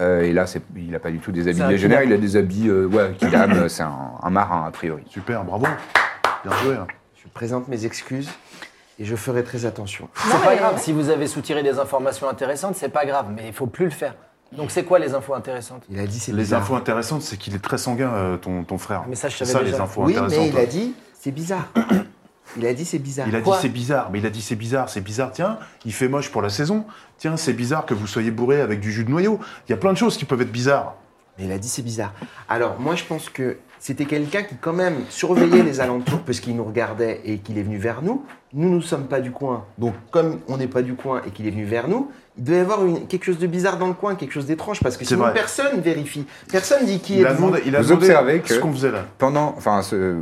Speaker 1: Euh, et là, c'est- il n'a pas du tout des habits
Speaker 2: C'est
Speaker 1: de
Speaker 2: un
Speaker 1: légionnaire,
Speaker 2: kidam.
Speaker 1: il a des habits, euh, ouais, kidam, euh, c'est un, un marin, a priori.
Speaker 5: Super, bravo. Bien joué. hein.
Speaker 4: Je présente mes excuses et je ferai très attention.
Speaker 3: Non,
Speaker 2: C'est pas
Speaker 3: mais-
Speaker 2: grave, si vous avez soutiré des informations intéressantes, c'est pas grave, mais il faut plus le faire. Donc c'est quoi les infos intéressantes
Speaker 4: Il a dit c'est
Speaker 5: Les
Speaker 4: bizarre.
Speaker 5: infos intéressantes, c'est qu'il est très sanguin, euh, ton, ton frère.
Speaker 2: Mais ça, je
Speaker 5: C'est
Speaker 2: savais
Speaker 5: les
Speaker 2: déjà.
Speaker 5: infos
Speaker 4: Oui,
Speaker 5: intéressantes.
Speaker 4: mais il a
Speaker 5: ouais.
Speaker 4: dit c'est bizarre. Il a dit c'est bizarre.
Speaker 5: Il a dit
Speaker 2: Quoi
Speaker 5: c'est bizarre, mais il a dit c'est bizarre, c'est bizarre. Tiens, il fait moche pour la saison. Tiens, c'est bizarre que vous soyez bourré avec du jus de noyau. Il y a plein de choses qui peuvent être bizarres.
Speaker 4: Mais il a dit c'est bizarre. Alors moi je pense que c'était quelqu'un qui quand même surveillait les alentours parce qu'il nous regardait et qu'il est venu vers nous. Nous, nous ne sommes pas du coin. Donc, comme on n'est pas du coin et qu'il est venu vers nous, il devait y avoir une- quelque chose de bizarre dans le coin, quelque chose d'étrange parce que
Speaker 5: C'est
Speaker 4: sinon
Speaker 5: vrai.
Speaker 4: personne vérifie. Personne dit qui est
Speaker 5: Il a demandé, il a
Speaker 1: Vous
Speaker 5: demandé
Speaker 1: observez que-
Speaker 5: ce qu'on faisait là.
Speaker 1: pendant, enfin, ce-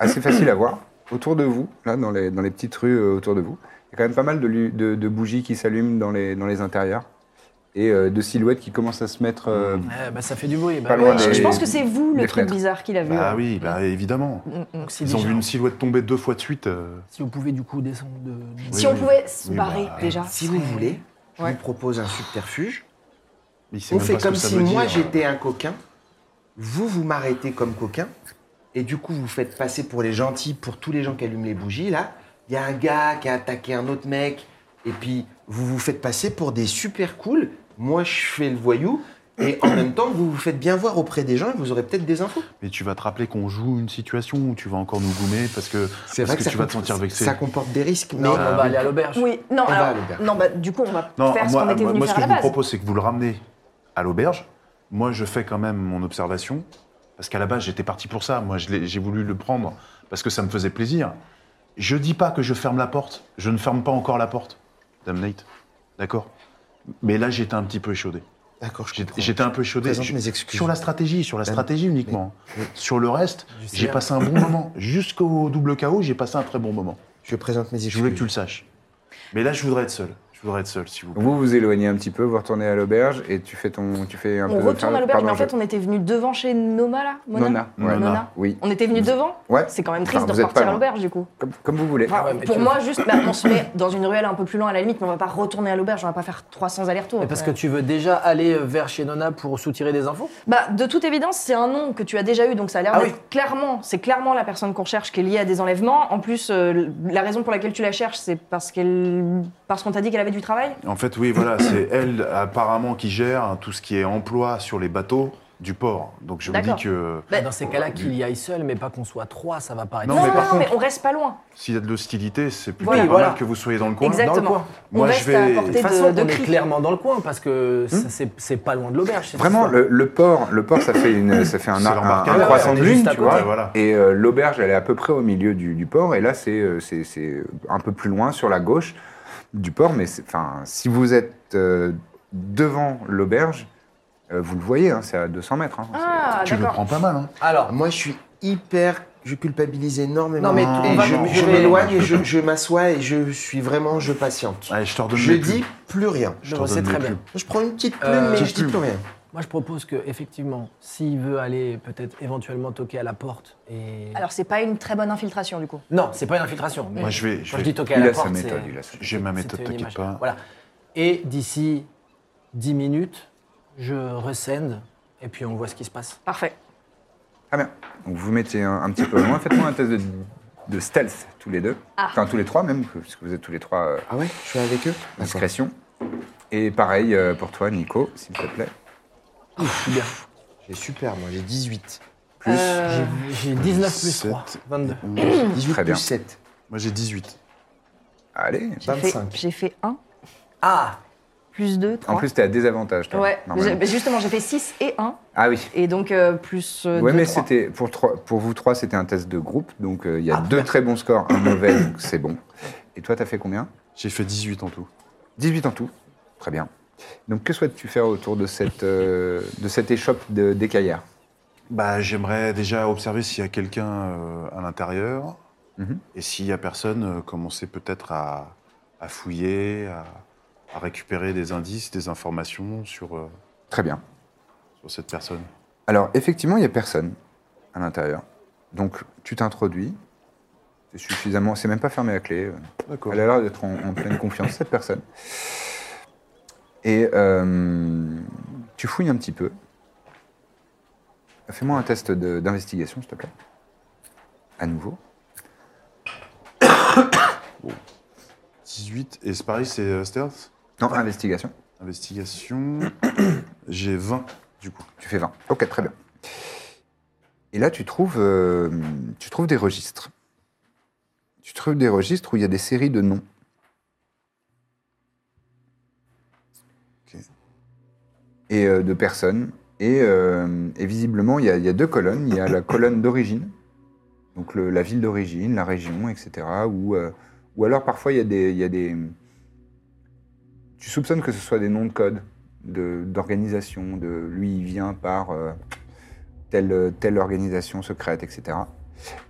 Speaker 1: assez facile à voir, autour de vous, là, dans les, dans les petites rues euh, autour de vous, il y a quand même pas mal de, lu- de- de bougies qui s'allument dans les, dans les intérieurs et euh, de silhouettes qui commencent à se mettre. euh,
Speaker 2: Eh ben, ça fait du bruit. bah
Speaker 1: Pas
Speaker 2: ouais.
Speaker 1: loin
Speaker 3: Je-
Speaker 1: des-
Speaker 3: Je pense que c'est vous le
Speaker 1: les
Speaker 3: truc
Speaker 1: fenêtres.
Speaker 3: bizarre qu'il a vu. hein.
Speaker 5: Bah
Speaker 3: ouais.
Speaker 5: oui, bah évidemment.
Speaker 2: Donc, si,
Speaker 5: Ils ont
Speaker 2: déjà-
Speaker 5: vu une silhouette tomber deux fois de suite. euh,
Speaker 2: si vous pouvez du coup descendre de. de-
Speaker 3: Si
Speaker 5: Oui,
Speaker 3: on
Speaker 5: oui.
Speaker 3: pouvait se
Speaker 5: Oui,
Speaker 3: barrer
Speaker 5: bah,
Speaker 3: déjà.
Speaker 4: Si
Speaker 3: ce
Speaker 4: vous
Speaker 3: serait-
Speaker 4: voulez, je
Speaker 3: Ouais.
Speaker 4: vous propose un subterfuge.
Speaker 5: il sait
Speaker 4: On
Speaker 5: même
Speaker 4: fait
Speaker 5: pas ce que
Speaker 4: comme
Speaker 5: ça
Speaker 4: si
Speaker 5: veut
Speaker 4: moi
Speaker 5: dire.
Speaker 4: j'étais un coquin, vous vous m'arrêtez comme coquin, et du coup vous faites passer pour les gentils, pour tous les gens qui allument les bougies là. Il y a un gars qui a attaqué un autre mec, et puis vous vous faites passer pour des super cool. Moi je fais le voyou, et en même temps vous vous faites bien voir auprès des gens et vous aurez peut-être des infos.
Speaker 5: Mais tu vas te rappeler qu'on joue une situation où tu vas encore nous goumer parce que, parce que, tu vas te sentir vexé. euh,
Speaker 4: Ça comporte des risques, mais
Speaker 2: Non, euh, mais on va aller à l'auberge.
Speaker 3: Oui, non,
Speaker 4: On va
Speaker 3: alors,
Speaker 4: à l'auberge.
Speaker 3: non, bah, du coup, on va
Speaker 5: Non,
Speaker 3: faire ce
Speaker 5: moi,
Speaker 3: qu'on était
Speaker 5: moi-
Speaker 3: venu
Speaker 5: moi, ce
Speaker 3: faire
Speaker 5: que
Speaker 3: à
Speaker 5: je
Speaker 3: la
Speaker 5: vous
Speaker 3: base.
Speaker 5: propose, c'est que vous le ramenez à l'auberge. Moi, je fais quand même mon observation parce qu'à la base, j'étais parti pour ça. Moi, je l'ai- j'ai voulu le prendre parce que ça me faisait plaisir. Je dis pas que je ferme la porte. Je ne ferme pas encore la porte, Dame Nate. D'accord Mais là, j'étais un petit peu échaudé.
Speaker 4: D'accord, je
Speaker 5: J'étais
Speaker 4: comprends.
Speaker 5: j'étais un peu chaudé.
Speaker 4: Présente mes excuses.
Speaker 5: Sur la stratégie, sur la
Speaker 4: Ben,
Speaker 5: stratégie uniquement. Sur le reste,
Speaker 2: sais
Speaker 5: j'ai
Speaker 2: bien.
Speaker 5: passé un bon moment. Jusqu'au double KO, j'ai passé un très bon moment.
Speaker 4: Je présente mes excuses.
Speaker 5: Je voulais que tu le saches. Mais là, je voudrais être seul. Je voudrais être seul, s'il vous plaît.
Speaker 1: Vous vous éloignez un petit peu, vous retournez à l'auberge et tu fais ton, tu fais un peu.
Speaker 3: On retourne
Speaker 1: enfin,
Speaker 3: à l'auberge,
Speaker 1: pardon,
Speaker 3: mais en
Speaker 1: je-
Speaker 3: fait, on était venu devant chez Noma, là Mona
Speaker 1: Nona, ouais.
Speaker 3: Nona.
Speaker 1: Oui.
Speaker 3: On était venu devant
Speaker 1: Ouais.
Speaker 3: C'est quand même triste
Speaker 1: Enfin,
Speaker 3: de
Speaker 1: vous êtes pas
Speaker 3: repartir
Speaker 1: loin.
Speaker 3: à l'auberge, du coup.
Speaker 1: Comme, comme vous voulez.
Speaker 2: Ah ouais, mais
Speaker 3: Pour
Speaker 2: tu-
Speaker 3: moi, juste, bah, on se met dans une ruelle un peu plus loin, à la limite, mais on va pas retourner à l'auberge, on va pas faire 300 allers-retours.
Speaker 2: Mais parce que
Speaker 3: Ouais.
Speaker 2: tu veux déjà aller euh, vers chez Nona pour soutirer des infos
Speaker 3: Bah, de toute évidence, c'est un nom que tu as déjà eu, donc ça a l'air
Speaker 2: Ah
Speaker 3: d'être clairement, c'est clairement la personne qu'on cherche qui est liée à des enlèvements. En plus, euh, la raison pour laquelle tu la cherches, c'est parce qu'elle, parce qu'on t'a dit qu'elle avait du travail.
Speaker 5: En fait, oui, voilà, c'est elle apparemment qui gère hein, tout ce qui est emploi sur les bateaux du port. Donc je me dis
Speaker 3: D'accord.
Speaker 5: que
Speaker 3: Bah,
Speaker 2: Dans ces cas-là, qu'il y aille seul, mais pas qu'on soit trois, ça va paraître.
Speaker 5: Non,
Speaker 3: Non,
Speaker 5: mais
Speaker 3: non,
Speaker 5: par
Speaker 3: non, mais on reste pas loin.
Speaker 5: s'il y a de l'hostilité, c'est plutôt
Speaker 3: Voilà.
Speaker 5: pas
Speaker 2: Voilà.
Speaker 5: mal que vous soyez dans le coin.
Speaker 3: Exactement.
Speaker 5: Dans le coin.
Speaker 3: On
Speaker 5: Moi,
Speaker 3: reste
Speaker 5: je vais.
Speaker 3: à portée
Speaker 2: De Hmm toute
Speaker 3: de-
Speaker 2: façon,
Speaker 3: de
Speaker 2: on est
Speaker 3: cri.
Speaker 2: clairement dans le coin parce que ça, c'est- c'est pas loin de l'auberge. c'est
Speaker 1: Vraiment,
Speaker 2: ça.
Speaker 1: le, le port, le port, ça fait une, ça fait un,
Speaker 5: C'est
Speaker 1: ar- un,
Speaker 5: l'embarcadère.
Speaker 1: un croissant
Speaker 2: Ouais,
Speaker 1: de
Speaker 2: on est
Speaker 1: lune,
Speaker 2: juste à
Speaker 1: tu
Speaker 2: côté.
Speaker 1: vois.
Speaker 5: Ouais, voilà.
Speaker 1: Et euh, l'auberge, elle est à peu près au milieu du, du port. Et là, c'est euh, c'est- c'est un peu plus loin, sur la gauche du port. Mais c'est- enfin, si vous êtes euh, devant l'auberge, euh, vous le voyez, hein, c'est à 200 mètres. hein.
Speaker 3: Ah,
Speaker 5: Tu le
Speaker 3: d'accord.
Speaker 5: prends pas mal, hein.
Speaker 2: Alors,
Speaker 4: Ah, Moi, je suis hyper. Je culpabilise énormément.
Speaker 2: Non, mais on
Speaker 4: et
Speaker 2: va-
Speaker 4: je,
Speaker 2: on
Speaker 4: je
Speaker 2: va-
Speaker 4: m'éloigne et je, je m'assois et je suis vraiment. Je patiente.
Speaker 5: Allez, je te redonne
Speaker 4: Je
Speaker 5: mes plumes.
Speaker 4: dis plus rien.
Speaker 5: Je te
Speaker 2: je sais
Speaker 5: redonne
Speaker 2: très
Speaker 5: mes
Speaker 2: bien.
Speaker 5: plumes.
Speaker 4: Je prends une petite plume,
Speaker 2: Euh,
Speaker 4: mais
Speaker 5: petite
Speaker 4: je dis plus
Speaker 5: plume.
Speaker 4: rien.
Speaker 2: Moi, je propose que, effectivement, s'il veut aller peut-être éventuellement toquer à la porte et.
Speaker 3: Alors, c'est pas une très bonne infiltration, du coup.
Speaker 2: non, c'est pas une infiltration. mais-
Speaker 5: Moi, je vais- je
Speaker 2: Quand
Speaker 5: vais-
Speaker 2: je dis toquer à
Speaker 1: Il
Speaker 2: la
Speaker 1: a sa
Speaker 2: porte,
Speaker 1: méthode,
Speaker 2: c'est-
Speaker 1: il a sa-
Speaker 5: J'ai ma méthode,
Speaker 2: c'était une
Speaker 5: t'inquiète
Speaker 2: image.
Speaker 5: pas.
Speaker 2: Voilà. Et d'ici 10 minutes, je rescende et puis on voit ce qui se passe.
Speaker 3: Parfait.
Speaker 1: Très bien. Donc vous mettez un, un petit peu loin. Faites-moi un test de, de stealth, tous les deux.
Speaker 2: Ah.
Speaker 1: Enfin, tous les trois même, parce que vous êtes tous les trois euh,
Speaker 4: Ah ouais Je suis avec eux
Speaker 1: discrétion. Et pareil euh, pour toi, Nico, s'il te plaît.
Speaker 4: J'ai super, moi, j'ai 18.
Speaker 1: Plus.
Speaker 3: Euh,
Speaker 2: J'ai- J'ai 19 plus
Speaker 5: Sept.
Speaker 2: 3, 22.
Speaker 4: 18
Speaker 1: Très
Speaker 4: plus
Speaker 1: bien.
Speaker 4: 7.
Speaker 5: Moi, j'ai 18.
Speaker 1: Allez.
Speaker 3: j'ai fait-
Speaker 4: 25.
Speaker 3: J'ai fait 1,
Speaker 2: Ah
Speaker 3: plus 2, 3.
Speaker 1: En plus, t'es à désavantage, toi.
Speaker 3: Ouais,
Speaker 1: normalement.
Speaker 3: j'ai- bah, justement, j'ai fait 6 et 1,
Speaker 1: Ah oui.
Speaker 3: et donc euh, plus. euh,
Speaker 1: Ouais,
Speaker 3: deux,
Speaker 1: mais
Speaker 3: trois. Ah,
Speaker 1: c'était pour, trois- pour vous trois, c'était un test de groupe, donc euh, il y a deux très bons scores, un mauvais, donc c'est bon. Et toi, t'as fait combien
Speaker 5: J'ai fait 18 en tout.
Speaker 1: 18 en tout. Très bien. Donc, que souhaites-tu faire autour de cette, euh, de cette échoppe de- d'écaillères
Speaker 5: Bah, j'aimerais déjà observer s'il y a quelqu'un euh, à l'intérieur.
Speaker 1: Mhm.
Speaker 5: Et s'il y a personne, euh, commencer peut-être à, à fouiller, à, à récupérer des indices, des informations sur, euh,
Speaker 1: Très bien.
Speaker 5: sur cette personne.
Speaker 1: Alors, effectivement, il n'y a personne à l'intérieur. Donc, tu t'introduis. C'est suffisamment. C'est même pas fermé à clé.
Speaker 5: D'accord.
Speaker 1: Elle a l'air d'être en, en pleine confiance, cette personne. Et euh, tu fouilles un petit peu. Fais-moi un test de- d'investigation, s'il te plaît. À nouveau.
Speaker 5: 18, et c'est pareil, c'est euh, stealth
Speaker 1: Non, investigation.
Speaker 5: Investigation. J'ai 20, du coup.
Speaker 1: Tu fais 20. Ok, très bien. Et là, tu trouves, euh, tu trouves des registres. Tu trouves des registres où il y a des séries de noms.
Speaker 5: Ok.
Speaker 1: Et euh, de personnes Et, euh, et visiblement, il y, a, il y a deux colonnes. Il y a la colonne d'origine, donc le- la ville d'origine, la région, etc. Ou euh, ou alors parfois, il y, a des- il y a des... Tu soupçonnes que ce soit des noms de code, de- d'organisation, de, lui, il vient par euh, telle, telle organisation secrète, etc.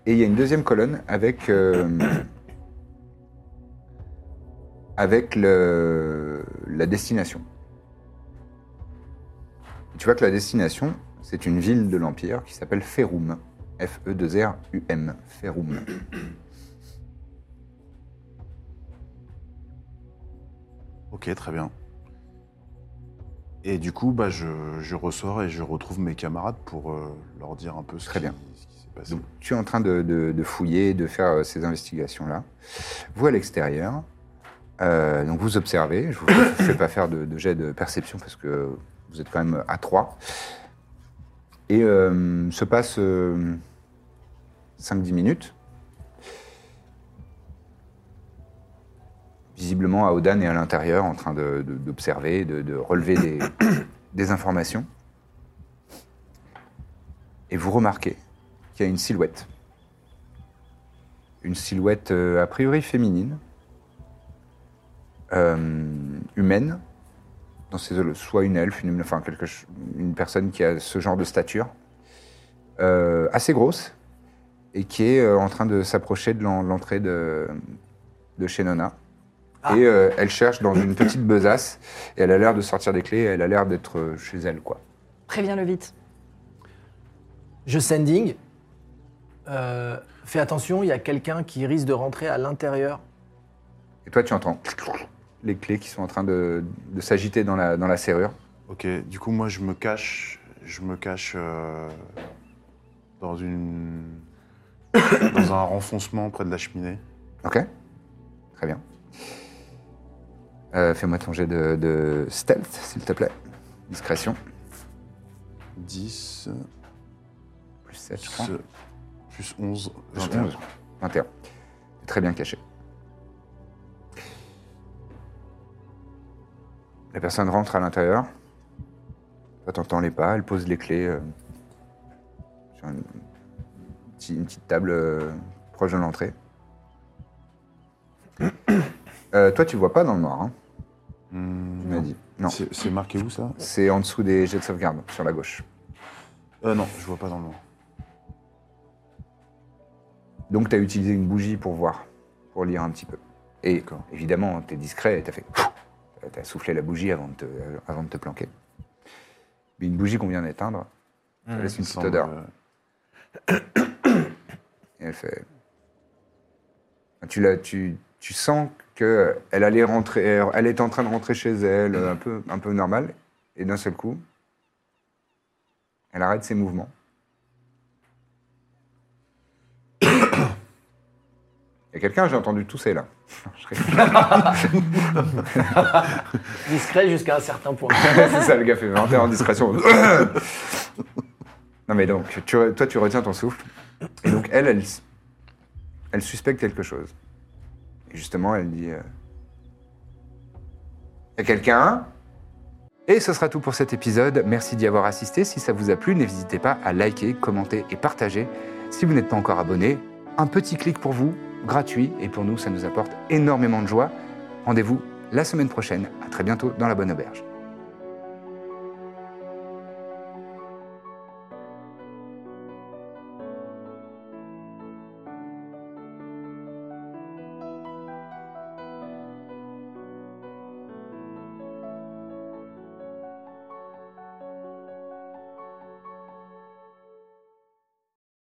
Speaker 1: Et il y a une deuxième colonne avec... euh, avec le- la destination. Tu vois que la destination, c'est une ville de l'Empire qui s'appelle Ferum. E F-E-2-R-U-M. Ferum.
Speaker 5: Ok, très bien. Et du coup, bah, je, je ressors et je retrouve mes camarades pour euh, leur dire un peu ce
Speaker 1: Très
Speaker 5: qui
Speaker 1: bien.
Speaker 5: ce qui s'est passé.
Speaker 1: Donc, tu es en train de, de- de fouiller, de faire euh, ces investigations-là. Vous, à l'extérieur, euh, donc vous observez. Je ne vous fais pas faire de, de jet de perception parce que vous êtes quand même à 3. Et euh, se passe 5-10 minutes. Visiblement, Aodan est à l'intérieur en train de- de- d'observer, de, de relever des- des informations. Et vous remarquez qui a une silhouette. Une silhouette euh, a priori féminine, euh, humaine, dans ses, soit une elfe, une, enfin quelque ch- une personne qui a ce genre de stature, euh, assez grosse, et qui est euh, en train de s'approcher de l'en- l'entrée de, de chez Nona. Et euh, elle cherche dans une petite besace, et elle a l'air de sortir des clés, elle a l'air d'être euh, chez elle, quoi.
Speaker 3: Préviens-le vite.
Speaker 2: Je sending. Euh, fais attention, il y a quelqu'un qui risque de rentrer à l'intérieur.
Speaker 1: Et toi, tu entends les clés qui sont en train de, de s'agiter dans la, dans la serrure.
Speaker 5: Ok, du coup, moi, je me cache. Je me cache euh, dans une. dans un renfoncement près de la cheminée.
Speaker 1: Ok Très bien. Euh, Fais-moi ton jet de, de stealth, s'il te plaît. Discrétion.
Speaker 5: 10,
Speaker 1: Plus 7, je crois.
Speaker 5: plus, plus 11,
Speaker 1: Plus
Speaker 5: 21.
Speaker 1: 11. 21. T'es Très bien caché. La personne rentre à l'intérieur. Toi, t'entends les pas, elle pose les clés euh, sur une, une petite- une petite table euh, proche de l'entrée. Euh, toi, tu vois pas dans le noir, hein,
Speaker 5: Hmm,
Speaker 1: tu m'as dit. Non,
Speaker 5: C'est c'est marqué où ça
Speaker 1: c'est en dessous des jets de sauvegarde, sur la gauche.
Speaker 5: euh, Non, je vois pas dans le noir.
Speaker 1: Donc, tu as utilisé une bougie pour voir, pour lire un petit peu. Et
Speaker 5: D'accord.
Speaker 1: évidemment, tu es discret et tu as fait. Tu as soufflé la bougie avant de te, avant de te planquer. Mais une bougie qu'on vient d'éteindre, ça laisse une
Speaker 5: Il
Speaker 1: petite
Speaker 5: semble,
Speaker 1: odeur.
Speaker 5: euh,
Speaker 1: Et elle fait. Tu, la, tu, tu sens qu'elle allait rentrer, elle est en train de rentrer chez elle, euh, un peu, un peu normal, et d'un seul coup, elle arrête ses mouvements. Il y a quelqu'un, j'ai entendu tousser là. Je rigole.
Speaker 2: Discret jusqu'à un certain point.
Speaker 1: C'est ça, le gars fait 20 en discrétion. non, mais donc, tu re- toi, tu retiens ton souffle. Et donc, elle, elle, s- elle suspecte quelque chose. Et justement, elle dit Il y a quelqu'un et ce sera tout pour cet épisode. Merci d'y avoir assisté. Si ça vous a plu, n'hésitez pas à liker, commenter et partager. Si vous n'êtes pas encore abonné, un petit clic pour vous, gratuit, et pour nous, ça nous apporte énormément de joie. Rendez-vous la semaine prochaine. À très bientôt dans la bonne auberge.